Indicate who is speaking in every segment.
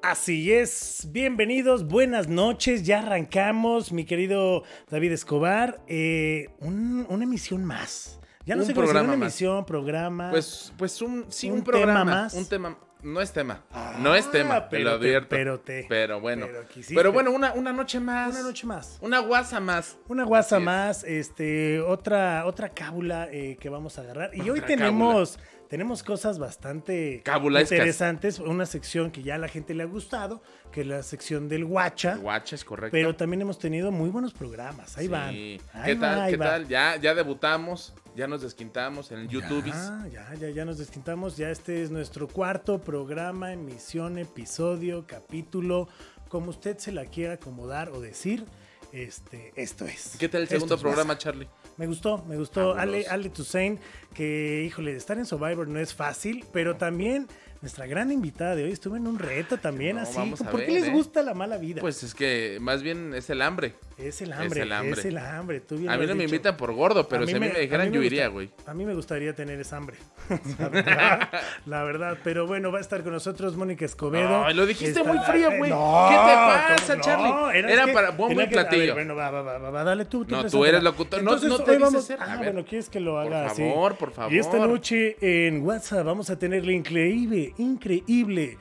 Speaker 1: Así es, bienvenidos, buenas noches, ya arrancamos, mi querido David Escobar, eh, un- una emisión más. Ya no
Speaker 2: Un
Speaker 1: sé cómo decirlo,
Speaker 2: programa
Speaker 1: una
Speaker 2: más.
Speaker 1: emisión, programa.
Speaker 2: Pues, pues un, sí, un,
Speaker 1: ¿Un tema
Speaker 2: programa.
Speaker 1: más? Ah,
Speaker 2: Un tema. No es tema. no es tema, te
Speaker 1: pero
Speaker 2: lo
Speaker 1: te-
Speaker 2: advierto.
Speaker 1: pero te-
Speaker 2: Pero bueno.
Speaker 1: pero
Speaker 2: Pero,
Speaker 1: quisiste.
Speaker 2: bueno, una, una noche más.
Speaker 1: una noche más.
Speaker 2: Una guasa más.
Speaker 1: Una guasa
Speaker 2: Así es.
Speaker 1: más, este, otra, otra cábula eh, que vamos a agarrar. Y hoy
Speaker 2: Otra
Speaker 1: tenemos, tenemos cosas bastante
Speaker 2: Cabulescas.
Speaker 1: interesantes. Una sección que ya a la gente le ha gustado, que es la sección del guacha.
Speaker 2: Guacha, es correcto.
Speaker 1: Pero también hemos tenido muy buenos programas. Ahí
Speaker 2: Sí.
Speaker 1: van.
Speaker 2: ¿Qué
Speaker 1: Ahí va,
Speaker 2: tal?
Speaker 1: ahí
Speaker 2: ¿Qué
Speaker 1: va.
Speaker 2: tal? Ya, ya debutamos, ya nos desquintamos en el YouTube.
Speaker 1: Ah, ya, ya, ya nos destintamos. Ya este es nuestro cuarto programa, emisión, episodio, capítulo, como usted se la quiera acomodar o decir. Este, esto es.
Speaker 2: ¿Qué tal el
Speaker 1: Esto
Speaker 2: segundo
Speaker 1: es
Speaker 2: programa,
Speaker 1: WhatsApp.
Speaker 2: Charlie?
Speaker 1: Me gustó, me gustó.
Speaker 2: Fabuloso.
Speaker 1: Ale, Ale Toussaint, que híjole, estar en Survivor no es fácil, pero también nuestra gran invitada de hoy estuvo en un reto también
Speaker 2: No,
Speaker 1: así.
Speaker 2: vamos a
Speaker 1: ¿Por qué
Speaker 2: ver,
Speaker 1: les
Speaker 2: ¿eh?
Speaker 1: gusta la mala vida?
Speaker 2: Pues es que más bien es el hambre.
Speaker 1: es el hambre, es el
Speaker 2: el
Speaker 1: hambre.
Speaker 2: hambre.
Speaker 1: Tú bien
Speaker 2: A
Speaker 1: lo
Speaker 2: mí
Speaker 1: has
Speaker 2: no me
Speaker 1: dicho.
Speaker 2: invitan por gordo, pero si a mí me, dijeran,
Speaker 1: a mí
Speaker 2: yo
Speaker 1: me
Speaker 2: iría,
Speaker 1: gusta-
Speaker 2: güey.
Speaker 1: A mí me gustaría tener esa hambre. La verdad, la verdad. Pero bueno, va a estar con nosotros Mónica Escobedo.
Speaker 2: Ay, lo dijiste
Speaker 1: Está-
Speaker 2: muy frío, güey.
Speaker 1: No,
Speaker 2: ¿Qué te pasa,
Speaker 1: ¿cómo no?
Speaker 2: Charlie? Era
Speaker 1: que-
Speaker 2: para bombo
Speaker 1: tenía
Speaker 2: y
Speaker 1: que- a ver,
Speaker 2: platillo.
Speaker 1: bueno, va, va, va, va, va, dale tú. tú
Speaker 2: No, tú
Speaker 1: preséntala.
Speaker 2: eres locutor. No,
Speaker 1: Entonces,
Speaker 2: no te
Speaker 1: hoy
Speaker 2: dices
Speaker 1: vamos...
Speaker 2: ser. A
Speaker 1: Ah,
Speaker 2: ver.
Speaker 1: bueno, quieres que lo
Speaker 2: Por
Speaker 1: haga así.
Speaker 2: favor, por favor.
Speaker 1: Y esta noche en WhatsApp vamos a tener la increíble, increíble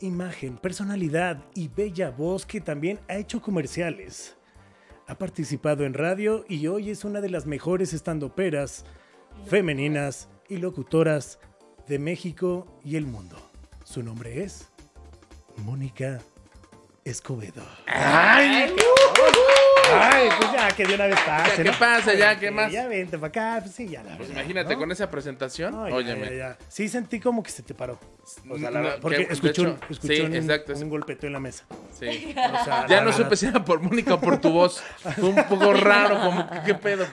Speaker 1: imagen, personalidad y bella voz que también ha hecho comerciales. Ha participado en radio y hoy es una de las mejores estandoperas femeninas y locutoras de México y el mundo. Su nombre es Mónica Escobedo.
Speaker 2: ¡Ay!
Speaker 1: Ay, pues ya que de una vez pase.
Speaker 2: ¿qué
Speaker 1: ¿no?
Speaker 2: pasa? Ya,
Speaker 1: Vente,
Speaker 2: ¿qué más?
Speaker 1: Ya vente para acá, pues sí, ya la
Speaker 2: Pues
Speaker 1: verdad,
Speaker 2: imagínate
Speaker 1: ¿no?
Speaker 2: con esa presentación.
Speaker 1: No, ya,
Speaker 2: óyeme.
Speaker 1: ya, ya. Sí sentí como que se te paró. O sea, la
Speaker 2: No,
Speaker 1: verdad, porque
Speaker 2: que, de
Speaker 1: escuchó, un-
Speaker 2: hecho,
Speaker 1: escuchó
Speaker 2: sí,
Speaker 1: un,
Speaker 2: exacto,
Speaker 1: un
Speaker 2: es-
Speaker 1: golpeteo en la mesa.
Speaker 2: sí.
Speaker 1: O sea, la
Speaker 2: Ya no
Speaker 1: verdad.
Speaker 2: supe si era por Mónica o por tu voz. Fue un poco raro, como que qué pedo.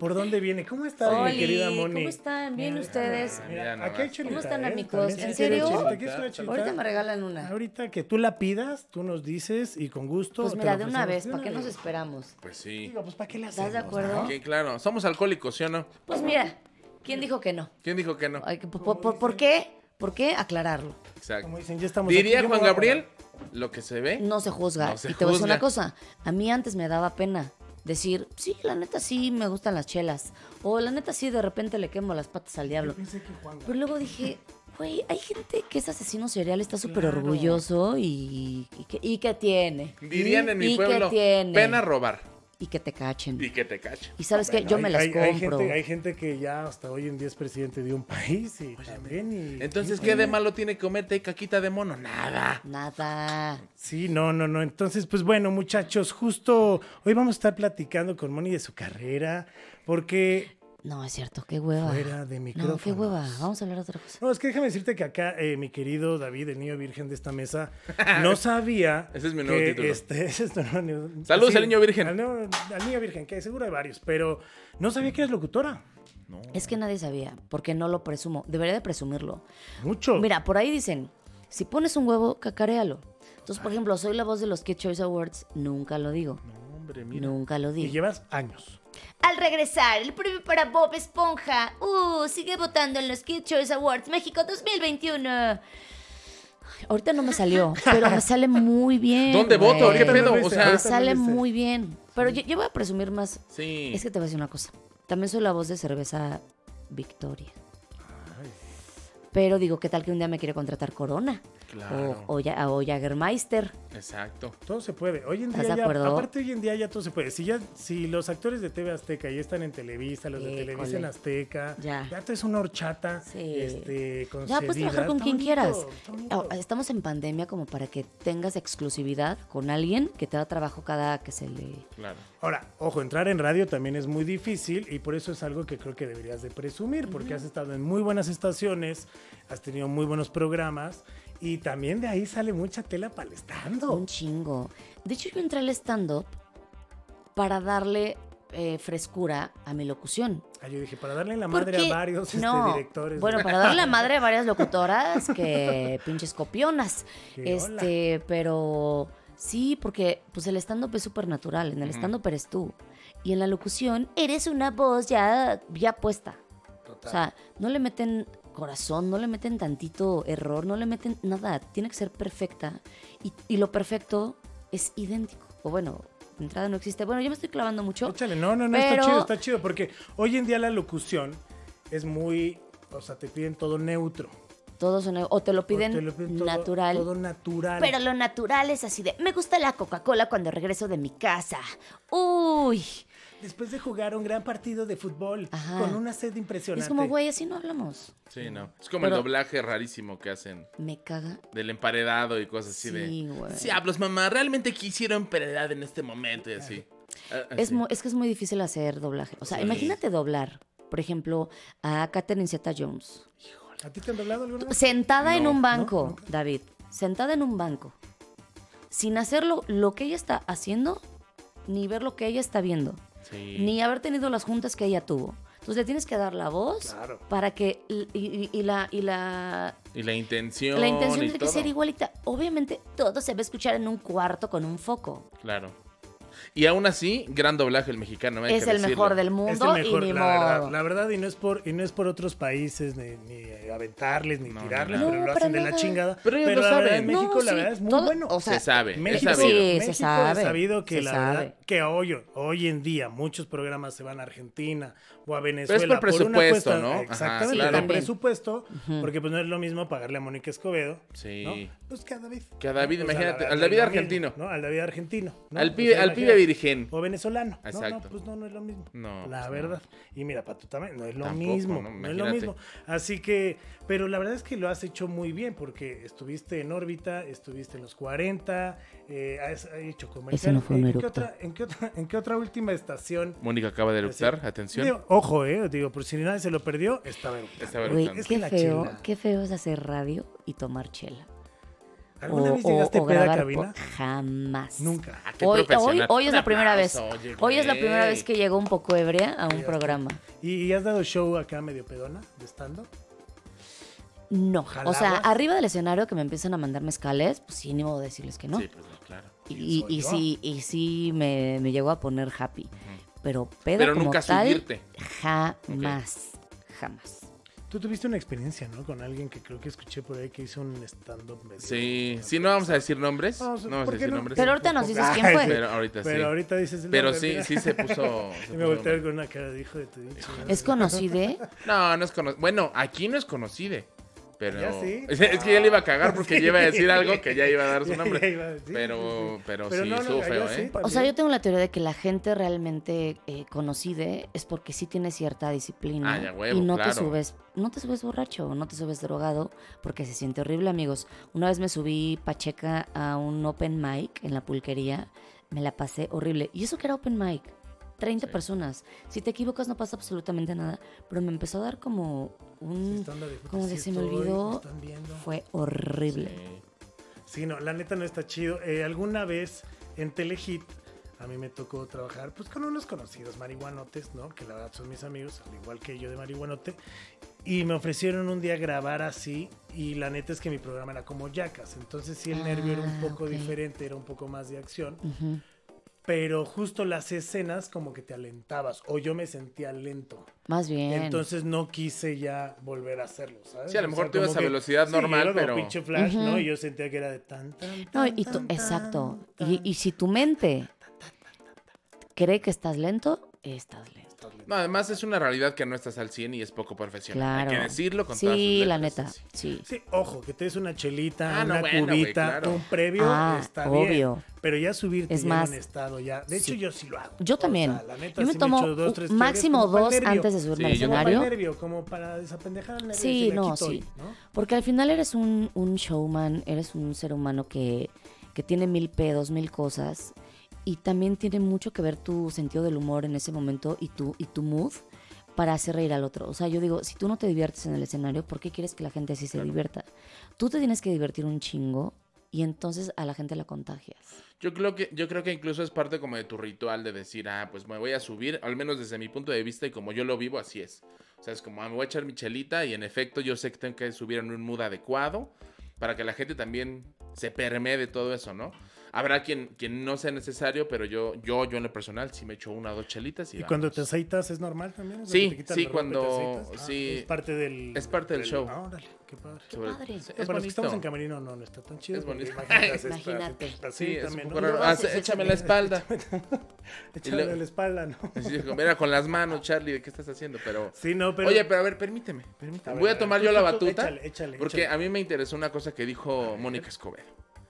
Speaker 1: ¿Por dónde viene? ¿Cómo está mi
Speaker 3: Oli,
Speaker 1: querida Moni?
Speaker 3: ¿cómo están? ¿Bien ustedes?
Speaker 2: Mira,
Speaker 1: Mira,
Speaker 2: nada
Speaker 1: aquí hay
Speaker 2: más.
Speaker 1: chelita,
Speaker 3: ¿Cómo están,
Speaker 1: ¿eh?
Speaker 3: amigos?
Speaker 1: También
Speaker 3: ¿En
Speaker 1: sí quiero
Speaker 3: serio?
Speaker 1: chelita. ¿Quieres una chelita?
Speaker 3: Ahorita me regalan una.
Speaker 1: Ahorita que tú la pidas, tú nos dices y con gusto.
Speaker 3: Pues
Speaker 1: te
Speaker 3: mira,
Speaker 1: la
Speaker 3: de una
Speaker 1: ofrecemos.
Speaker 3: vez, ¿para qué nos
Speaker 1: vez.
Speaker 3: esperamos?
Speaker 2: Pues sí.
Speaker 1: Digo, pues ¿para qué la hacemos?
Speaker 3: ¿Estás de acuerdo?
Speaker 1: no?
Speaker 2: Sí, claro. Somos alcohólicos, ¿sí o no?
Speaker 3: Pues mira, ¿quién dijo que no?
Speaker 2: ¿Quién dijo que no?
Speaker 3: Ay, que po- po- por, por qué? ¿Por qué aclararlo?
Speaker 2: Exacto.
Speaker 1: Como dicen, ya estamos
Speaker 2: Diría
Speaker 1: aquí, yo me
Speaker 2: Juan
Speaker 1: voy a
Speaker 2: Gabriel, lo que se ve.
Speaker 3: No se juzga.
Speaker 2: No se
Speaker 3: y te voy a decir
Speaker 2: juzga.
Speaker 3: una cosa. A mí antes me daba pena decir, sí, la neta sí me gustan las chelas. O la neta sí de repente le quemo las patas al diablo.
Speaker 1: Yo pensé que Juan
Speaker 3: Pero luego dije, güey, hay gente que es asesino serial, está súper
Speaker 1: Claro.
Speaker 3: orgulloso y, y, que, y que tiene.
Speaker 2: Dirían en
Speaker 3: ¿Y
Speaker 2: mi
Speaker 3: qué
Speaker 2: pueblo,
Speaker 3: tiene?
Speaker 2: pena robar
Speaker 3: Y que te cachen.
Speaker 2: y que te cachen.
Speaker 3: Y sabes qué,
Speaker 1: Bueno,
Speaker 3: yo
Speaker 1: hay-
Speaker 3: me las
Speaker 1: hay-
Speaker 3: compro.
Speaker 1: Hay gente, hay gente que ya hasta hoy en día es presidente de un país y también. y-
Speaker 2: Entonces, ¿qué de malo tiene comerte y caquita de mono? Nada.
Speaker 3: Nada.
Speaker 1: Sí, no, no, no. Entonces, pues bueno, muchachos, justo hoy vamos a estar platicando con Moni de su carrera, porque.
Speaker 3: No, es cierto, qué hueva.
Speaker 1: Fuera de
Speaker 3: No, qué
Speaker 1: micrófonos.
Speaker 3: hueva. Vamos a hablar de otra cosa.
Speaker 1: No, es que déjame decirte que acá, eh, mi querido David, el niño virgen de esta mesa, no sabía.
Speaker 2: Ese es mi nuevo
Speaker 1: que,
Speaker 2: título.
Speaker 1: este, ese es tu nuevo- nuevo-
Speaker 2: Saludos al niño virgen.
Speaker 1: Al, nuevo- al niño virgen, que seguro hay varios, pero no sabía que eres locutora.
Speaker 3: Es que nadie sabía, porque no lo presumo. Debería de presumirlo.
Speaker 1: Mucho.
Speaker 3: Mira, por ahí dicen, si pones un huevo, cacarealo. Entonces, por ejemplo, soy la voz de los Kid Choice Awards, nunca lo digo.
Speaker 2: Hombre,
Speaker 3: Nunca lo
Speaker 1: Y
Speaker 3: digo.
Speaker 1: llevas años.
Speaker 3: Al regresar, el premio para Bob Esponja. Uh, sigue votando en los Kid Choice Awards México 2021. Ay, Ahorita no me salió, pero me sale muy bien.
Speaker 2: ¿Dónde
Speaker 3: güey.
Speaker 2: voto?
Speaker 1: Ahorita
Speaker 2: ¿Qué
Speaker 1: no
Speaker 2: pedo?
Speaker 1: ves,
Speaker 2: O sea,
Speaker 3: Me
Speaker 1: ahorita-
Speaker 3: sale
Speaker 1: no lo hice.
Speaker 3: muy bien. Pero yo, yo voy a presumir más.
Speaker 2: sí.
Speaker 3: Es que te voy a decir una cosa. También soy la voz de cerveza Victoria. Pero digo, ¿qué tal que un día me quiere contratar Corona?
Speaker 2: Claro.
Speaker 3: O, o, ya- o Jagermeister.
Speaker 2: Exacto.
Speaker 1: Todo se puede. Hoy en
Speaker 3: ¿Estás
Speaker 1: día
Speaker 3: de
Speaker 1: ya,
Speaker 3: acuerdo?
Speaker 1: aparte hoy en día ya todo se puede. Si ya, si los actores de TV Azteca ya están en Televisa, los de
Speaker 3: Híjole.
Speaker 1: Televisa en Azteca, ya,
Speaker 3: Ya.
Speaker 1: todo es una horchata,
Speaker 3: Sí.
Speaker 1: este,
Speaker 3: Ya puedes
Speaker 1: concebida.
Speaker 3: trabajar con
Speaker 1: Está
Speaker 3: quien
Speaker 1: bonito,
Speaker 3: quieras.
Speaker 1: está bonito.
Speaker 3: Ah, Estamos en pandemia como para que tengas exclusividad con alguien que te da trabajo cada que se le...
Speaker 2: Claro.
Speaker 1: Ahora, ojo, entrar en radio también es muy difícil y por eso es algo que creo que deberías de presumir, porque has estado en muy buenas estaciones, has tenido muy buenos programas y también de ahí sale mucha tela para el estando.
Speaker 3: Un chingo. De hecho, yo entré al stand-up para darle eh, frescura a mi locución.
Speaker 1: Ah, yo dije, para darle la
Speaker 3: ¿Por
Speaker 1: madre
Speaker 3: qué?
Speaker 1: a varios este,
Speaker 3: No.
Speaker 1: directores.
Speaker 3: Bueno, para darle la madre a varias locutoras que pinches copionas.
Speaker 1: Que
Speaker 3: este, pero sí, porque pues el stand-up es súper natural. En el stand-up eres tú. Y en la locución eres una voz ya, ya puesta. O sea, no le meten corazón, no le meten tantito error, no le meten nada. Tiene que ser perfecta. Y, y lo perfecto es idéntico. O bueno, de entrada no existe. Bueno, yo me estoy clavando mucho.
Speaker 1: Échale, no, no, no,
Speaker 3: pero-
Speaker 1: está chido, está chido, porque hoy en día la locución es muy, o sea, te piden todo neutro.
Speaker 3: Todos son- o te lo piden,
Speaker 1: Te lo piden todo-
Speaker 3: natural.
Speaker 1: Todo natural.
Speaker 3: Pero lo natural es así de, me gusta la Coca-Cola cuando regreso de mi casa. Uy.
Speaker 1: Después de jugar un gran partido de fútbol
Speaker 3: Ajá.
Speaker 1: con una sed impresionante.
Speaker 3: Es como, güey, así no hablamos.
Speaker 2: Sí, no. Es como
Speaker 3: Pero-
Speaker 2: el doblaje rarísimo que hacen
Speaker 3: Me caga.
Speaker 2: del emparedado y cosas así
Speaker 3: Sí,
Speaker 2: de.
Speaker 3: güey.
Speaker 2: Sí, hablos, mamá. Realmente quisiera emparedado en este momento y así. Ah, ah,
Speaker 3: Es,
Speaker 2: sí.
Speaker 3: mu- es que es muy difícil hacer doblaje. O sea, imagínate doblar, por ejemplo, a Catherine Zeta-Jones.
Speaker 1: ¿A ti te han doblado alguna
Speaker 3: pues,
Speaker 1: vez?
Speaker 3: Sentada en
Speaker 2: No,
Speaker 1: no,
Speaker 3: un banco,
Speaker 1: nunca.
Speaker 3: David. Sentada en un banco. Sin hacer lo- lo que ella está haciendo, ni ver lo que ella está viendo.
Speaker 2: Sí.
Speaker 3: ni haber tenido las juntas que ella tuvo. Entonces le tienes que dar la voz
Speaker 1: Claro.
Speaker 3: para que y, y- y la y la
Speaker 2: Y la intención.
Speaker 3: la intención
Speaker 2: y
Speaker 3: tiene que
Speaker 2: todo.
Speaker 3: ser igualita. Obviamente todo se va a escuchar en un cuarto con un foco.
Speaker 2: Claro. Y aún así, gran doblaje el mexicano. hay
Speaker 3: es
Speaker 2: que
Speaker 3: el
Speaker 2: decirlo.
Speaker 3: mejor del
Speaker 1: Es
Speaker 3: mundo
Speaker 1: el mejor,
Speaker 3: y ni
Speaker 1: la
Speaker 3: modo.
Speaker 1: verdad. La verdad, y no es por, y no es por otros países, ni, ni aventarles, ni
Speaker 2: No, no,
Speaker 1: tirarles,
Speaker 2: no.
Speaker 1: pero
Speaker 3: No,
Speaker 1: lo
Speaker 3: para
Speaker 1: hacen de la
Speaker 3: nada.
Speaker 1: chingada.
Speaker 2: Pero ellos lo
Speaker 1: la verdad,
Speaker 2: saben.
Speaker 1: en México,
Speaker 3: No,
Speaker 1: la
Speaker 3: sí,
Speaker 1: verdad, es muy
Speaker 3: todo-
Speaker 1: bueno.
Speaker 3: o sea,
Speaker 2: Se sabe, es
Speaker 1: México,
Speaker 2: sabido.
Speaker 3: Sí, se
Speaker 1: México
Speaker 3: sabe,
Speaker 1: es sabido que
Speaker 3: se
Speaker 1: la
Speaker 3: sabe.
Speaker 1: verdad que hoy, hoy en día muchos programas se van a Argentina o a Venezuela.
Speaker 2: Pero es por
Speaker 1: una
Speaker 2: presupuesto,
Speaker 1: cuesta-
Speaker 2: ¿no? Ajá,
Speaker 1: Exactamente,
Speaker 2: claro.
Speaker 1: por
Speaker 3: También.
Speaker 1: presupuesto, porque pues no es lo mismo pagarle a Mónica Escobedo.
Speaker 2: Sí.
Speaker 1: ¿no? Pues que a David.
Speaker 2: Que a David,
Speaker 1: ¿no? Pues,
Speaker 2: imagínate,
Speaker 1: la-
Speaker 2: al
Speaker 1: la-
Speaker 2: David
Speaker 1: lo
Speaker 2: argentino.
Speaker 1: mismo, ¿no? Al David argentino. ¿no?
Speaker 2: Al
Speaker 1: O
Speaker 2: pibe,
Speaker 1: sea,
Speaker 2: al pibe
Speaker 1: imagínate.
Speaker 2: virgen.
Speaker 1: O venezolano. No, No,
Speaker 2: Exacto.
Speaker 1: pues no, no es lo mismo.
Speaker 2: No, pues,
Speaker 1: La
Speaker 2: no.
Speaker 1: verdad. Y mira, para tú también, no es lo
Speaker 2: Tampoco,
Speaker 1: mismo.
Speaker 2: ¿no?
Speaker 1: No, es lo
Speaker 2: Imagínate.
Speaker 1: mismo. Así que, pero la verdad es que lo has hecho muy bien porque estuviste en órbita, estuviste en los 40, eh, has has hecho comercial.
Speaker 3: no fue un
Speaker 1: ¿En qué,
Speaker 3: eructo.
Speaker 1: otra, en, qué otra, en qué otra última estación?
Speaker 2: Mónica acaba de eructar.
Speaker 1: Así-
Speaker 2: Atención.
Speaker 1: Digo, ojo, eh, digo, por si nadie se lo perdió, estaba eructando.
Speaker 2: Estaba
Speaker 3: Güey,
Speaker 2: eructando.
Speaker 1: Es que
Speaker 3: qué
Speaker 1: la
Speaker 3: feo,
Speaker 1: chela.
Speaker 3: qué feo es hacer radio y tomar chela.
Speaker 1: ¿Alguna
Speaker 3: O-
Speaker 1: vez
Speaker 3: o-
Speaker 1: llegaste
Speaker 3: o
Speaker 1: peda a
Speaker 3: grabar
Speaker 1: cabina?
Speaker 3: po- jamás.
Speaker 1: Nunca.
Speaker 2: Ah, qué
Speaker 3: Hoy, hoy,
Speaker 2: profesional.
Speaker 3: hoy es
Speaker 2: Un
Speaker 3: la primera vez.
Speaker 2: aplauso, oye,
Speaker 3: Hoy es la
Speaker 2: güey.
Speaker 3: primera vez que llegó un poco ebria a un programa.
Speaker 1: ¿Y, y has dado show acá medio pedona de stand
Speaker 3: No. O sea,
Speaker 1: ¿Jalabas?
Speaker 3: arriba del escenario que me empiezan a mandar mezcales, pues sí, ni modo decirles que no.
Speaker 2: Sí, pues no, claro.
Speaker 3: Y,
Speaker 1: soy
Speaker 3: y
Speaker 1: yo.
Speaker 3: sí, y sí me, me llegó a poner happy. Pero pedo
Speaker 2: Pero
Speaker 3: como
Speaker 2: nunca
Speaker 3: tal,
Speaker 2: subirte.
Speaker 3: jamás. Jamás.
Speaker 1: Tú tuviste una experiencia, ¿no? Con alguien que creo que escuché por ahí que hizo un stand-up. medio-
Speaker 2: Sí, sí, no vamos a decir nombres. No
Speaker 1: Vamos,
Speaker 2: vamos a
Speaker 1: ¿por qué
Speaker 2: decir
Speaker 1: no?
Speaker 2: nombres.
Speaker 3: Pero ahorita nos dices quién
Speaker 1: Ay,
Speaker 3: fue.
Speaker 2: Pero ahorita
Speaker 1: Pero
Speaker 2: sí.
Speaker 1: ahorita dices el
Speaker 2: Pero
Speaker 1: nombre,
Speaker 2: sí,
Speaker 1: mira.
Speaker 2: sí se puso. se
Speaker 1: Y me
Speaker 2: puso
Speaker 1: volteé
Speaker 2: mal.
Speaker 1: con una cara de hijo de tu dicho.
Speaker 3: Es conocida.
Speaker 2: No, no es conocido. Bueno, aquí no es conocido. Pero.
Speaker 1: ¿Ya sí?
Speaker 2: Es, es que ya le iba a cagar porque ya iba a decir algo que ya iba a dar su
Speaker 1: Ya
Speaker 2: nombre.
Speaker 1: iba a decir,
Speaker 2: Pero,
Speaker 1: sí.
Speaker 2: pero,
Speaker 1: Pero
Speaker 2: sí,
Speaker 1: no, no,
Speaker 2: estuvo feo,
Speaker 1: yo sí,
Speaker 2: ¿eh?
Speaker 1: también.
Speaker 3: O sea, yo tengo la teoría de que la gente realmente eh, conocida es porque sí tiene cierta disciplina.
Speaker 2: Ah, ya huevo,
Speaker 3: y no
Speaker 2: claro.
Speaker 3: te subes, no te subes borracho, no te subes drogado, porque se siente horrible, amigos. Una vez me subí Pacheca a un open mic en la pulquería, me la pasé horrible. Y eso que era open mic. 30
Speaker 2: Sí.
Speaker 3: personas. Si te equivocas no pasa absolutamente nada. Pero me empezó a dar como
Speaker 1: Sí,
Speaker 3: un...
Speaker 1: stand-up de puta,
Speaker 3: como
Speaker 1: sí
Speaker 3: que se me
Speaker 1: estoy,
Speaker 3: olvidó.
Speaker 1: me están viendo.
Speaker 3: Fue horrible.
Speaker 2: Sí.
Speaker 1: Sí, no, la neta no está chido. Eh, alguna vez en Telehit a mí me tocó trabajar pues con unos conocidos marihuanotes, ¿no? Que la verdad son mis amigos, al igual que yo de marihuanote. Y me ofrecieron un día grabar así y la neta es que mi programa era como yacas. Entonces sí el nervio era un
Speaker 3: Ah,
Speaker 1: poco
Speaker 3: ok.
Speaker 1: diferente, era un poco más de acción.
Speaker 3: Ujú.
Speaker 1: Pero justo las escenas como que te alentabas o yo me sentía lento.
Speaker 3: Más bien.
Speaker 1: Entonces no quise ya volver a hacerlo, ¿sabes?
Speaker 2: Sí, a lo mejor tú
Speaker 1: como
Speaker 2: ibas a
Speaker 1: que-
Speaker 2: velocidad
Speaker 1: sí,
Speaker 2: normal,
Speaker 1: yo era como
Speaker 2: pero-
Speaker 1: pinche flash, ¿no?
Speaker 3: Ujú.
Speaker 1: Y yo sentía que era de tan, tan,
Speaker 3: No,
Speaker 1: tan,
Speaker 3: y tú,
Speaker 1: tan, tan,
Speaker 3: exacto.
Speaker 1: tan.
Speaker 3: Y, y si tu mente cree que estás lento, estás lento.
Speaker 2: No, además es una realidad que no estás al 100 y es poco profesional.
Speaker 3: Claro.
Speaker 2: Hay que decirlo con todas sus
Speaker 3: Sí, la
Speaker 2: letras,
Speaker 3: neta,
Speaker 2: sí.
Speaker 3: sí.
Speaker 1: Sí, ojo, que te des una chelita,
Speaker 2: Ah, no,
Speaker 1: una
Speaker 2: bueno, güey,
Speaker 1: cubita,
Speaker 2: claro.
Speaker 1: un previo,
Speaker 3: Ah,
Speaker 1: está bien.
Speaker 3: obvio.
Speaker 1: Pero ya subirte
Speaker 3: Es
Speaker 1: ya
Speaker 3: más,
Speaker 1: en un estado ya. De hecho,
Speaker 3: sí.
Speaker 1: yo sí lo hago.
Speaker 3: Yo
Speaker 1: O
Speaker 3: también.
Speaker 1: sea, la neta,
Speaker 3: yo me
Speaker 1: sí
Speaker 3: tomo
Speaker 1: echo dos,
Speaker 3: un-
Speaker 1: tres chelas,
Speaker 3: máximo
Speaker 1: como pa'l
Speaker 3: dos
Speaker 1: nervio.
Speaker 3: antes de subirme al
Speaker 2: Sí, yo
Speaker 1: Como pa'l
Speaker 3: escenario.
Speaker 1: nervio, como para desapendejar al nervio.
Speaker 3: Sí,
Speaker 1: decirle,
Speaker 3: no,
Speaker 1: "Aquí estoy",
Speaker 3: sí.
Speaker 1: ¿no?
Speaker 3: Porque al final eres un, un showman, eres un ser humano que, que tiene mil pedos, mil cosas. Y también tiene mucho que ver tu sentido del humor en ese momento y tu, y tu mood para hacer reír al otro. O sea, yo digo, si tú no te diviertes en el escenario, ¿por qué quieres que la gente así se divierta? Tú te tienes que divertir un chingo y entonces a la gente la contagias.
Speaker 2: Yo creo que yo creo que incluso es parte como de tu ritual de decir, ah, pues me voy a subir, al menos desde mi punto de vista y como yo lo vivo, así es. O sea, es como, ah, me voy a echar mi chelita y en efecto yo sé que tengo que subir en un mood adecuado para que la gente también se permee de todo eso, ¿no? Habrá quien, quien no sea necesario, pero yo, yo, yo en lo personal sí me echo una o dos chelitas y,
Speaker 1: ¿Y cuando
Speaker 2: vámonos.
Speaker 1: te aceitas es normal también? O sea,
Speaker 2: Sí,
Speaker 1: que te quitan
Speaker 2: sí,
Speaker 1: la ropa y te
Speaker 2: cuando-
Speaker 1: aceitas. Ah,
Speaker 2: sí.
Speaker 1: es parte del...
Speaker 2: Es parte del show.
Speaker 1: Ah, órale, qué padre.
Speaker 3: Qué
Speaker 2: Sobre-
Speaker 3: padre.
Speaker 2: Sí,
Speaker 1: No,
Speaker 2: Es
Speaker 1: para los que estamos en
Speaker 2: bonito.
Speaker 1: camerino no, no está tan chido.
Speaker 2: Es
Speaker 1: porque
Speaker 2: bonito.
Speaker 1: Imagínate. es para-
Speaker 3: Imagínate.
Speaker 1: Así
Speaker 2: Sí, es un
Speaker 1: también,
Speaker 2: poco
Speaker 1: ¿no?
Speaker 2: raro.
Speaker 3: Lo
Speaker 2: Ah,
Speaker 3: haces,
Speaker 2: échame la
Speaker 3: échame.
Speaker 2: espalda.
Speaker 1: Échale
Speaker 2: Y luego-
Speaker 1: la espalda, ¿no?
Speaker 2: Así de, Mira, con las manos, Charlie, ¿de qué estás haciendo? Pero,
Speaker 1: Sí, no, pero...
Speaker 2: Oye, pero a ver, permíteme, permíteme.
Speaker 1: A ver,
Speaker 2: Voy
Speaker 1: a
Speaker 2: a
Speaker 1: ver,
Speaker 2: tomar
Speaker 1: tú,
Speaker 2: yo
Speaker 1: tú,
Speaker 2: la
Speaker 1: tú,
Speaker 2: batuta.
Speaker 1: échale, échale,
Speaker 2: porque
Speaker 1: échale.
Speaker 2: a mí me interesó una cosa que dijo Mónica Escobedo.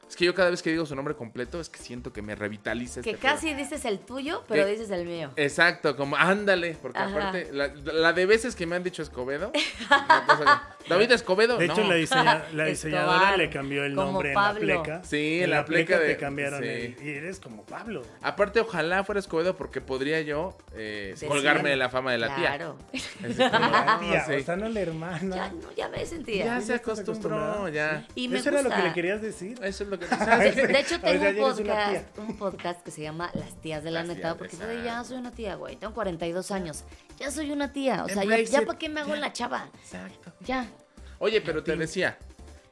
Speaker 2: Es que yo cada vez que digo su nombre completo es que siento que me revitaliza
Speaker 3: Que
Speaker 2: este pedo.
Speaker 3: casi dices el tuyo, pero
Speaker 2: Que-
Speaker 3: dices el mío.
Speaker 2: Exacto, como ándale, porque
Speaker 3: Ajá.
Speaker 2: aparte, la, la de veces que me han dicho Escobedo. una cosa que- David Escobedo,
Speaker 1: De
Speaker 2: no.
Speaker 1: hecho, la, diseña- la
Speaker 3: Escobar,
Speaker 1: diseñadora le cambió el
Speaker 3: como
Speaker 1: nombre
Speaker 3: Pablo.
Speaker 1: en la pleca.
Speaker 2: Sí,
Speaker 1: en
Speaker 2: la
Speaker 1: la pleca,
Speaker 2: pleca de-
Speaker 1: te cambiaron
Speaker 2: sí.
Speaker 1: el- Y eres como Pablo.
Speaker 2: Aparte, ojalá fuera Escobedo porque podría yo eh,
Speaker 3: Decir-
Speaker 2: colgarme de la fama de la
Speaker 3: claro.
Speaker 2: tía. Es como,
Speaker 1: La
Speaker 2: no,
Speaker 1: tía,
Speaker 2: sí.
Speaker 1: o sea, no la hermana.
Speaker 3: Ya, no, ya me sentía.
Speaker 2: Ya
Speaker 1: Ya
Speaker 2: se
Speaker 1: estás
Speaker 2: acostumbró,
Speaker 1: acostumbrada.
Speaker 2: ya.
Speaker 3: Y me
Speaker 1: ¿Eso era lo que
Speaker 3: gusta.
Speaker 1: le querías decir?
Speaker 2: Eso es lo que
Speaker 3: De,
Speaker 2: ¿sabes qué?
Speaker 3: de hecho,
Speaker 1: A ver,
Speaker 3: tengo
Speaker 1: ya
Speaker 3: un
Speaker 1: eres una
Speaker 3: podcast, un podcast que se llama Las tías de la
Speaker 2: Las
Speaker 3: neta,
Speaker 2: tías,
Speaker 3: porque yo de, ya
Speaker 2: exacto.
Speaker 3: soy una tía, güey. Tengo 42 años. Ya soy una tía. O sea, ya,
Speaker 2: Embrace
Speaker 3: ya
Speaker 2: it.
Speaker 3: para qué me hago
Speaker 2: Ya.
Speaker 3: la chava.
Speaker 2: Exacto.
Speaker 3: Ya.
Speaker 2: Oye, pero te decía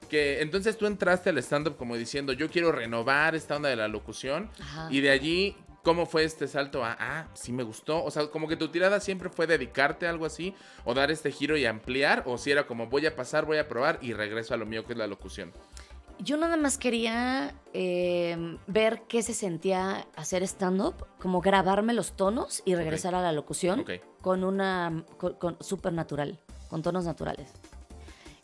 Speaker 2: que entonces tú entraste al stand-up como diciendo, yo quiero renovar esta onda de la locución.
Speaker 3: Ajá.
Speaker 2: Y de allí, ¿cómo fue este salto a, ah, sí me gustó? O sea, como que tu tirada siempre fue dedicarte a algo así, o dar este giro y ampliar, o si era como, voy a pasar, voy a probar y regreso a lo mío que es la locución.
Speaker 3: Yo nada más quería eh, ver qué se sentía hacer stand-up, como grabarme los tonos y regresar a la locución
Speaker 2: Ok.
Speaker 3: con una con, con súper natural, con tonos naturales.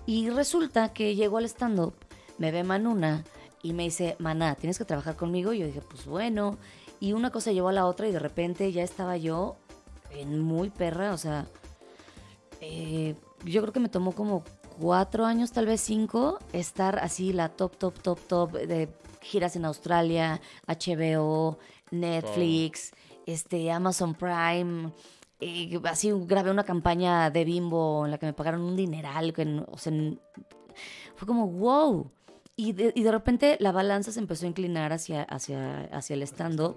Speaker 3: Y resulta que llego al stand-up, me ve Manuna y me dice, Maná, tienes que trabajar conmigo. Y yo dije, pues bueno. Y una cosa llevó a la otra y de repente ya estaba yo en muy perra, o sea, eh, yo creo que me tomó como cuatro años, tal vez cinco, estar así la top, top, top, top de giras en Australia, HBO, Netflix, este, Amazon Prime. eh, así grabé una campaña de bimbo en la que me pagaron un dineral. Que, no- o sea, n- fue como, wow. Y de, y de repente la balanza se empezó a inclinar hacia, hacia, hacia el stand-up.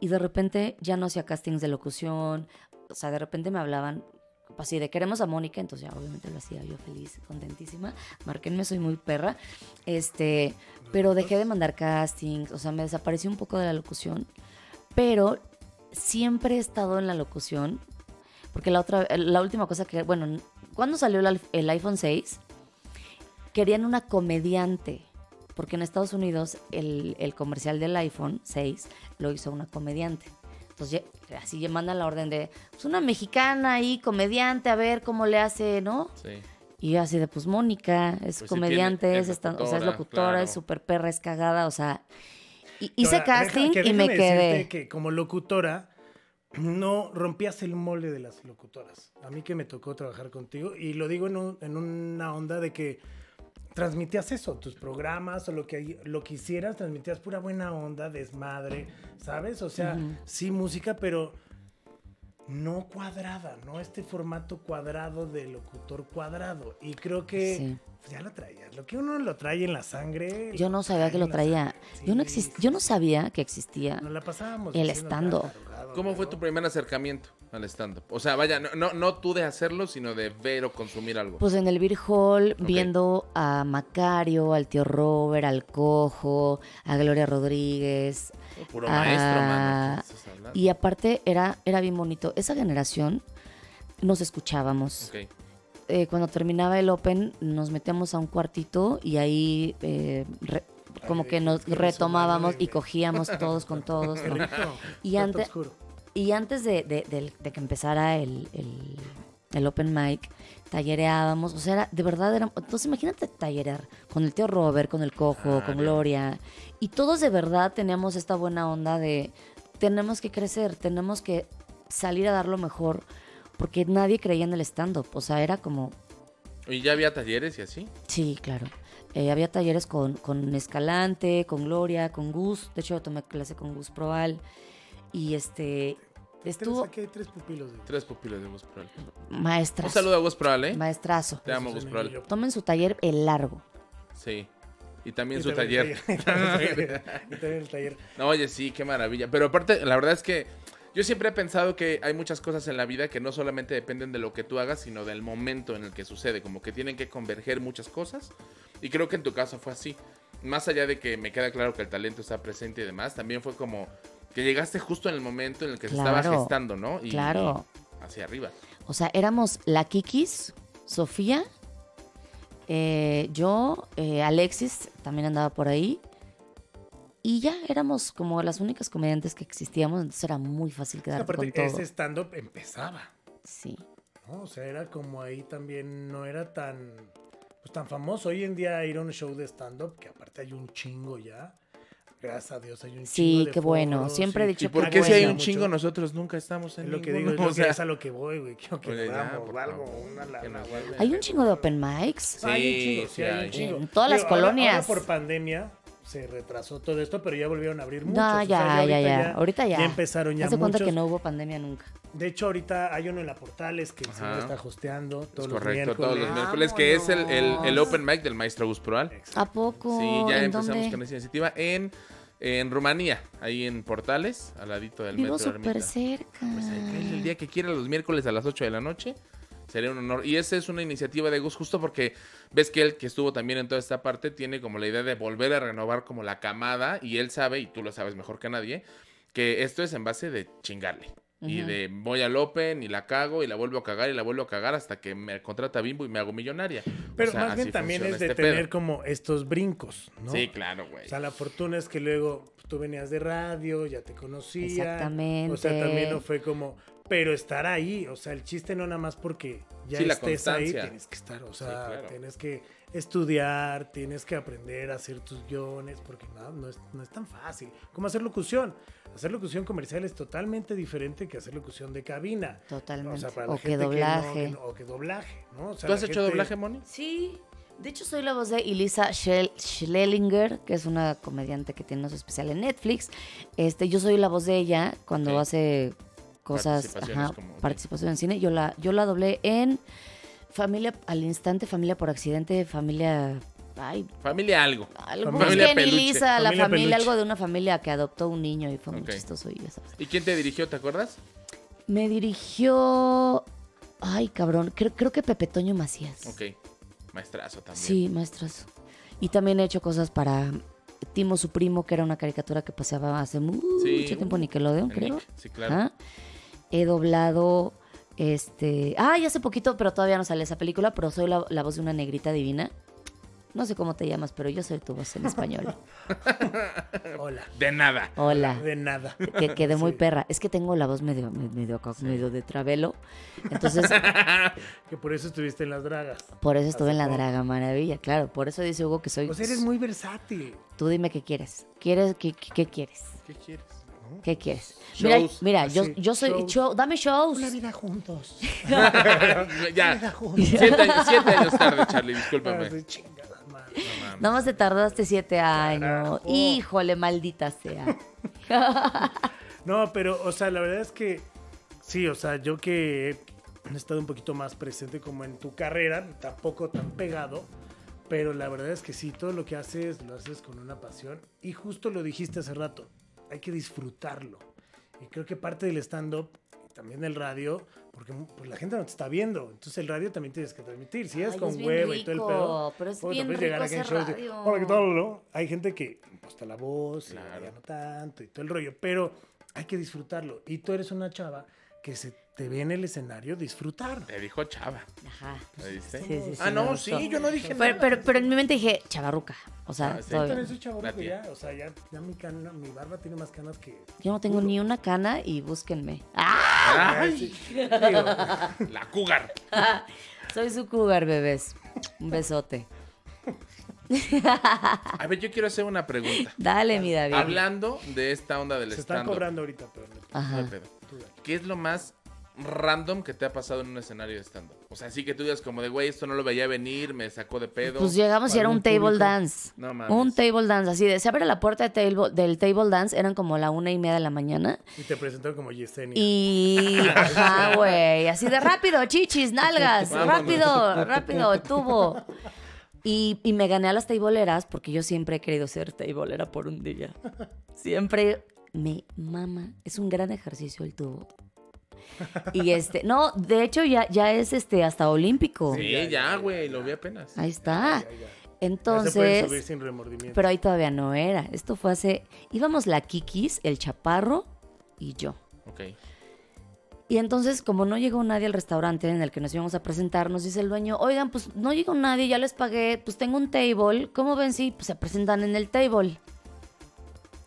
Speaker 3: Y de repente ya no hacía castings de locución. O sea, de repente me hablaban pues, así de queremos a Mónica. Entonces ya obviamente lo hacía yo feliz, contentísima. Márquenme, soy muy perra. Este, pero dejé de mandar castings. O sea, me desaparecí un poco de la locución. Pero siempre he estado en la locución. Porque la otra, eh, la última cosa que, bueno, cuando salió el, alf- el iPhone 6, querían una comediante. Porque en Estados Unidos el, el comercial del iPhone 6 lo hizo una comediante. Entonces, ya- pues, así le mandan la orden de, pues una mexicana ahí, comediante, a ver cómo le hace, ¿no?
Speaker 2: Sí.
Speaker 3: Y yo así de, pues Mónica, es
Speaker 2: Pues sí
Speaker 3: comediante,
Speaker 2: tiene- es
Speaker 3: es, esta- o sea, es
Speaker 2: locutora,
Speaker 3: locutora, es
Speaker 2: claro.
Speaker 3: súper perra, es cagada, o sea. y- hice
Speaker 1: Ahora, deja-
Speaker 3: casting
Speaker 1: que
Speaker 3: y me
Speaker 1: déjame
Speaker 3: quedé.
Speaker 1: decirte que como locutora no rompías el molde de las locutoras. A mí que me tocó trabajar contigo y lo digo en, un- en una onda de que transmitías eso, tus programas o lo que lo que hicieras, transmitías pura buena onda, desmadre, ¿sabes? O sea,
Speaker 3: Ujú.
Speaker 1: sí música, pero no cuadrada, no este formato cuadrado de locutor cuadrado. Y creo que
Speaker 3: Sí.
Speaker 1: pues, ya lo traías. Lo que uno lo trae en la sangre.
Speaker 3: Yo no sabía que lo
Speaker 1: en la sangre.
Speaker 3: traía. Yo no,
Speaker 1: Sí,
Speaker 3: exist- yo no sabía que existía.
Speaker 1: nos la pasábamos.
Speaker 3: El
Speaker 1: haciendo
Speaker 3: stand-up.
Speaker 1: cada tarugada,
Speaker 2: ¿Cómo fue
Speaker 1: ¿no?
Speaker 2: tu primer acercamiento al stand-up? O sea, vaya, no, no, no tú de hacerlo, sino de ver o consumir algo.
Speaker 3: Pues en el Beer Hall,
Speaker 2: Ok.
Speaker 3: viendo a Macario, al tío Robert, al Cojo, a Gloria Rodríguez.
Speaker 2: Puro
Speaker 3: ah,
Speaker 2: maestro, mano. ¿qué estás hablando?
Speaker 3: Y aparte era, era bien bonito. Esa generación nos escuchábamos.
Speaker 2: Ok.
Speaker 3: Eh, cuando terminaba el Open, nos metíamos a un cuartito y ahí eh, re- como
Speaker 1: Ay,
Speaker 3: que nos
Speaker 1: qué resumen
Speaker 3: retomábamos y
Speaker 1: horrible.
Speaker 3: cogíamos todos con todos.
Speaker 1: Qué
Speaker 3: ¿no?
Speaker 1: rico.
Speaker 3: Y
Speaker 1: Tanto
Speaker 3: ante-
Speaker 1: oscuro.
Speaker 3: Y antes de, de- del- de que empezara el, el- el open mic, tallereábamos. O sea, era- de verdad era... Entonces imagínate tallerear con el tío Robert, con el cojo,
Speaker 2: Claro.
Speaker 3: con Gloria. Y todos de verdad teníamos esta buena onda de tenemos que crecer, tenemos que salir a dar lo mejor. Porque nadie creía en el stand-up. O sea, era como,
Speaker 2: ¿Y ya había talleres y así?
Speaker 3: Sí, claro. Eh, había talleres con, con Escalante, con Gloria, con Gus. De hecho, tomé clase con Gus Proal. Y este
Speaker 1: Tres,
Speaker 3: estuvo
Speaker 1: aquí hay tres pupilos. güey.
Speaker 2: Tres pupilos de Gus Proal. Un
Speaker 3: maestrazo.
Speaker 2: saludo a Gus Proal, ¿eh?
Speaker 3: Maestrazo.
Speaker 2: Te amo, Gus
Speaker 1: Esos
Speaker 2: Proal.
Speaker 1: en el-
Speaker 3: Tomen su taller el largo.
Speaker 2: Sí. Y también
Speaker 1: Y
Speaker 2: su
Speaker 1: también
Speaker 2: taller.
Speaker 1: el taller. Y también el taller.
Speaker 2: No, oye, sí, qué maravilla. Pero aparte, la verdad es que yo siempre he pensado que hay muchas cosas en la vida que no solamente dependen de lo que tú hagas, sino del momento en el que sucede. Como que tienen que converger muchas cosas. Y creo que en tu caso fue así. más allá de que me queda claro que el talento está presente y demás, también fue como que llegaste justo en el momento en el que se estaba
Speaker 3: Claro.
Speaker 2: gestando, ¿no? Y,
Speaker 3: Claro.
Speaker 2: y hacia arriba.
Speaker 3: O sea, éramos la Kikis, Sofía, eh, yo, eh, Alexis también andaba por ahí. Y ya éramos como las únicas comediantes que existíamos, entonces era muy fácil quedar con
Speaker 1: Aparte,
Speaker 3: todo.
Speaker 1: ese stand-up empezaba.
Speaker 3: Sí.
Speaker 1: ¿no? O sea, era como ahí también, no era tan, pues, tan famoso. Hoy en día ir a un show de stand-up, que aparte hay un chingo ya. Gracias a Dios hay un chingo.
Speaker 3: Sí,
Speaker 1: de
Speaker 3: qué bueno.
Speaker 1: foros,
Speaker 3: Siempre he dicho
Speaker 2: ¿Y
Speaker 3: Sí,
Speaker 2: por
Speaker 3: pero
Speaker 2: qué si
Speaker 3: bueno.
Speaker 2: hay un
Speaker 1: Mucho.
Speaker 2: chingo nosotros nunca estamos en
Speaker 1: Es lo que digo,
Speaker 2: ninguno?
Speaker 1: es, lo
Speaker 2: O sea,
Speaker 1: que es a lo que voy, güey. Quiero que
Speaker 2: Oye, ya,
Speaker 1: podamos,
Speaker 2: por
Speaker 1: algo,
Speaker 2: favor,
Speaker 1: una
Speaker 2: que
Speaker 1: lana,
Speaker 2: nos
Speaker 1: güey.
Speaker 2: vuelven.
Speaker 3: Hay un chingo de open mics.
Speaker 2: Sí,
Speaker 1: hay un chingo,
Speaker 2: sí
Speaker 1: sí, hay un
Speaker 2: hay.
Speaker 1: chingo.
Speaker 3: En todas las
Speaker 1: Digo, ahora-
Speaker 3: colonias.
Speaker 1: ahora por pandemia se retrasó todo esto, pero ya volvieron a abrir muchos.
Speaker 3: No,
Speaker 1: O sea,
Speaker 3: ya, ya,
Speaker 1: ahorita
Speaker 3: ya, Ahorita ya.
Speaker 1: Ya empezaron ya
Speaker 3: Haz de cuenta
Speaker 1: muchos.
Speaker 3: que no hubo pandemia nunca.
Speaker 1: De hecho, ahorita hay uno en la Portales que el señor
Speaker 2: Ajá.
Speaker 1: está hosteando todos
Speaker 2: Es
Speaker 1: los
Speaker 2: correcto,
Speaker 1: miércoles.
Speaker 2: todos los miércoles, que es el, el- el
Speaker 3: Vámonos.
Speaker 2: open mic del maestro Gus Proal.
Speaker 1: Exacto.
Speaker 3: ¿A poco?
Speaker 2: Sí, ya
Speaker 3: ¿En
Speaker 2: empezamos
Speaker 3: dónde?
Speaker 2: con esa iniciativa en, en Rumanía, ahí en Portales, al ladito del
Speaker 3: Vivo
Speaker 2: metro Ermita.
Speaker 3: súper cerca.
Speaker 2: Pues ahí, cáele
Speaker 3: Mm.
Speaker 2: el día que quiera, los miércoles a las 8 de la noche. Sería un honor. Y esa es una iniciativa de Gus, justo porque ves que él, que estuvo también en toda esta parte, tiene como la idea de volver a renovar como la camada. Y él sabe, y tú lo sabes mejor que nadie, que esto es en base de chingarle. Y
Speaker 3: Ujú.
Speaker 2: de voy al Open y la cago y la vuelvo a cagar y la vuelvo a cagar hasta que me contrata Bimbo y me hago millonaria. O
Speaker 1: Pero
Speaker 2: sea,
Speaker 1: más
Speaker 2: así
Speaker 1: bien también
Speaker 2: funciona
Speaker 1: es de
Speaker 2: este
Speaker 1: tener
Speaker 2: pedo.
Speaker 1: como estos brincos, ¿no?
Speaker 2: Sí, claro, güey.
Speaker 1: O sea, la fortuna es que luego pues, tú venías de radio, ya te conocían.
Speaker 3: Exactamente.
Speaker 1: O sea, también no fue como, pero estar ahí, o sea, el chiste no nada más porque ya
Speaker 2: Sí, la
Speaker 1: estés ahí,
Speaker 2: constancia.
Speaker 1: tienes que estar, o sea,
Speaker 2: claro.
Speaker 1: tienes que estudiar, tienes que aprender a hacer tus guiones, porque no, no, es, no es tan fácil. Como hacer locución. Hacer locución comercial es totalmente diferente que hacer locución de cabina.
Speaker 3: Totalmente.
Speaker 1: O sea, para la
Speaker 3: O que
Speaker 1: gente no-
Speaker 3: doblaje.
Speaker 1: que no- o que doblaje, ¿no? O sea,
Speaker 2: ¿Tú has
Speaker 1: la
Speaker 2: hecho
Speaker 1: gente-
Speaker 2: doblaje, Moni?
Speaker 3: Sí. De hecho, soy la voz de Elisa Schel- Schlellinger, que es una comediante que tiene su especial en Netflix. Este, yo soy la voz de ella cuando
Speaker 2: Ok.
Speaker 3: hace cosas,
Speaker 2: Participaciones
Speaker 3: ajá,
Speaker 2: como- ok.
Speaker 3: participación en cine. Yo la, yo la doblé en Familia al instante, Familia por accidente, Familia, ay,
Speaker 2: Familia algo.
Speaker 3: algo.
Speaker 2: Familia
Speaker 3: Busquen
Speaker 2: peluche.
Speaker 3: Elisa, la
Speaker 1: Familia
Speaker 3: familia,
Speaker 1: peluche.
Speaker 3: algo de una familia que adoptó un niño y fue
Speaker 2: Ok.
Speaker 3: muy chistoso y ya sabes.
Speaker 2: ¿Y quién te dirigió, te acuerdas?
Speaker 3: Me dirigió, ay, cabrón, creo, creo que Pepe Toño Macías.
Speaker 2: Ok. Maestrazo también.
Speaker 3: Sí, maestras. Y también he hecho cosas para Timo, su primo, que era una caricatura que pasaba hace mucho
Speaker 2: Sí,
Speaker 3: tiempo
Speaker 2: uh,
Speaker 3: en Nickelodeon,
Speaker 2: El
Speaker 3: creo.
Speaker 2: Nick, Sí, claro.
Speaker 3: Ajá. He doblado, este... Ah, ya hace poquito, pero todavía no sale esa película, pero soy la, la voz de una negrita divina. No sé cómo te llamas, pero yo soy tu voz en español.
Speaker 1: Hola.
Speaker 2: De nada.
Speaker 3: Hola.
Speaker 1: De nada.
Speaker 3: Que quedé muy
Speaker 1: Sí.
Speaker 3: perra. Es que tengo la voz medio, medio, acá, medio de travelo. Entonces,
Speaker 1: Que por eso estuviste en las dragas.
Speaker 3: por eso estuve en la
Speaker 1: Hace poco.
Speaker 3: Draga Maravilla, claro. Por eso dice Hugo que soy...
Speaker 1: O sea, eres muy versátil.
Speaker 3: Tú dime qué quieres. ¿Quieres qué, qué- qué quieres?
Speaker 2: ¿Qué quieres?
Speaker 3: ¿Qué quieres?
Speaker 2: Shows,
Speaker 3: mira, mira yo,
Speaker 1: así,
Speaker 3: yo soy
Speaker 1: shows.
Speaker 3: show- dame shows.
Speaker 1: Una vida juntos.
Speaker 2: ya. Siete años, siete años tarde, Charlie, discúlpame.
Speaker 1: Ah, sí, chingada madre.
Speaker 2: No mames.
Speaker 3: Nada más te tardaste siete años.
Speaker 1: Carajo.
Speaker 3: Híjole, maldita sea.
Speaker 1: No, pero, o sea, la verdad es que sí, o sea, yo que he estado un poquito más presente como en tu carrera, tampoco tan pegado, pero la verdad es que sí, todo lo que haces lo haces con una pasión y justo lo dijiste hace rato, hay que disfrutarlo. Y creo que parte del stand-up y también del radio, porque pues, la gente no te está viendo, entonces el radio también tienes que transmitir, si es
Speaker 3: Ay,
Speaker 1: con
Speaker 3: es bien
Speaker 1: huevo y todo el
Speaker 3: rico,
Speaker 1: pedo.
Speaker 3: pero es
Speaker 1: puta,
Speaker 3: bien
Speaker 1: puedes llegar
Speaker 3: rico
Speaker 1: acá en
Speaker 3: hacer
Speaker 1: shows de,
Speaker 3: radio.
Speaker 1: Hola, ¿qué tal? ¿no? Hay gente que imposta la voz, y
Speaker 2: Claro.
Speaker 1: ya no tanto y todo el rollo, pero hay que disfrutarlo. Y tú eres una chava que se te ve en el escenario disfrutar.
Speaker 2: Te dijo Chava.
Speaker 3: Ajá.
Speaker 2: ¿Lo viste?
Speaker 3: Sí, sí, sí,
Speaker 2: ah, no,
Speaker 3: me
Speaker 2: sí,
Speaker 3: gustó.
Speaker 2: yo no dije
Speaker 3: Pero,
Speaker 2: nada.
Speaker 3: pero, pero en mi mente dije, chavarruca. O sea,
Speaker 2: Ah, sí.
Speaker 3: todo
Speaker 1: Yo también
Speaker 3: bien.
Speaker 1: soy chavorruco
Speaker 2: La tía.
Speaker 1: ya, o sea, ya, ya mi, cana- mi barba tiene más canas que...
Speaker 3: yo no tengo ni una cana y búsquenme. ¡Ah!
Speaker 2: Ay,
Speaker 1: Digo,
Speaker 2: la cougar.
Speaker 3: Soy su cougar, bebés. Un besote.
Speaker 2: A ver, yo quiero hacer una pregunta.
Speaker 3: Dale, mi David.
Speaker 2: Hablando de esta onda del
Speaker 1: se están
Speaker 2: stand-up.
Speaker 1: cobrando ahorita, pero... no,
Speaker 2: No hay
Speaker 3: Ajá.
Speaker 2: pedo.
Speaker 1: tú dale.
Speaker 2: ¿Qué es lo más random que te ha pasado en un escenario de stand-up? O sea, sí que tú digas como de, güey, esto no lo veía venir, me sacó de pedo.
Speaker 3: Pues llegamos y era
Speaker 1: algún
Speaker 3: un table
Speaker 1: público.
Speaker 3: dance.
Speaker 2: No mames.
Speaker 3: Un table dance, así de se abre la puerta de table- del table dance, eran como la una y media de la mañana.
Speaker 1: Y te presentó como Yesenia.
Speaker 3: Y. Ajá, güey. Así de rápido, chichis, nalgas.
Speaker 2: Vámonos.
Speaker 3: Rápido, rápido, tubo. Y, y me gané a las tableras porque yo siempre he querido ser tablera por un día. Siempre me mama. Es un gran ejercicio el tubo. Y este, no, de hecho ya, ya es este hasta olímpico.
Speaker 2: Sí, ya, güey, lo vi apenas.
Speaker 3: Ahí
Speaker 1: Ya
Speaker 3: está.
Speaker 1: se pueden subir
Speaker 3: Entonces,
Speaker 1: sin remordimiento.
Speaker 3: pero ahí todavía no era. Esto fue hace, íbamos la Kikis, el Chaparro y yo.
Speaker 2: Ok.
Speaker 3: Y entonces, como no llegó nadie al restaurante en el que nos íbamos a presentar, nos dice el dueño, oigan, pues no llegó nadie, ya les pagué, pues tengo un table, ¿cómo ven si pues, se presentan en el table?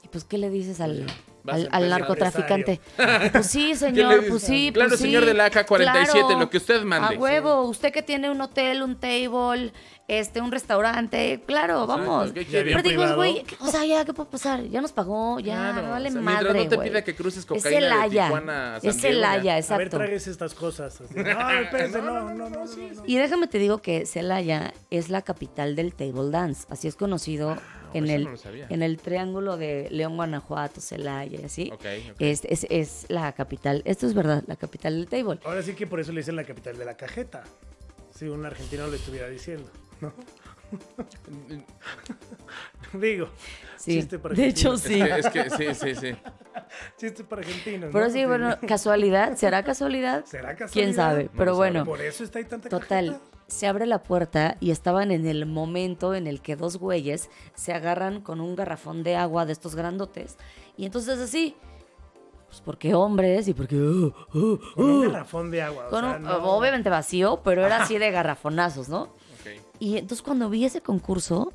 Speaker 3: Y pues, ¿qué le dices al,
Speaker 2: Vas
Speaker 3: al,
Speaker 2: a
Speaker 3: al
Speaker 2: empezar.
Speaker 3: narcotraficante? Pues sí,
Speaker 2: ¿Qué le
Speaker 3: señor,
Speaker 2: dices?
Speaker 3: pues sí,
Speaker 2: Claro,
Speaker 3: pues sí.
Speaker 2: señor de la AK-47,
Speaker 3: claro, Ah,
Speaker 2: lo que usted mande.
Speaker 3: A huevo, usted que tiene un hotel, un table, este, un restaurante, claro, vamos.
Speaker 2: ¿qué quiere?
Speaker 3: Pero digo,
Speaker 1: privado.
Speaker 3: güey, o sea, ya, ¿qué puede pasar? Ya nos pagó, ya,
Speaker 2: Claro,
Speaker 3: no vale
Speaker 2: o sea, mientras
Speaker 3: madre,
Speaker 2: no te
Speaker 3: güey.
Speaker 2: pida que cruces
Speaker 3: Es
Speaker 2: cocaína de
Speaker 3: Celaya,
Speaker 2: Tijuana a San Diego,
Speaker 3: es
Speaker 2: ya.
Speaker 3: Celaya,
Speaker 1: A ver,
Speaker 3: exacto.
Speaker 1: tragues estas cosas. así. No, espérese, no, no, no, no, no.
Speaker 3: Y déjame te digo que Celaya es la capital del table dance, así es conocido en,
Speaker 2: eso
Speaker 3: el,
Speaker 2: Ah, no lo sabía.
Speaker 3: en el triángulo de León, Guanajuato, Celaya y así.
Speaker 2: Ok, ok.
Speaker 3: Es, es- es la capital, esto es verdad, la capital del table.
Speaker 1: Ahora sí que por eso le dicen la capital de la cajeta. Si un argentino lo estuviera diciendo, ¿no? Digo,
Speaker 3: Sí,
Speaker 1: chiste este para
Speaker 3: de hecho
Speaker 1: argentinos.
Speaker 3: sí.
Speaker 2: Es que, es que- sí, sí, sí.
Speaker 1: Chiste para argentinos.
Speaker 3: Pero
Speaker 1: ¿no?
Speaker 3: sí, bueno, casualidad, ¿será casualidad?
Speaker 1: ¿Será casualidad?
Speaker 3: ¿Quién sabe?
Speaker 2: lo
Speaker 3: Pero
Speaker 2: sabe.
Speaker 3: bueno,
Speaker 1: Por eso está ahí tanta
Speaker 3: total,
Speaker 1: cajeta.
Speaker 3: se abre la puerta y estaban en el momento en el que dos güeyes se agarran con un garrafón de agua de estos grandotes. Y entonces así, pues porque hombres y porque... uh, uh,
Speaker 1: Con un
Speaker 3: uh,
Speaker 1: garrafón de agua. o
Speaker 3: con
Speaker 1: sea,
Speaker 3: un-
Speaker 1: no.
Speaker 3: Obviamente vacío, pero era así de garrafonazos, ¿no?
Speaker 2: Ok.
Speaker 3: Y entonces cuando vi ese concurso,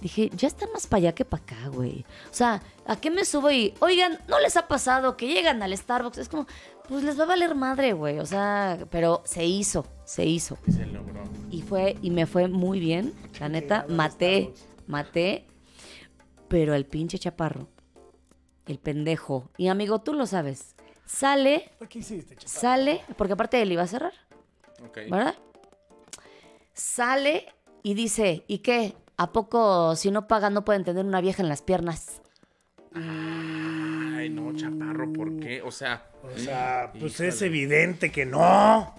Speaker 3: dije, ya están más para allá que para acá, güey. O sea, ¿a qué me subo y, oigan, no les ha pasado que llegan al Starbucks? Es como, pues les va a valer madre, güey. O sea, pero se hizo, se hizo.
Speaker 2: Y se logró.
Speaker 3: Y fue, y me fue muy bien. La neta,
Speaker 1: Chingada,
Speaker 3: maté,
Speaker 1: Starbucks.
Speaker 3: maté. Pero el pinche chaparro, el pendejo, y amigo, tú lo sabes, sale,
Speaker 1: ¿Qué hiciste, chaval?
Speaker 3: sale, porque aparte él iba a cerrar.
Speaker 2: Ok.
Speaker 3: ¿verdad? Sale y dice, ¿y qué? ¿A poco si no pagan no pueden tener una vieja en las piernas?
Speaker 2: Ay, no, chaparro, ¿por qué? O sea,
Speaker 1: O sea, pues
Speaker 2: Híjole.
Speaker 1: es evidente que no.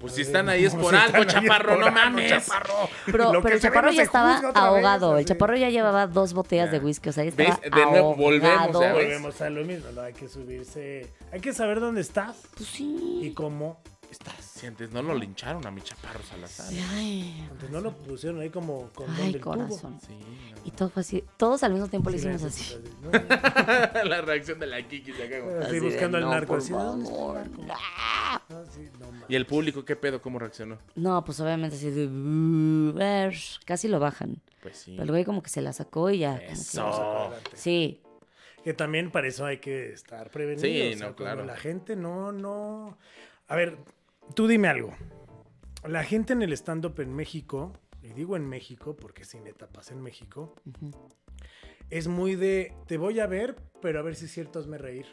Speaker 2: pues si están ahí es
Speaker 1: No,
Speaker 2: por
Speaker 1: si
Speaker 2: algo,
Speaker 1: están ahí es
Speaker 2: chaparro,
Speaker 1: por
Speaker 2: no
Speaker 1: algo,
Speaker 2: mames.
Speaker 1: chaparro.
Speaker 3: Pero,
Speaker 1: Lo que
Speaker 3: pero el
Speaker 1: se ve
Speaker 3: chaparro
Speaker 1: no
Speaker 3: ya
Speaker 1: se
Speaker 3: estaba
Speaker 1: juzga otra vez,
Speaker 3: ahogado. el
Speaker 1: así.
Speaker 3: chaparro ya llevaba dos botellas de
Speaker 2: Ya.
Speaker 3: whisky. O sea, ya
Speaker 2: ¿Ves?
Speaker 3: estaba
Speaker 2: De nuevo, volvemos,
Speaker 3: ahogado.
Speaker 2: ya ves.
Speaker 1: Volvemos a lo mismo, ¿no? Hay que subirse. Hay que saber dónde estás
Speaker 3: Pues sí.
Speaker 1: y cómo estás.
Speaker 2: Sientes, no lo lincharon a mi chaparro Salazar. Sí,
Speaker 3: Ay,
Speaker 1: Antes no lo pusieron ahí como con
Speaker 3: ay,
Speaker 1: del tubo.
Speaker 3: corazón.
Speaker 2: no.
Speaker 3: Y todo fue así. Todos al mismo tiempo lo
Speaker 1: Sí,
Speaker 3: hicimos
Speaker 1: la-
Speaker 3: así.
Speaker 1: ¿no?
Speaker 2: la reacción de la Kiki se cago.
Speaker 1: Así
Speaker 3: Así de,
Speaker 1: buscando al
Speaker 3: "No,
Speaker 1: narco.
Speaker 3: por
Speaker 1: así, ¿dónde está el
Speaker 3: favor,
Speaker 1: narco?"
Speaker 3: no.
Speaker 1: Ah, sí, no mames.
Speaker 2: ¿Y el público qué pedo? ¿Cómo reaccionó?
Speaker 3: No, pues obviamente así de... "Uh, er", Casi lo bajan.
Speaker 2: Pues sí.
Speaker 3: Pero el güey como que se la sacó y ya. como que-
Speaker 2: Eso.
Speaker 3: Sí,
Speaker 1: Que también para eso hay que estar prevenidos.
Speaker 2: Sí,
Speaker 1: o sea, cuando
Speaker 2: no, claro.
Speaker 1: La gente no, no. A ver, tú dime algo. La gente en el stand-up en México, y digo en México porque sin etapas en México, es muy de te voy a ver, pero a ver si es cierto, hazme reír.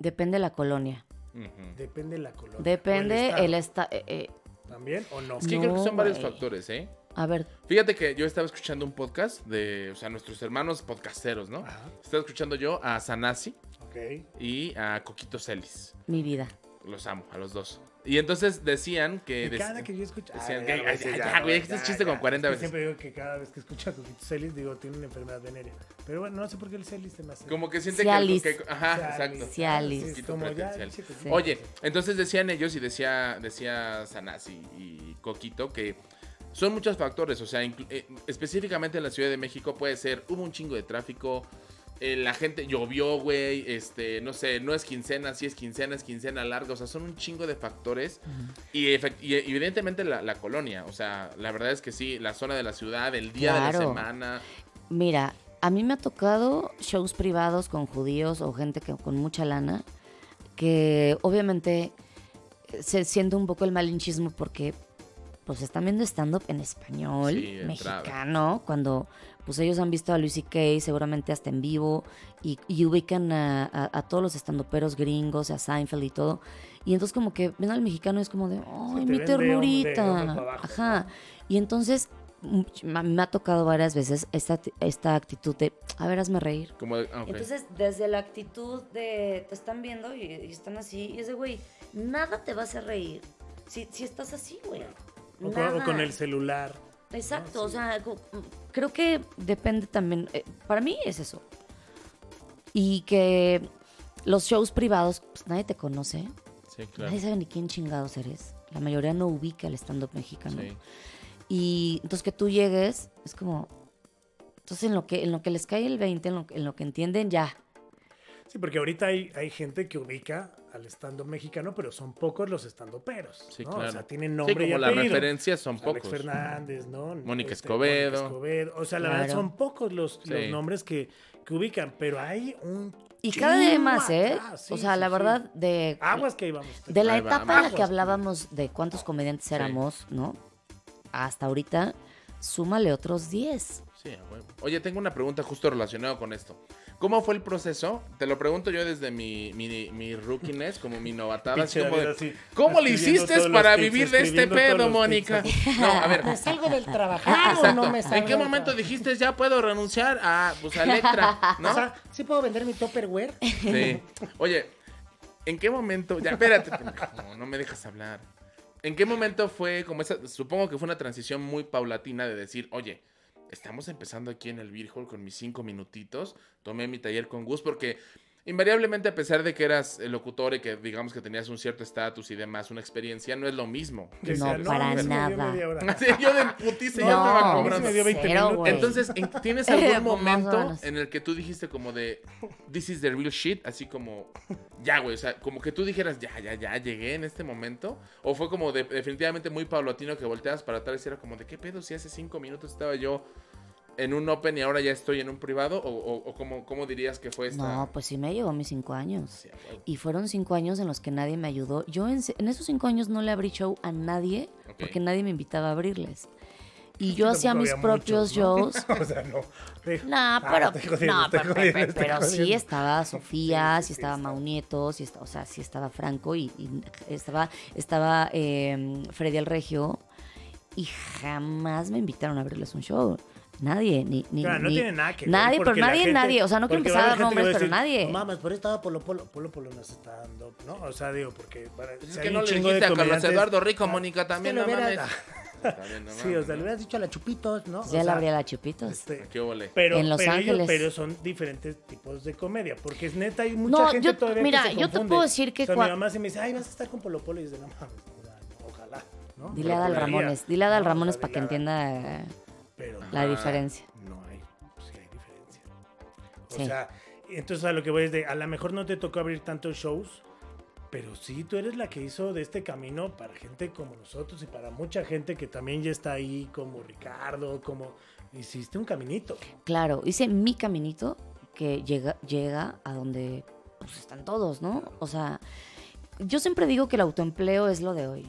Speaker 3: depende la colonia.
Speaker 2: Ujú.
Speaker 1: Depende la colonia. o el
Speaker 3: Depende
Speaker 1: estado.
Speaker 3: el esta eh, eh,
Speaker 1: ¿También o no?
Speaker 2: Es que creo que son
Speaker 3: No,
Speaker 2: varios
Speaker 3: güey.
Speaker 2: factores, ¿eh?
Speaker 3: A ver,
Speaker 2: Fíjate que yo estaba escuchando un podcast de, o sea, nuestros hermanos podcasteros, ¿no?
Speaker 1: Ajá,
Speaker 2: Estaba escuchando yo a Sanasi
Speaker 1: ok.
Speaker 2: y a Coquito Celis.
Speaker 3: mi vida.
Speaker 2: Los amo, a los dos. Y entonces decían que...
Speaker 1: Y
Speaker 2: des-
Speaker 1: cada que yo escucho.
Speaker 2: decían
Speaker 1: Ah,
Speaker 2: que-
Speaker 1: güey, sí,
Speaker 2: ay, ya, güey, este
Speaker 1: ya,
Speaker 2: chiste como
Speaker 1: ya.
Speaker 2: 40
Speaker 1: Es que
Speaker 2: veces.
Speaker 1: Siempre digo que cada vez que escucho a Coquito Celis, digo, tiene una enfermedad venérea. Pero bueno, no sé por qué el Celis se me hace.
Speaker 2: Como que siente
Speaker 3: Cialis.
Speaker 2: que, que- Ajá,
Speaker 1: Cialis.
Speaker 2: Ah, exacto.
Speaker 3: Cialis.
Speaker 1: Sí, es
Speaker 2: Poquito
Speaker 1: como ya,
Speaker 2: pretencial.
Speaker 1: chico,
Speaker 3: Sí.
Speaker 2: Oye, entonces decían ellos y decía, decía Sanasi y Coquito que son muchos factores, o sea, inclu- eh, específicamente en la Ciudad de México puede ser, hubo un chingo de tráfico, eh, la gente llovió, güey, este, no sé, no es quincena, sí es quincena, es quincena larga, o sea, son un chingo de factores y, efect- y evidentemente la, la colonia, o sea, la verdad es que sí, la zona de la ciudad, el día de la
Speaker 3: Claro.
Speaker 2: semana,
Speaker 3: Mira, a mí me ha tocado shows privados con judíos o gente que, con mucha lana, que obviamente eh, se siente un poco el malinchismo porque pues están viendo stand-up en español,
Speaker 2: Sí, de entrada.
Speaker 3: mexicano, cuando pues ellos han visto a Luis C.K. seguramente hasta en vivo y, y ubican a, a- a todos los stand-uperos gringos, a Seinfeld y todo. Y entonces como que ven al mexicano y es como de,
Speaker 1: te ven de
Speaker 3: ay, mi
Speaker 1: hom- de hombro
Speaker 3: ternurita.
Speaker 1: para abajo,
Speaker 3: Ajá. Y entonces mm, me me ha tocado varias veces esta, esta actitud de, a ver, hazme reír.
Speaker 2: como... de- ah, ok.
Speaker 3: Entonces, desde la actitud de, te están viendo y, y están así, y es de, güey, nada te va a hacer reír si, si estás así, güey.
Speaker 1: O con, o
Speaker 3: Nada.
Speaker 1: con el celular.
Speaker 3: Exacto,
Speaker 1: ¿no? Ah,
Speaker 3: o
Speaker 1: Sí.
Speaker 3: sea, co- creo que depende también, eh, para mí es eso. Y que los shows privados, pues nadie te conoce,
Speaker 2: Sí, claro.
Speaker 3: nadie sabe ni quién chingados eres. La mayoría no ubica el stand-up mexicano.
Speaker 2: Sí.
Speaker 3: Y entonces que tú llegues, es como. Entonces en lo que, en lo que les cae el 20, en lo, en lo que entienden, ya.
Speaker 1: Sí, porque ahorita hay, hay gente que ubica al estando mexicano, pero son pocos los estando peros.
Speaker 2: Sí, claro.
Speaker 1: O sea, tienen
Speaker 2: Sí,
Speaker 1: nombre y
Speaker 2: como las
Speaker 1: apellido.
Speaker 2: referencias son
Speaker 1: Alex
Speaker 2: pocos.
Speaker 1: Fernández, ¿no? Este,
Speaker 2: Mónica Escobedo.
Speaker 1: Mónica Escobedo. O sea, la verdad
Speaker 3: Claro.
Speaker 1: son pocos los, los
Speaker 2: Sí.
Speaker 1: nombres que, que ubican, pero hay un.
Speaker 3: Y cada vez
Speaker 1: chingo
Speaker 3: más, ¿eh?
Speaker 1: atrás, sí,
Speaker 3: o sea,
Speaker 1: sí, Ah,
Speaker 3: la
Speaker 1: sí.
Speaker 3: verdad, de,
Speaker 1: Aguas que ahí vamos.
Speaker 3: de la
Speaker 2: Ahí va,
Speaker 3: etapa en la
Speaker 1: vamos.
Speaker 3: que hablábamos de cuántos comediantes éramos, ¿no? Hasta ahorita, súmale otros 10.
Speaker 2: Sí, a huevo. Oye, tengo una pregunta justo relacionada con esto. ¿Cómo fue el proceso? Te lo pregunto yo desde mi, mi, mi rookiness, como mi novatada. así
Speaker 1: Pinche
Speaker 2: como de,
Speaker 1: David así,
Speaker 2: ¿Cómo le
Speaker 1: escribiendo
Speaker 2: hiciste
Speaker 1: todos los
Speaker 2: para
Speaker 1: tips,
Speaker 2: vivir de este
Speaker 1: escribiendo todos
Speaker 2: pedo,
Speaker 1: los tips,
Speaker 2: Mónica? No, a ver. Ah,
Speaker 4: ¿Me salgo del trabajar o Ah, no me
Speaker 2: exacto.
Speaker 4: salgo?
Speaker 2: ¿En qué
Speaker 4: del
Speaker 2: momento
Speaker 4: trabajar?
Speaker 2: dijiste ya puedo renunciar a, pues, a Electra? ¿no?
Speaker 4: O sea, ¿sí puedo vender mi Tupperware?
Speaker 2: Sí. Oye, ¿en qué momento? Ya, espérate, pendejo, no me dejas hablar. ¿En qué momento fue como esa? Supongo que fue una transición muy paulatina de decir, oye, estamos empezando aquí en el Virgol con mis cinco minutitos. Tomé mi taller con Gus porque. Invariablemente, a pesar de que eras eh, locutor y que digamos que tenías un cierto estatus y demás, una experiencia, no es lo mismo.
Speaker 1: Que
Speaker 3: No,
Speaker 1: sea,
Speaker 3: para
Speaker 1: a mí se me dio
Speaker 3: nada.
Speaker 1: pues, media hora.
Speaker 2: Sí, yo de putiza ya
Speaker 1: No,
Speaker 2: estaba
Speaker 1: a mí se me
Speaker 2: cobrando.
Speaker 1: dio 20
Speaker 3: cero,
Speaker 1: minutos.
Speaker 3: güey.
Speaker 2: Entonces, ¿en- ¿tienes
Speaker 3: Pues. Más
Speaker 2: algún
Speaker 3: o
Speaker 2: momento
Speaker 3: menos.
Speaker 2: en el que tú dijiste como de this is the real shit? Así como, ya, güey. O sea, como que tú dijeras, ya, ya, ya, llegué en este momento. O fue como de- definitivamente muy paulatino que volteabas para atrás y era como de qué pedo si hace cinco minutos estaba yo en un open y ahora ya estoy en un privado. O, o, o cómo, cómo dirías que fue esta.
Speaker 3: No, pues sí me llevó mis 5 años.
Speaker 2: Sí, a huevo.
Speaker 3: Y fueron cinco años en los que nadie me ayudó. Yo en, en esos cinco años no le abrí show a nadie
Speaker 2: Ok.
Speaker 3: porque nadie me invitaba a abrirles. Y yo
Speaker 1: Tampoco
Speaker 3: hacía mis
Speaker 1: había
Speaker 3: propios
Speaker 1: muchos, ¿no?
Speaker 3: shows.
Speaker 1: o sea, no. Te-
Speaker 3: No,
Speaker 1: Ah,
Speaker 3: pero,
Speaker 1: estoy jodiendo,
Speaker 3: no,
Speaker 1: estoy
Speaker 3: pero,
Speaker 1: jodiendo,
Speaker 3: pero-
Speaker 1: estoy
Speaker 3: pero sí
Speaker 1: jodiendo.
Speaker 3: estaba Sofía,
Speaker 1: Sí, sí,
Speaker 3: sí
Speaker 1: sí,
Speaker 3: estaba
Speaker 1: estaba.
Speaker 3: Mau Nieto, sí esta- o sea, sí estaba Franco y, y estaba, estaba eh, Freddy el Regio y jamás me invitaron a abrirles un show. Nadie, ni... ni
Speaker 1: Claro, no
Speaker 3: ni-
Speaker 1: tiene nada que ver,
Speaker 3: Nadie, pero
Speaker 1: porque la
Speaker 3: nadie,
Speaker 1: gente-
Speaker 3: nadie. O sea, no quiero
Speaker 1: porque
Speaker 3: empezar
Speaker 1: va
Speaker 3: a
Speaker 1: a haber
Speaker 3: dar
Speaker 1: gente que
Speaker 3: nombres,
Speaker 1: va a
Speaker 3: pero
Speaker 1: decir,
Speaker 3: nadie.
Speaker 1: No mames, por ahí estaba Polo Polo. Polo Polo no se está dando, ¿no? O sea, digo, porque. Para,
Speaker 2: Pues
Speaker 1: si
Speaker 2: es que
Speaker 1: hay
Speaker 2: no
Speaker 1: un
Speaker 2: le
Speaker 1: chingo
Speaker 2: dijiste
Speaker 1: de
Speaker 2: a Carlos
Speaker 1: comediantes-
Speaker 2: Eduardo Rico, Mónica, también,
Speaker 4: lo
Speaker 2: no mames.
Speaker 4: hubiera-
Speaker 2: También, no
Speaker 1: Sí, o
Speaker 2: mames,
Speaker 1: sea, le
Speaker 2: ¿no?
Speaker 1: hubieras dicho a la Chupitos, ¿no? O
Speaker 3: ya la
Speaker 1: sea,
Speaker 3: abrí a la Chupitos.
Speaker 1: este,
Speaker 2: ¿Qué ole?
Speaker 1: pero,
Speaker 3: En Los
Speaker 1: pero ellos-
Speaker 3: Ángeles.
Speaker 1: pero son diferentes tipos de comedia, porque es neta, hay mucha
Speaker 3: No,
Speaker 1: gente
Speaker 3: yo-
Speaker 1: todavía
Speaker 3: mira,
Speaker 1: que se
Speaker 3: yo te
Speaker 1: confunde.
Speaker 3: puedo decir que
Speaker 1: O sea,
Speaker 3: cua-
Speaker 1: mi mamá se me dice, ay, vas a estar con Polo Polo, y dice, no mames, o sea, no, ojalá, ¿no?
Speaker 3: Dile a Dal
Speaker 1: Procuraría.
Speaker 3: Ramones, dile a Dal
Speaker 1: No, Ah.
Speaker 3: Ramones
Speaker 1: o sea,
Speaker 3: para que
Speaker 1: dile a Dal-
Speaker 3: entienda eh,
Speaker 1: Pero no,
Speaker 3: la diferencia.
Speaker 1: no hay, pues, sí hay diferencia. O
Speaker 3: Sí.
Speaker 1: sea, entonces a lo que voy es de, a lo mejor no te tocó abrir tantos shows, pero sí tú eres la que hizo de este camino para gente como nosotros y para mucha gente que también ya está ahí, como Ricardo, como... Hiciste un caminito.
Speaker 3: Claro, hice mi caminito que llega, llega a donde pues, están todos, ¿no? O sea, yo siempre digo que el autoempleo es lo de hoy.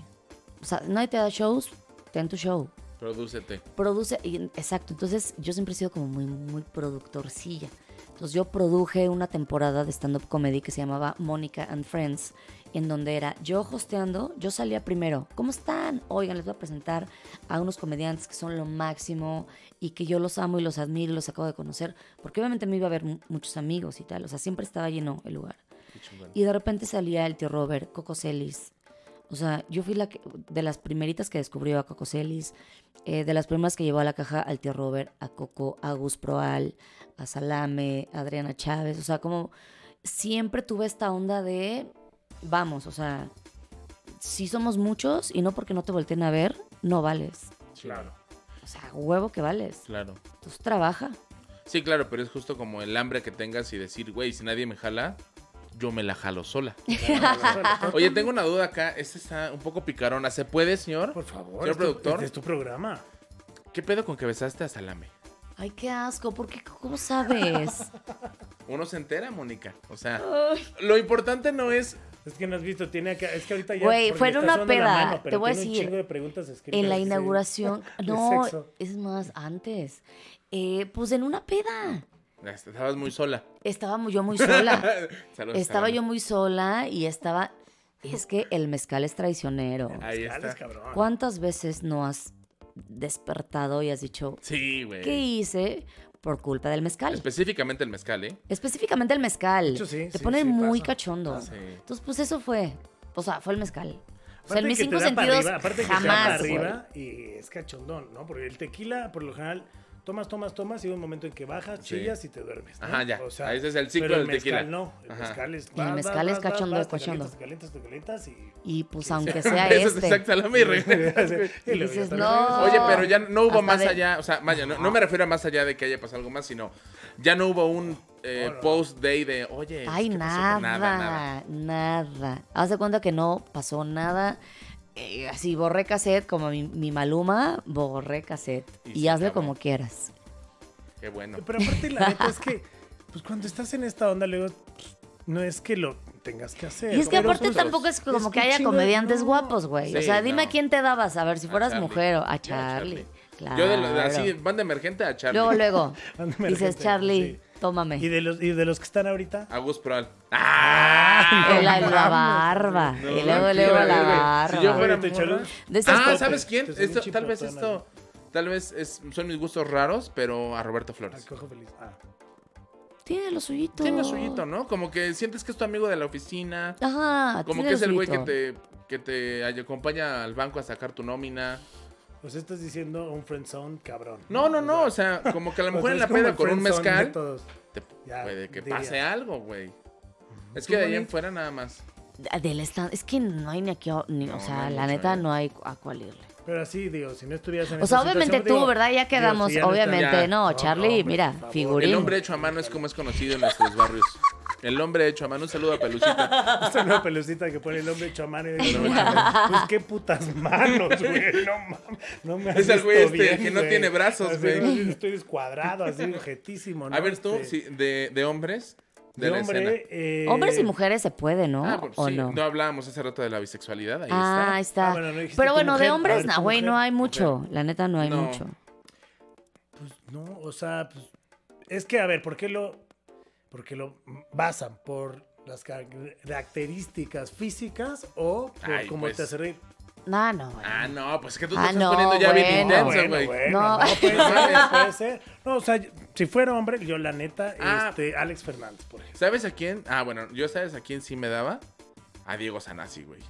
Speaker 3: O sea, nadie te da shows, ten tu show.
Speaker 2: Prodúcete.
Speaker 3: Produce, y- exacto, entonces yo siempre he sido como muy, muy productorcilla. Entonces yo produje una temporada de stand-up comedy que se llamaba Mónica and Friends, en donde era yo hosteando, yo salía primero, ¿cómo están? Oigan, les voy a presentar a unos comediantes que son lo máximo y que yo los amo y los admiro y los acabo de conocer, porque obviamente me iba a ver mu- muchos amigos y tal, o sea, siempre estaba lleno el lugar.
Speaker 2: Qué chingón.
Speaker 3: Y de repente salía el tío Robert, Coco Celis. O sea, yo fui la que- de las primeritas que descubrió a Coco Celis, eh, de las primeras que llevó a la caja al tío Robert, a Coco, a Gus Proal, a Salame, a Adriana Chávez. O sea, como siempre tuve esta onda de, vamos, o sea, si somos muchos y no porque no te volteen a ver, no vales.
Speaker 2: Claro,
Speaker 3: O sea, huevo que vales.
Speaker 2: claro.
Speaker 3: Entonces trabaja.
Speaker 2: Sí, claro, pero es justo como el hambre que tengas y decir, güey, si nadie me jala, yo me la jalo sola. Oye, tengo una duda acá. Esta está un poco picarona. ¿Se puede, señor?
Speaker 1: Por favor.
Speaker 2: Señor
Speaker 1: es tu-
Speaker 2: productor.
Speaker 1: este es tu programa.
Speaker 2: ¿Qué pedo con que besaste a Salame?
Speaker 3: Ay, qué asco, ¿por qué? ¿Cómo sabes?
Speaker 2: Uno se entera, Mónica. O sea, lo importante no es.
Speaker 1: Es que no has visto, tiene acá, es que ahorita ya.
Speaker 3: Güey,
Speaker 1: porque
Speaker 3: fue
Speaker 1: está
Speaker 3: una
Speaker 1: sonando la
Speaker 3: peda,
Speaker 1: mano,
Speaker 3: te
Speaker 1: pero
Speaker 3: voy a
Speaker 1: tiene
Speaker 3: decir,
Speaker 1: Un chingo de preguntas escritas.
Speaker 3: En la
Speaker 1: sí.
Speaker 3: inauguración.
Speaker 1: de
Speaker 3: No,
Speaker 1: sexo.
Speaker 3: es más, antes. Eh, pues en una peda.
Speaker 2: Estabas muy sola.
Speaker 3: Estaba mu- yo muy sola.
Speaker 2: Saludos,
Speaker 3: estaba
Speaker 2: Salame.
Speaker 3: yo muy sola y estaba. Es que el mezcal es traicionero.
Speaker 2: Ahí
Speaker 1: Dale,
Speaker 2: está.
Speaker 1: cabrón.
Speaker 3: ¿Cuántas veces no has despertado y has dicho,
Speaker 2: Sí, güey.
Speaker 3: ¿qué hice por culpa del mezcal?
Speaker 2: Específicamente el mezcal, ¿eh?
Speaker 3: Específicamente el mezcal.
Speaker 1: hecho, sí,
Speaker 3: Te
Speaker 1: sí,
Speaker 3: pone
Speaker 1: sí,
Speaker 3: muy
Speaker 1: pasa.
Speaker 3: cachondo.
Speaker 2: Sí.
Speaker 3: Entonces, pues eso fue. O sea, fue el mezcal. O sea,
Speaker 1: Aparte
Speaker 3: en mis
Speaker 1: que te
Speaker 3: cinco
Speaker 1: da para
Speaker 3: sentidos,
Speaker 1: arriba, aparte que te da para
Speaker 3: jamás. güey.
Speaker 1: arriba y es cachondón, ¿no? Porque el tequila, por lo general, tomas, tomas, tomas y hay un momento en que bajas,
Speaker 2: Sí.
Speaker 1: chillas y te duermes. ¿no?
Speaker 2: Ajá, ya. Ahí ese es el ciclo
Speaker 1: pero el
Speaker 2: del tequila.
Speaker 1: mezcal no. El
Speaker 2: Ajá.
Speaker 1: mezcal es...
Speaker 3: Y el mezcal es cachondo,
Speaker 1: te
Speaker 3: cachondo.
Speaker 1: calientas, Te calientas, te calientas y...
Speaker 3: Y pues aunque sea
Speaker 2: Eso es
Speaker 3: este.
Speaker 2: Isaac Salama y regresas.
Speaker 1: y luego ya
Speaker 3: dices,
Speaker 1: te
Speaker 3: no.
Speaker 1: regresas.
Speaker 2: Oye, pero ya no hubo
Speaker 3: Hasta
Speaker 2: más
Speaker 3: de-
Speaker 2: allá, o sea, vaya, no, no me refiero a más allá de que haya pasado algo más, sino ya no hubo un eh, post day de, oye,
Speaker 3: Ay,
Speaker 2: ¿qué pasó?
Speaker 3: nada, nada, Haz de cuenta que no pasó nada. Eh, así borré cassette, como mi, mi maluma, borré cassette.
Speaker 2: Y
Speaker 3: Y,
Speaker 2: se
Speaker 3: hazle
Speaker 2: acabó.
Speaker 3: como quieras.
Speaker 2: Qué bueno.
Speaker 1: Pero aparte la neta es que, pues cuando estás en esta onda, luego pues, no es que lo tengas que hacer.
Speaker 3: Y es que
Speaker 1: Pero
Speaker 3: aparte
Speaker 1: son-
Speaker 3: tampoco es como
Speaker 1: Es
Speaker 3: que
Speaker 1: que
Speaker 3: haya
Speaker 1: chinga-
Speaker 3: comediantes
Speaker 1: no.
Speaker 3: guapos, güey. o
Speaker 2: Sí,
Speaker 3: sea, dime
Speaker 2: no.
Speaker 3: a quién te dabas. A ver, si
Speaker 2: A
Speaker 3: fueras
Speaker 2: Charlie.
Speaker 3: mujer, o- a
Speaker 2: Yo a Charlie.
Speaker 3: Charlie. Claro.
Speaker 2: Yo de lo- así, banda emergente a Charlie.
Speaker 3: Luego, luego,
Speaker 1: Ándame,
Speaker 3: dices,
Speaker 1: gente,
Speaker 3: Charlie,
Speaker 1: sí.
Speaker 3: tómame.
Speaker 1: ¿Y de, los, y de los que están ahorita.
Speaker 2: A Gus Proal. ¡Ah!
Speaker 3: El- la, la barba.
Speaker 2: No,
Speaker 3: y luego,
Speaker 2: qué
Speaker 3: luego la
Speaker 2: horrible.
Speaker 3: barba.
Speaker 2: Si yo fuera
Speaker 1: Ahorita,
Speaker 2: morra-
Speaker 1: Charlie.
Speaker 3: De esas
Speaker 2: Ah,
Speaker 3: cosas.
Speaker 2: ¿sabes quién?
Speaker 1: Pues,
Speaker 2: Esto,
Speaker 1: un
Speaker 2: tal vez
Speaker 1: chipotón
Speaker 2: esto, tal vez es- son mis gustos raros, pero a Roberto
Speaker 1: Ah,
Speaker 2: Flores.
Speaker 1: qué ojo feliz. Ah.
Speaker 3: Tiene lo suyito.
Speaker 2: Tiene suyito, ¿no? Como que sientes que es tu amigo de la oficina.
Speaker 3: Ajá,
Speaker 2: Como
Speaker 3: Ah, tiene
Speaker 2: que es
Speaker 3: lo
Speaker 2: el güey que
Speaker 3: suyito.
Speaker 2: te, que te ay- acompaña al banco a sacar tu nómina.
Speaker 1: Pues estás diciendo un friendzone cabrón.
Speaker 2: No, no, no. O sea, como que a lo mejor en la peda con un mezcal te
Speaker 1: Ya,
Speaker 2: puede que
Speaker 1: diría.
Speaker 2: pase algo, güey. Es que
Speaker 1: ¿Tú,
Speaker 2: de ahí
Speaker 1: Moni?
Speaker 2: en fuera nada más.
Speaker 3: Del stand, es que no hay ni a qué, o- ni-
Speaker 2: No,
Speaker 3: o
Speaker 2: no
Speaker 3: sea,
Speaker 2: hay
Speaker 3: la
Speaker 2: mucho,
Speaker 3: neta
Speaker 2: ¿eh?
Speaker 3: no hay a cuál irle.
Speaker 1: Pero así, digo, si no estuvieras en
Speaker 3: O sea,
Speaker 1: esa
Speaker 3: obviamente
Speaker 1: situación,
Speaker 3: tú,
Speaker 1: digo,
Speaker 3: ¿verdad? Ya
Speaker 1: digo,
Speaker 3: quedamos,
Speaker 1: si ya no
Speaker 3: obviamente,
Speaker 2: Ya.
Speaker 3: no,
Speaker 1: No,
Speaker 3: Charlie,
Speaker 1: hombre,
Speaker 3: mira,
Speaker 1: por favor.
Speaker 3: figurín.
Speaker 2: El hombre hecho a mano es como es conocido en nuestros barrios. El hombre hecho a mano. Un saludo a Pelucita.
Speaker 1: estás- Esta nueva pelucita que pone el hombre hecho a mano y digo, no, mames, pues qué putas manos, güey. No mames. No me has
Speaker 2: Es el güey
Speaker 1: visto
Speaker 2: este
Speaker 1: bien,
Speaker 2: que no
Speaker 1: güey.
Speaker 2: tiene brazos,
Speaker 1: Así,
Speaker 2: güey.
Speaker 1: no, Estoy descuadrado, así, objetísimo, ¿no?
Speaker 2: A ver, tú,
Speaker 1: Este,
Speaker 2: sí, de, de hombres, de,
Speaker 1: de
Speaker 2: la
Speaker 1: hombre,
Speaker 2: escena.
Speaker 1: eh,
Speaker 3: Hombres y mujeres se puede, ¿no?
Speaker 2: Ah, pues
Speaker 3: ¿O
Speaker 2: sí.
Speaker 3: no?
Speaker 2: No? hablábamos hace rato de la bisexualidad. Ahí
Speaker 3: ah, ahí
Speaker 2: está.
Speaker 3: está.
Speaker 1: Ah, bueno, no dijiste
Speaker 3: Pero
Speaker 1: tu
Speaker 3: bueno,
Speaker 1: mujer.
Speaker 3: de
Speaker 1: A
Speaker 3: hombres,
Speaker 1: ver,
Speaker 3: no,
Speaker 1: tu
Speaker 3: güey, no
Speaker 1: mujer.
Speaker 3: hay mucho. La neta no hay
Speaker 2: No.
Speaker 3: mucho.
Speaker 1: Pues no, o sea, pues, es que, a ver, ¿por qué lo, por qué lo basan? ¿Por las car- características físicas o por
Speaker 2: Ay,
Speaker 1: cómo
Speaker 2: pues.
Speaker 1: te hace reír?
Speaker 3: No, no, güey.
Speaker 2: Ah, no, pues es que tú te
Speaker 3: Ah,
Speaker 2: estás
Speaker 3: no,
Speaker 2: poniendo ya bien
Speaker 3: bueno.
Speaker 2: intenso,
Speaker 1: bueno,
Speaker 2: güey.
Speaker 1: bueno,
Speaker 3: No.
Speaker 1: no. puede ser, puede ser. No, o sea, yo- si fuera hombre, yo la neta,
Speaker 2: Ah.
Speaker 1: este, Alex Fernández, por ejemplo.
Speaker 2: ¿Sabes a quién? Ah, bueno, yo sabes a quién sí me daba. A Diego Sanasi, güey.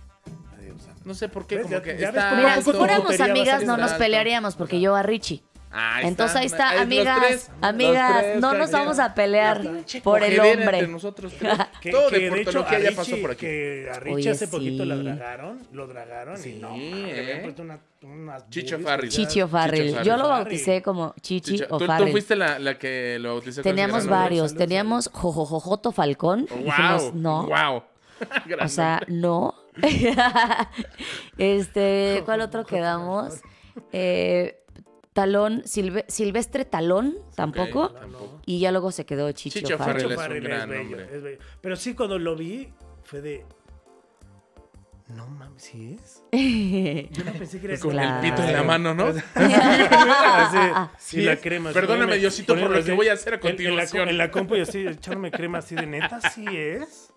Speaker 1: Adiós, Ana.
Speaker 2: No sé por qué,
Speaker 1: ¿Ves?
Speaker 2: como
Speaker 1: Ya-
Speaker 2: que
Speaker 1: ya ves
Speaker 2: está
Speaker 1: cómo-
Speaker 3: Mira,
Speaker 1: poco
Speaker 3: si
Speaker 1: tu
Speaker 3: fuéramos
Speaker 1: putería va a
Speaker 3: amigas
Speaker 1: salir
Speaker 3: no
Speaker 1: de
Speaker 3: nos
Speaker 2: alto.
Speaker 3: pelearíamos porque yo a Richie.
Speaker 2: Ah,
Speaker 3: Entonces ahí está,
Speaker 2: Ahí los tres,
Speaker 3: amigas,
Speaker 2: los
Speaker 3: amigas,
Speaker 2: tres,
Speaker 3: no nos
Speaker 2: cajera.
Speaker 3: vamos a pelear
Speaker 2: Che,
Speaker 3: por el
Speaker 2: cogedera entre
Speaker 3: hombre.
Speaker 2: nosotros. creo.
Speaker 1: Que,
Speaker 2: Todo
Speaker 1: que
Speaker 2: de
Speaker 1: de hecho,
Speaker 2: portología
Speaker 1: a
Speaker 2: ya pasó
Speaker 1: Richie-
Speaker 2: por aquí.
Speaker 1: Que a Richie
Speaker 3: Oye,
Speaker 1: hace poquito la
Speaker 3: sí.
Speaker 1: dragaron, lo dragaron
Speaker 2: Sí,
Speaker 1: y no.
Speaker 2: ¿eh?
Speaker 1: Le habían puesto una- unas
Speaker 2: Chicho
Speaker 1: boobies,
Speaker 2: Farrell.
Speaker 1: o sea,
Speaker 3: Chichi O'Farrell.
Speaker 2: Chichi
Speaker 3: Yo lo
Speaker 1: O'Farrell.
Speaker 3: bauticé como Chichi
Speaker 2: Chicha, ¿Tú, tú
Speaker 3: O'Farrell.
Speaker 2: fuiste la, la que lo bautizó. con
Speaker 3: Teníamos
Speaker 2: ese gran nombre?
Speaker 3: varios.
Speaker 1: Salud,
Speaker 3: Teníamos Jojojojoto Falcón. y dijimos,
Speaker 2: Oh, Wow.
Speaker 3: no.
Speaker 2: Wow.
Speaker 3: O sea, no. este, ¿cuál otro quedamos? Eh, talón, Silve- Silvestre Talón, tampoco.
Speaker 2: tampoco.
Speaker 3: Y ya luego se quedó Chicho,
Speaker 2: Chicho
Speaker 1: Chicho
Speaker 2: Farrell.
Speaker 3: Farrell.
Speaker 2: es un
Speaker 1: Farrell
Speaker 2: gran
Speaker 1: bello,
Speaker 2: hombre.
Speaker 1: es bello. Pero sí, cuando lo vi, fue de. No mames, ¿sí es? Yo no pensé que era
Speaker 2: Con
Speaker 3: Claro.
Speaker 2: el pito en la mano, ¿no?
Speaker 1: sí,
Speaker 2: Sí
Speaker 1: y la
Speaker 2: es.
Speaker 1: crema. así,
Speaker 2: Perdóname,
Speaker 1: poneme-
Speaker 2: Diosito, por
Speaker 1: poneme
Speaker 2: lo que
Speaker 1: así,
Speaker 2: voy a hacer a
Speaker 1: en- en la co-
Speaker 2: continuación.
Speaker 1: En la, compu y así, echándome crema así de neta, sí es.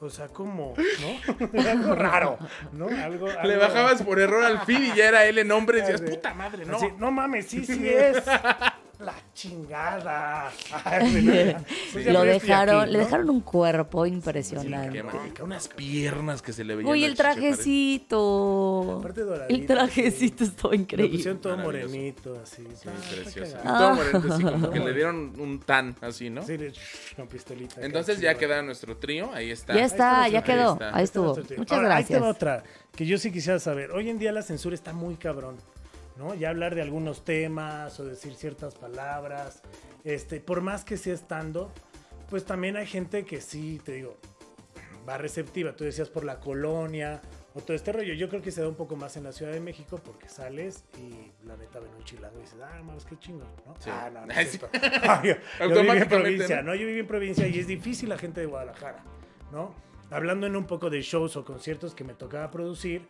Speaker 1: O sea, como, ¿no? algo raro, ¿no? Algo,
Speaker 2: Le
Speaker 1: algo-
Speaker 2: bajabas por error al feed y ya era él en hombre. Y decías, puta madre, no.
Speaker 1: así, no mames, sí, sí es. La chingada. Ay, güey, no, pues ya
Speaker 3: Lo
Speaker 1: no estoy
Speaker 3: dejaron,
Speaker 1: aquí,
Speaker 3: le
Speaker 1: ¿no?
Speaker 3: dejaron un cuerpo
Speaker 2: Qué
Speaker 3: impresionante.
Speaker 2: maravilla. Unas piernas que se le veían.
Speaker 3: Uy,
Speaker 2: al
Speaker 3: el
Speaker 2: Chicho Farrell.
Speaker 3: trajecito.
Speaker 1: Aparte doradito,
Speaker 3: El trajecito estaba
Speaker 1: Lo
Speaker 3: increíble.
Speaker 1: pusieron todo
Speaker 2: Maravilloso.
Speaker 1: morenito, así.
Speaker 2: Sí,
Speaker 1: Ah, está
Speaker 2: preciosa.
Speaker 1: cagado.
Speaker 2: Todo moreno, así como que le dieron un tan, así, ¿no?
Speaker 1: Sí, le- shh, con pistolita. acá,
Speaker 2: Entonces
Speaker 1: sí,
Speaker 2: ya
Speaker 1: bueno.
Speaker 2: queda nuestro trío, ahí está.
Speaker 3: Ya está, ya
Speaker 2: Ahí
Speaker 3: quedó.
Speaker 2: está.
Speaker 3: Ahí estuvo.
Speaker 1: Ahí está,
Speaker 3: Muchas
Speaker 1: Ahora, Ahí te va
Speaker 3: gracias.
Speaker 1: otra, que yo sí quisiera saber. Hoy en día la censura está muy cabrón, ¿no? Ya hablar de algunos temas o decir ciertas palabras, este, por más que sea estando, pues también hay gente que sí, te digo, va receptiva. Tú decías por la colonia o todo este rollo. Yo creo que se da un poco más en la Ciudad de México porque sales y la neta ven un chilango y dices, ah, mames, qué chingón, ¿no?
Speaker 2: Sí.
Speaker 1: Ah, no, no es cierto. yo, yo viví en
Speaker 2: Automáticamente,
Speaker 1: provincia,
Speaker 2: ¿no?
Speaker 1: ¿no? Yo viví en provincia y es difícil la gente de Guadalajara, ¿no? Hablando en un poco de shows o conciertos que me tocaba producir,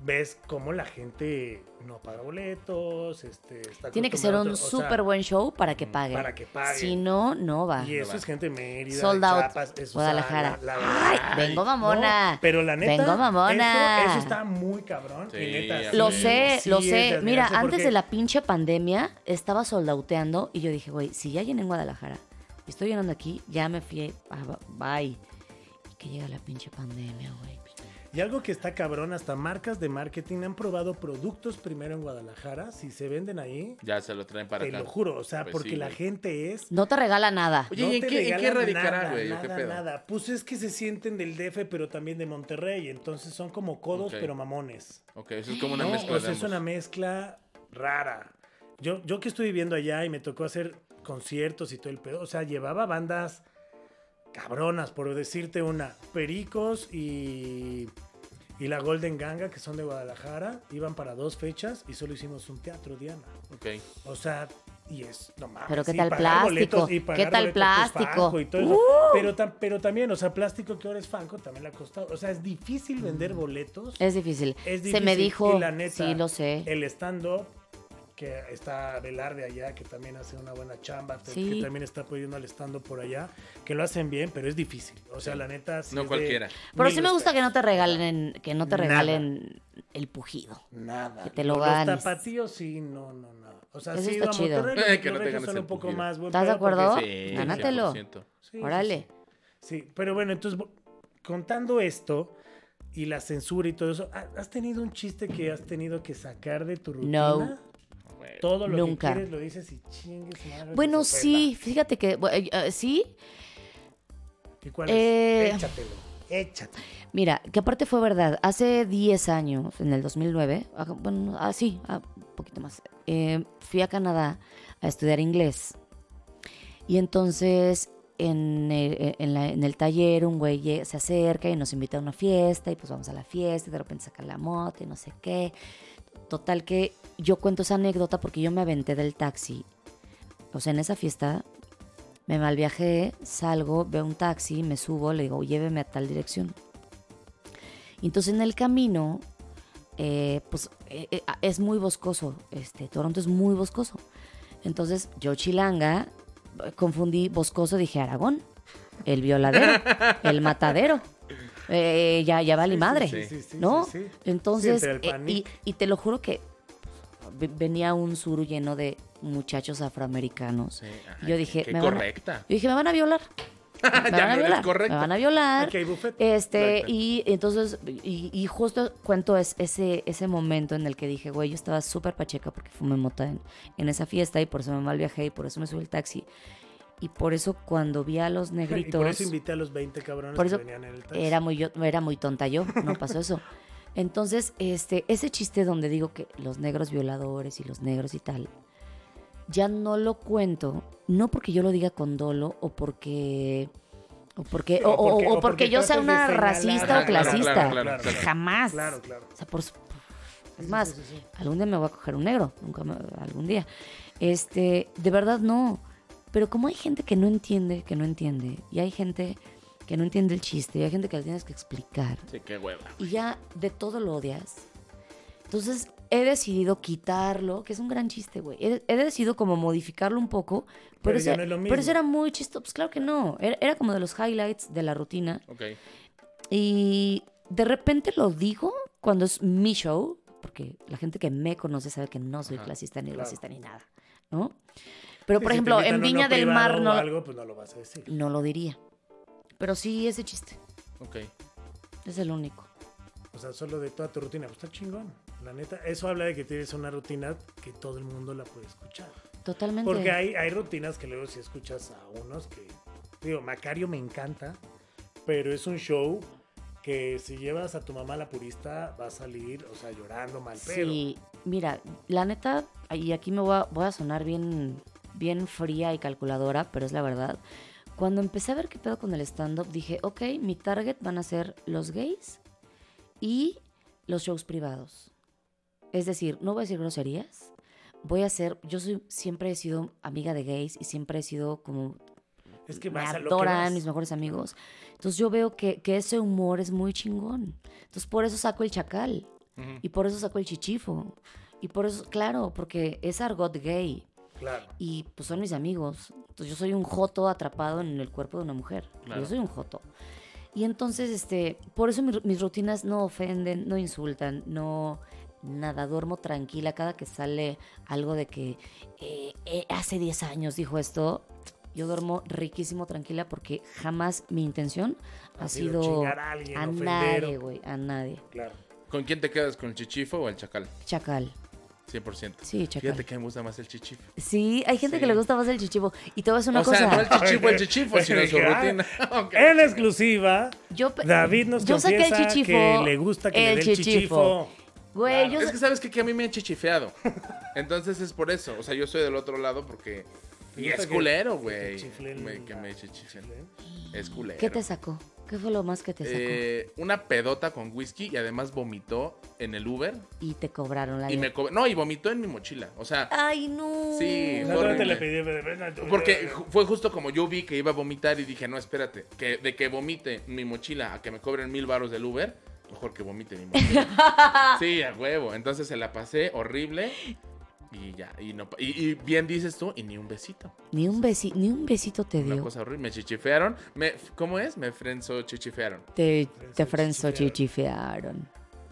Speaker 1: ves cómo la gente no paga boletos, este, está
Speaker 3: Tiene que ser
Speaker 1: acostumbrada a
Speaker 3: un
Speaker 1: otro- o sea, mm,
Speaker 3: súper buen show para que pague.
Speaker 1: para que pague.
Speaker 3: Si no, no va.
Speaker 1: Y eso
Speaker 2: va.
Speaker 1: es gente de Mérida,
Speaker 3: Sold
Speaker 1: de
Speaker 3: out,
Speaker 1: Chiapas, eso, o sea,
Speaker 3: Guadalajara.
Speaker 1: la- la-
Speaker 3: Ay, vengo mamona.
Speaker 1: no, pero la neta.
Speaker 3: Vengo mamona.
Speaker 1: Eso, eso está muy cabrón.
Speaker 2: Sí,
Speaker 1: y neta,
Speaker 2: así
Speaker 3: Lo
Speaker 2: Sí,
Speaker 3: sé,
Speaker 1: sí
Speaker 3: lo
Speaker 1: es de
Speaker 3: sé.
Speaker 1: admirarse
Speaker 3: Mira, antes
Speaker 1: porque-
Speaker 3: de la pinche pandemia estaba soldauteando y yo dije, güey, si ya llené en Guadalajara y estoy llenando aquí, ya me fui. ah, ba- Bye. Y que llega la pinche pandemia, güey.
Speaker 1: Y algo que está cabrón, hasta marcas de marketing han probado productos primero en Guadalajara. Si se venden ahí,
Speaker 2: Ya se lo traen para
Speaker 1: te
Speaker 2: acá.
Speaker 1: lo juro. O sea,
Speaker 2: Pues sí,
Speaker 1: porque la
Speaker 2: güey.
Speaker 1: gente es.
Speaker 3: No te regala nada.
Speaker 2: Oye, ¿y en
Speaker 1: te
Speaker 2: qué- en qué
Speaker 1: regalan
Speaker 2: radicará,
Speaker 1: nada,
Speaker 2: güey? ¿O qué
Speaker 1: nada,
Speaker 2: pedo?
Speaker 1: nada. Pues es que se sienten del DF, pero también de Monterrey. Entonces son como codos,
Speaker 2: Ok.
Speaker 1: pero mamones.
Speaker 2: Ok, eso es como una
Speaker 1: No,
Speaker 2: mezcla.
Speaker 1: o
Speaker 2: de
Speaker 1: sea, es
Speaker 2: ambos.
Speaker 1: una mezcla rara. Yo, yo que estoy viviendo allá y me tocó hacer conciertos y todo el pedo, o sea, llevaba bandas cabronas, por decirte una, Pericos y, y la Golden Ganga, que son de Guadalajara, iban para dos fechas y solo hicimos un teatro, Diana.
Speaker 2: Ok.
Speaker 1: O sea, y es, no mames.
Speaker 3: Pero qué
Speaker 1: y
Speaker 3: tal
Speaker 1: pagar
Speaker 3: plástico,
Speaker 1: y
Speaker 3: qué
Speaker 1: pagar
Speaker 3: tal
Speaker 1: boletos, pues,
Speaker 3: plástico. ¡Uh!
Speaker 1: Fanco y todo eso. Pero, tam- pero también, o sea, plástico que ahora es Fanco también le ha costado. O sea, es difícil vender boletos.
Speaker 3: Mm. Es difícil.
Speaker 1: Es
Speaker 3: Se
Speaker 1: difícil,
Speaker 3: me dijo,
Speaker 1: y la neta, eh,
Speaker 3: sí, lo sé.
Speaker 1: El stand-up, que está Velarde allá, que también hace una buena chamba, te-
Speaker 3: Sí.
Speaker 1: que también está apoyando al stand-up por allá, que lo hacen bien, pero es difícil. O sea, la neta. sí
Speaker 2: No
Speaker 1: es de
Speaker 2: cualquiera.
Speaker 3: Pero
Speaker 1: mil
Speaker 3: sí me gusta que no te
Speaker 1: respetos.
Speaker 3: regalen, que no te
Speaker 1: Nada.
Speaker 3: regalen el pujido.
Speaker 1: Nada.
Speaker 3: que te lo
Speaker 1: Los
Speaker 3: ganes.
Speaker 1: tapatíos, sí, no, no, nada. O sea,
Speaker 3: Eso
Speaker 1: sí,
Speaker 3: está
Speaker 1: vamos,
Speaker 3: chido.
Speaker 2: Eh, que no te ganes el
Speaker 1: un poco
Speaker 2: pujido.
Speaker 1: más. buen
Speaker 3: ¿Estás de
Speaker 1: pedo, porque
Speaker 3: acuerdo?
Speaker 1: sí,
Speaker 2: Sí,
Speaker 3: Gánatelo.
Speaker 2: 100%.
Speaker 1: sí, sí,
Speaker 3: Órale.
Speaker 1: Sí, pero bueno, entonces bu- contando esto y la censura y todo eso, ¿ha- ¿has tenido un chiste que has tenido que sacar de tu rutina?
Speaker 3: No.
Speaker 2: Güey.
Speaker 1: Todo lo
Speaker 3: Nunca.
Speaker 1: que quieres lo dices y chingues madre.
Speaker 3: Bueno,
Speaker 1: te supera.
Speaker 3: sí, fíjate que, bu- eh, eh, sí,
Speaker 1: ¿Y cuál
Speaker 3: Eh,
Speaker 1: es? Échatelo. Échatelo.
Speaker 3: mira, que aparte fue verdad, hace 10 años, en el 2009, ah, bueno, así, un poquito más, eh, fui a Canadá a estudiar inglés. Y entonces en el, eh, en la- en el taller un güey lle- se acerca y nos invita a una fiesta y pues vamos a la fiesta y de repente saca la moto y no sé qué. Total que yo cuento esa anécdota porque yo me aventé del taxi. O sea, en esa fiesta me malviajé, salgo, veo un taxi, me subo, le digo, lléveme a tal dirección. Y entonces en el camino, eh, pues eh, eh, ah, es muy boscoso, este, Toronto es muy boscoso. Entonces yo chilanga, eh, confundí boscoso, dije Aragón, el violadero, el matadero. Eh, ya, ya vale
Speaker 1: Sí, sí,
Speaker 3: madre,
Speaker 1: sí, sí, sí,
Speaker 3: ¿no?
Speaker 1: sí, sí.
Speaker 3: Entonces,
Speaker 1: Sí, entre el
Speaker 3: eh, y,
Speaker 1: panic.
Speaker 3: y te lo juro que ve- venía un suru lleno de muchachos afroamericanos.
Speaker 2: Sí, ajá,
Speaker 3: Y yo dije,
Speaker 2: qué
Speaker 3: me van a-
Speaker 2: correcta.
Speaker 3: Yo dije, me van a violar. Me van
Speaker 2: Ya no
Speaker 3: a
Speaker 2: eres
Speaker 3: violar.
Speaker 2: correcta.
Speaker 3: Me van a violar.
Speaker 1: Aquí hay buffet.
Speaker 3: Este,
Speaker 2: Exacto.
Speaker 3: y entonces, y, y justo cuento es, ese, ese momento en el que dije, güey, yo estaba súper pacheca porque fumé mota en, en esa fiesta y por eso me mal viajé y por eso me subí al taxi. Y por eso cuando vi a los
Speaker 1: Y
Speaker 3: negritos
Speaker 1: por eso invité a los 20 cabrones
Speaker 3: por eso
Speaker 1: que venían en el taxi.
Speaker 3: era muy, yo, era muy tonta yo, no pasó eso. Entonces, este, ese chiste donde digo que los negros violadores y los negros y tal, ya no lo cuento, no porque yo lo diga con dolo o porque... O porque, Eh, o, o- o porque yo sea
Speaker 1: trates de
Speaker 3: una
Speaker 1: señalar.
Speaker 3: racista o
Speaker 2: Claro, claro,
Speaker 3: clasista.
Speaker 2: claro, claro, claro.
Speaker 3: Jamás.
Speaker 1: Claro, claro.
Speaker 3: O sea, por su- Es más, algún día me voy a coger un negro. Nunca me- algún día. Este, de verdad no. Pero como hay gente que no entiende, que no entiende, y hay gente que no entiende el chiste, y hay gente que le tienes que explicar,
Speaker 2: Sí, qué hueva.
Speaker 3: y ya de todo lo odias. Entonces he decidido quitarlo, que es un gran chiste, güey. He, he decidido como modificarlo un poco, pero,
Speaker 1: Pero ya
Speaker 3: ese,
Speaker 1: no es lo
Speaker 3: pero ese
Speaker 1: mismo.
Speaker 3: era muy chistoso. Pues claro que no, era, era como de los highlights de la rutina.
Speaker 2: Ok.
Speaker 3: Y de repente lo digo cuando es mi show, porque la gente que me conoce sabe que no soy
Speaker 2: Ajá,
Speaker 3: clasista ni
Speaker 1: claro.
Speaker 3: racista ni nada, ¿no? Pero,
Speaker 1: Sí,
Speaker 3: por
Speaker 1: si
Speaker 3: ejemplo,
Speaker 1: te
Speaker 3: en
Speaker 1: invitan a uno
Speaker 3: Viña del
Speaker 1: privado
Speaker 3: Mar
Speaker 1: o
Speaker 3: no, Mm.
Speaker 1: algo, pues no lo vas a decir.
Speaker 3: no lo diría. Pero sí, ese chiste
Speaker 2: Ok.
Speaker 3: es el único.
Speaker 1: O sea, solo de toda tu rutina. Pues está chingón. La neta, eso habla de que tienes una rutina que todo el mundo la puede escuchar.
Speaker 3: Totalmente.
Speaker 1: Porque hay, hay rutinas que luego si escuchas a unos que... Digo, Macario me encanta, pero es un show que si llevas a tu mamá a la purista va a salir, o sea, llorando mal pedo.
Speaker 3: Sí, mira, la neta, y aquí me voy a, voy a sonar bien, bien fría y calculadora, pero es la verdad. Cuando empecé a ver qué pedo con el stand-up, dije, ok, mi target van a ser los gays y los shows privados. Es decir, no voy a decir groserías, voy a hacer, yo soy, siempre he sido amiga de gays y siempre he sido como
Speaker 1: Es que
Speaker 3: me
Speaker 1: vas a lo que vas.
Speaker 3: adoran mis mejores amigos. Entonces yo veo que, que ese humor es muy chingón. Entonces por eso saco el chacal.
Speaker 2: Ujú.
Speaker 3: Y por eso saco el chichifo. Y por eso, claro, porque es argot gay.
Speaker 1: Claro.
Speaker 3: Y pues son mis amigos. Entonces yo soy un joto atrapado en el cuerpo de una mujer.
Speaker 2: Claro.
Speaker 3: Yo soy un joto. Y entonces, este, por eso mi ru- mis rutinas no ofenden, no insultan, no nada, duermo tranquila cada que sale algo de que eh, eh, hace 10 años dijo esto, Yo duermo riquísimo, tranquila, porque jamás mi intención ha,
Speaker 1: Ha sido
Speaker 3: sido
Speaker 1: chingar a alguien, ofender
Speaker 3: nadie,
Speaker 1: o-
Speaker 3: güey, a nadie.
Speaker 1: Claro.
Speaker 2: ¿Con quién te quedas? ¿Con el chichifo o el chacal?
Speaker 3: Chacal.
Speaker 2: 100%.
Speaker 3: Sí, chacal.
Speaker 2: Fíjate que me gusta más el chichifo.
Speaker 3: Sí, hay gente que
Speaker 2: Sí.
Speaker 3: le gusta más el chichivo. Y te voy a decir una
Speaker 2: o
Speaker 3: cosa.
Speaker 2: sea, no el chichifo, el chichifo,
Speaker 1: Bueno,
Speaker 2: sino su
Speaker 1: dije, ah,
Speaker 2: rutina. Ok.
Speaker 1: En la exclusiva,
Speaker 3: Yo pe-
Speaker 1: David nos
Speaker 3: yo saqué el
Speaker 1: confiesa
Speaker 3: chichifo,
Speaker 1: que le gusta que le
Speaker 3: el
Speaker 1: dé el chichifo.
Speaker 3: chichifo. Güey, yo
Speaker 2: Es
Speaker 3: sa-
Speaker 2: que sabes que, que a mí me han chichifeado. Entonces es por eso. O sea, yo soy del otro lado porque.
Speaker 1: ¿Te
Speaker 2: Y
Speaker 1: gusta
Speaker 2: es
Speaker 1: que-
Speaker 2: culero,
Speaker 1: que te
Speaker 2: güey.
Speaker 1: chiflen
Speaker 2: Me- Que
Speaker 1: la-
Speaker 2: me chichifen. Es culero.
Speaker 3: ¿Qué te sacó? ¿Qué fue lo más que te sacó?
Speaker 2: Eh, una pedota con whisky y además vomitó en el Uber.
Speaker 3: y te cobraron la
Speaker 2: Y me
Speaker 3: ley.
Speaker 2: co- No, y vomitó en mi mochila. O sea,
Speaker 3: Ay, no.
Speaker 2: Sí,
Speaker 1: No, no te
Speaker 2: horrible.
Speaker 1: le pedí, pero- pero-
Speaker 2: Porque ju- fue justo como yo vi que iba a vomitar y dije, no, espérate, que de que vomite mi mochila a que me cobren mil baros del Uber, mejor que vomite mi mochila. sí, a huevo. Entonces se la pasé horrible y ya, y no, pa- y, y bien dices tú, y ni un besito.
Speaker 3: Ni un besito, ni un besito te
Speaker 2: Una
Speaker 3: dio.
Speaker 2: cosa horrible, me chichifearon, me, ¿cómo es? Me frenzo chichifearon.
Speaker 3: Te, te
Speaker 1: Frenzo
Speaker 3: frenzo chichifearon.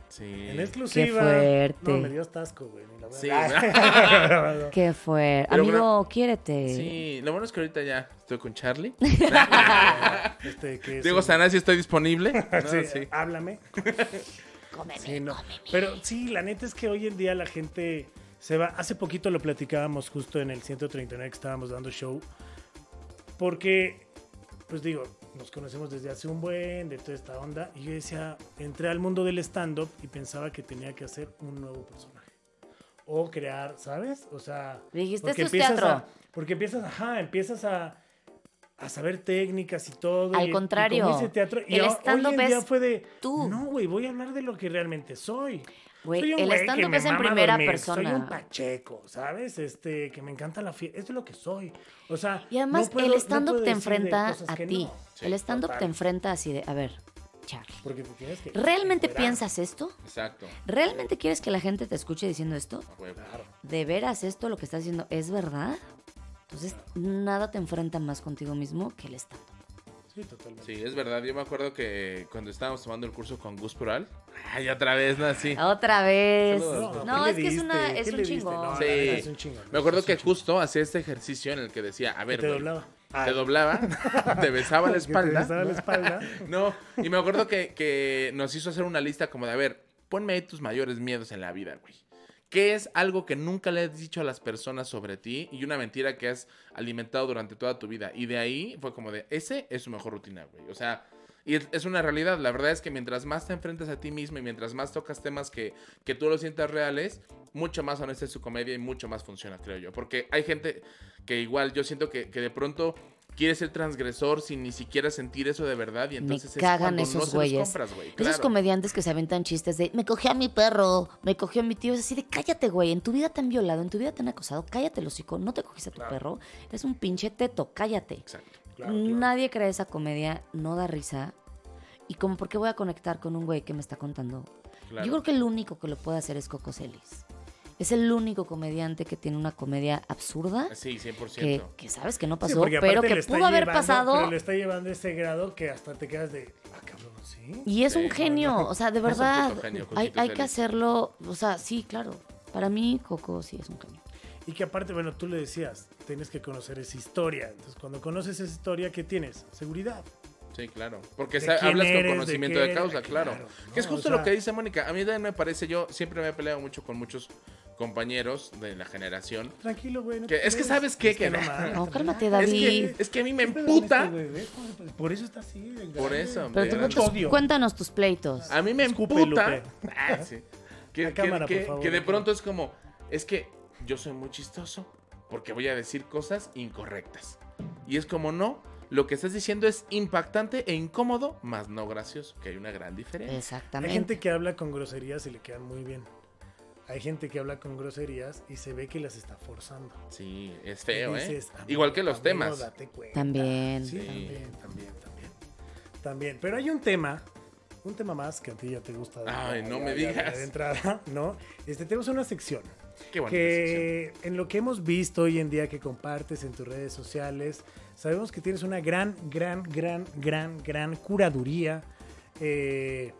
Speaker 2: Sí.
Speaker 1: En Ah. exclusiva.
Speaker 3: Qué fuerte.
Speaker 1: No, me dio asco, güey. ni la
Speaker 2: Sí,
Speaker 1: verdad.
Speaker 3: Qué fuerte.
Speaker 2: Pero
Speaker 3: Amigo,
Speaker 2: bueno,
Speaker 3: quiérete.
Speaker 2: Sí, lo bueno es que ahorita ya estoy con Charlie.
Speaker 1: Este, que es
Speaker 2: Diego
Speaker 1: un-
Speaker 2: Sanasi, estoy disponible. ¿no?
Speaker 1: Sí,
Speaker 2: sí.
Speaker 1: Háblame.
Speaker 3: Cómeme,
Speaker 1: Sí, no.
Speaker 3: cómeme.
Speaker 1: Pero sí, la neta es que hoy en día la gente se va. Hace poquito lo platicábamos justo en el 139 que estábamos dando show. Porque, pues digo, nos conocemos desde hace un buen, de toda esta onda. Y yo decía, entré al mundo del stand-up y pensaba que tenía que hacer un nuevo personaje. O crear, ¿sabes? O sea.
Speaker 3: Dijiste,
Speaker 1: porque
Speaker 3: "Esto es
Speaker 1: empiezas
Speaker 3: teatro".
Speaker 1: a- porque empiezas, ajá, empiezas a, a saber técnicas y todo.
Speaker 3: Al
Speaker 1: y- y como
Speaker 3: contrario,
Speaker 1: dice teatro. Y
Speaker 3: el
Speaker 1: ahora-
Speaker 3: stand-up
Speaker 1: hoy en día
Speaker 3: es
Speaker 1: fue de,
Speaker 3: tú.
Speaker 1: No, güey, voy a hablar de lo que realmente soy.
Speaker 3: Güey,
Speaker 1: Soy un
Speaker 3: el
Speaker 1: güey que
Speaker 3: stand-up
Speaker 1: me
Speaker 3: es en
Speaker 1: mama
Speaker 3: primera
Speaker 1: dormir, Soy
Speaker 3: persona.
Speaker 1: un pacheco, ¿sabes? Este, que me encanta la fiesta. Esto es lo que soy. O sea,
Speaker 3: Y además,
Speaker 1: no puedo-
Speaker 3: el
Speaker 1: no
Speaker 3: stand-up
Speaker 1: puedo
Speaker 3: te
Speaker 1: decir de
Speaker 3: enfrenta
Speaker 1: cosas
Speaker 3: a
Speaker 1: que
Speaker 3: ti.
Speaker 1: no,
Speaker 2: Sí,
Speaker 3: el stand-up
Speaker 1: total.
Speaker 3: te enfrenta así de, a ver, Charlie,
Speaker 1: porque te tienes que
Speaker 3: ¿realmente
Speaker 1: encuerar.
Speaker 3: piensas esto?
Speaker 2: Exacto.
Speaker 3: ¿Realmente quieres que la gente te escuche diciendo esto?
Speaker 2: a huevo.
Speaker 3: ¿De veras esto lo que estás diciendo es verdad? Entonces, nada te enfrenta más contigo mismo que el stand-up.
Speaker 1: Sí, totalmente.
Speaker 2: Sí, es verdad. Yo me acuerdo que cuando estábamos tomando el curso con Gus Plural. Ay, otra vez, ¿no? Sí.
Speaker 3: Otra vez.
Speaker 2: Saludos.
Speaker 3: No,
Speaker 1: ¿qué
Speaker 3: es
Speaker 1: le
Speaker 3: que es,
Speaker 1: diste?
Speaker 3: una,
Speaker 1: ¿Qué
Speaker 3: es
Speaker 1: le
Speaker 3: un
Speaker 1: diste?
Speaker 3: chingón.
Speaker 1: No, la
Speaker 2: pues, Sí.
Speaker 1: verdad es un chingón.
Speaker 2: Me acuerdo
Speaker 1: Es un
Speaker 2: que
Speaker 1: chingón.
Speaker 2: justo hacía este ejercicio en el que decía, a ver,
Speaker 1: te
Speaker 2: güey,
Speaker 1: doblaba.
Speaker 2: Te
Speaker 1: Ah.
Speaker 2: doblaba, te besaba la
Speaker 1: Que te
Speaker 2: espalda.
Speaker 1: besaba la espalda.
Speaker 2: No, y me acuerdo que, que nos hizo hacer una lista como de, a ver, ponme ahí tus mayores miedos en la vida, güey. ¿Qué es algo que nunca le has dicho a las personas sobre ti y una mentira que has alimentado durante toda tu vida? Y de ahí fue como de, ese es su mejor rutina, güey. O sea, y es- es una realidad. La verdad es que mientras más te enfrentas a ti mismo y mientras más tocas temas que, que tú lo sientas reales, mucho más honesta es su comedia y mucho más funciona, creo yo. Porque hay gente que igual yo siento que, que de pronto quiere ser transgresor sin ni siquiera sentir eso de verdad y entonces
Speaker 3: me cagan
Speaker 2: cuando no se
Speaker 3: esos
Speaker 2: los
Speaker 3: güeyes.
Speaker 2: compras, güey,
Speaker 3: Esos
Speaker 2: claro.
Speaker 3: comediantes que se aventan chistes de me cogió a mi perro, me cogió a mi tío. Es así de cállate, güey. En tu vida te han violado, en tu vida te han acosado. Cállate, el hocico. No te cogiste a tu perro. Eres un pinche teto. Cállate.
Speaker 2: Exacto.
Speaker 1: Claro, claro.
Speaker 3: Nadie cree esa comedia. No da risa. Y como, ¿por qué voy a conectar con un güey que me está contando?
Speaker 2: Claro.
Speaker 3: Yo creo que el único que lo puede hacer es Coco Celis. Es el único comediante que tiene una comedia absurda
Speaker 2: Sí, 100%.
Speaker 3: que, que sabes que no pasó,
Speaker 1: porque
Speaker 3: pero
Speaker 1: aparte
Speaker 3: que
Speaker 1: le está
Speaker 3: pudo haber
Speaker 1: llevando-
Speaker 3: pasado.
Speaker 1: Pero le está llevando ese grado que hasta te quedas de. Ah, cabrón, sí.
Speaker 3: Y es
Speaker 2: Sí,
Speaker 3: un
Speaker 2: no,
Speaker 3: genio, o sea, de
Speaker 2: Es un puto
Speaker 3: verdad,
Speaker 2: genio, Coquito
Speaker 3: hay, hay
Speaker 2: Celis.
Speaker 3: que hacerlo, o sea, sí, claro. Para mí, Coco sí es un genio.
Speaker 1: Y que aparte, bueno, tú le decías, tienes que conocer esa historia. Entonces, cuando conoces esa historia, ¿qué tienes? Seguridad.
Speaker 2: Sí, claro. Porque
Speaker 1: ¿De
Speaker 2: sa-
Speaker 1: quién
Speaker 2: hablas
Speaker 1: eres?
Speaker 2: con
Speaker 1: ¿De
Speaker 2: conocimiento
Speaker 1: qué
Speaker 2: de,
Speaker 1: eres?
Speaker 2: causa, claro.
Speaker 1: Claro,
Speaker 2: que es
Speaker 1: no,
Speaker 2: justo
Speaker 1: o sea-
Speaker 2: lo que dice Mónica. A mí también me parece, yo siempre me he peleado mucho con muchos compañeros de la generación.
Speaker 1: Tranquilo, güey. no
Speaker 2: Que-
Speaker 1: te
Speaker 2: es que
Speaker 1: crees.
Speaker 2: ¿sabes qué?
Speaker 1: Es que
Speaker 2: Que-
Speaker 1: no mames.
Speaker 3: No, cálmate,
Speaker 2: Es
Speaker 3: David.
Speaker 2: que, es que a mí me
Speaker 1: Siempre
Speaker 2: emputa.
Speaker 1: lo viste, güey, ¿ves? Por eso está así. de
Speaker 2: este, Por
Speaker 1: grande.
Speaker 2: eso,
Speaker 3: Pero
Speaker 2: de
Speaker 3: tú,
Speaker 2: grande.
Speaker 3: cuéntanos-
Speaker 1: Odio.
Speaker 3: cuéntanos tus pleitos.
Speaker 2: A mí me
Speaker 1: Escupe,
Speaker 2: emputa.
Speaker 1: Lupe.
Speaker 2: Ah, sí. Que,
Speaker 1: La
Speaker 2: que-
Speaker 1: cámara,
Speaker 2: que-
Speaker 1: por favor,
Speaker 2: que de
Speaker 1: la
Speaker 2: pronto es como, es que yo soy muy chistoso porque voy a decir cosas incorrectas. Y es como, no, lo que estás diciendo es impactante e incómodo, más no gracioso, que hay una gran
Speaker 3: Eh.
Speaker 2: diferencia.
Speaker 1: Hay
Speaker 3: Exactamente.
Speaker 1: gente que habla con groserías y le quedan muy bien. Hay gente que habla con groserías y se ve que las está forzando.
Speaker 2: Sí, es
Speaker 1: Y
Speaker 2: feo,
Speaker 1: dices,
Speaker 2: ¿eh?
Speaker 1: "Amigo,
Speaker 2: Igual que los
Speaker 1: amigo,
Speaker 2: temas.
Speaker 1: date cuenta".
Speaker 3: También.
Speaker 1: Sí,
Speaker 2: Sí.
Speaker 1: también, también, también. También. Pero hay un tema, un tema más que a ti ya te gusta.
Speaker 2: Ay, no me digas.
Speaker 1: De entrada, ¿no? Este, tenemos una sección
Speaker 2: Qué bonita sección.
Speaker 1: que en lo que hemos visto hoy en día que compartes en tus redes sociales, sabemos que tienes una gran, gran, gran, gran, gran curaduría eh,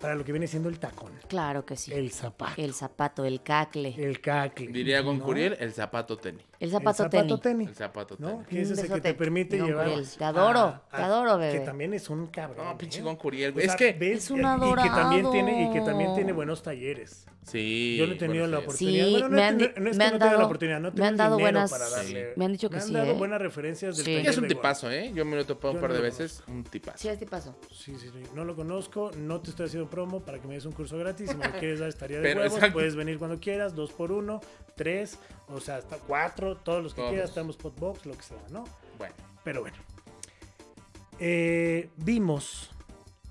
Speaker 1: para lo que viene siendo el tacón,
Speaker 3: Claro que sí.
Speaker 1: el zapato,
Speaker 3: El zapato, el cacle.
Speaker 1: el cacle.
Speaker 2: Diría
Speaker 1: con
Speaker 2: Goncuriel, el zapato tenis.
Speaker 3: El zapato, tenis.
Speaker 2: El zapato
Speaker 1: ¿no?
Speaker 2: tenis.
Speaker 1: Que es
Speaker 3: Un
Speaker 1: ese que te
Speaker 3: besote,
Speaker 1: permite
Speaker 3: Iván
Speaker 1: llevar.
Speaker 3: Curiel. Te adoro, te adoro, bebé.
Speaker 1: Que también es un cabrón. ¿eh?
Speaker 2: No, pinche Iván
Speaker 1: con
Speaker 2: Curiel, güey. Es que-
Speaker 3: Es un adorado.
Speaker 1: Y que también tiene, y que también tiene buenos talleres.
Speaker 2: Sí.
Speaker 1: Yo no he tenido la
Speaker 2: bueno, sí.
Speaker 1: oportunidad.
Speaker 3: Sí,
Speaker 1: bueno, no,
Speaker 3: me
Speaker 1: he
Speaker 3: han
Speaker 1: tenido-
Speaker 3: di-
Speaker 1: no es
Speaker 3: me
Speaker 1: que
Speaker 3: han
Speaker 1: no tenga la
Speaker 3: dado-
Speaker 1: oportunidad, no
Speaker 3: me
Speaker 1: tengo
Speaker 3: han dado
Speaker 1: el dinero
Speaker 3: buenas-
Speaker 1: para darle.
Speaker 2: Sí.
Speaker 3: me han dicho que
Speaker 1: Me han
Speaker 3: sí,
Speaker 1: dado
Speaker 3: ¿eh?
Speaker 1: buenas referencias del
Speaker 3: Sí.
Speaker 1: taller
Speaker 2: Es un
Speaker 1: de Guam.
Speaker 2: tipazo, ¿eh? Yo me lo he topado
Speaker 1: Yo
Speaker 2: un par
Speaker 1: no
Speaker 2: de
Speaker 1: lo
Speaker 2: veces. Un tipazo.
Speaker 3: Sí, este paso.
Speaker 1: Sí, sí, sí. No lo conozco, no te estoy haciendo promo para que me des un curso gratis. Si me lo quieres dar, estaría de
Speaker 2: Pero,
Speaker 1: huevos.
Speaker 2: exacto.
Speaker 1: Puedes venir cuando quieras, dos por uno, tres, o sea, hasta cuatro, todos los que
Speaker 2: Todos.
Speaker 1: quieras, estamos potbox, lo que sea, ¿no?
Speaker 2: Bueno.
Speaker 1: Pero bueno. Eh, vimos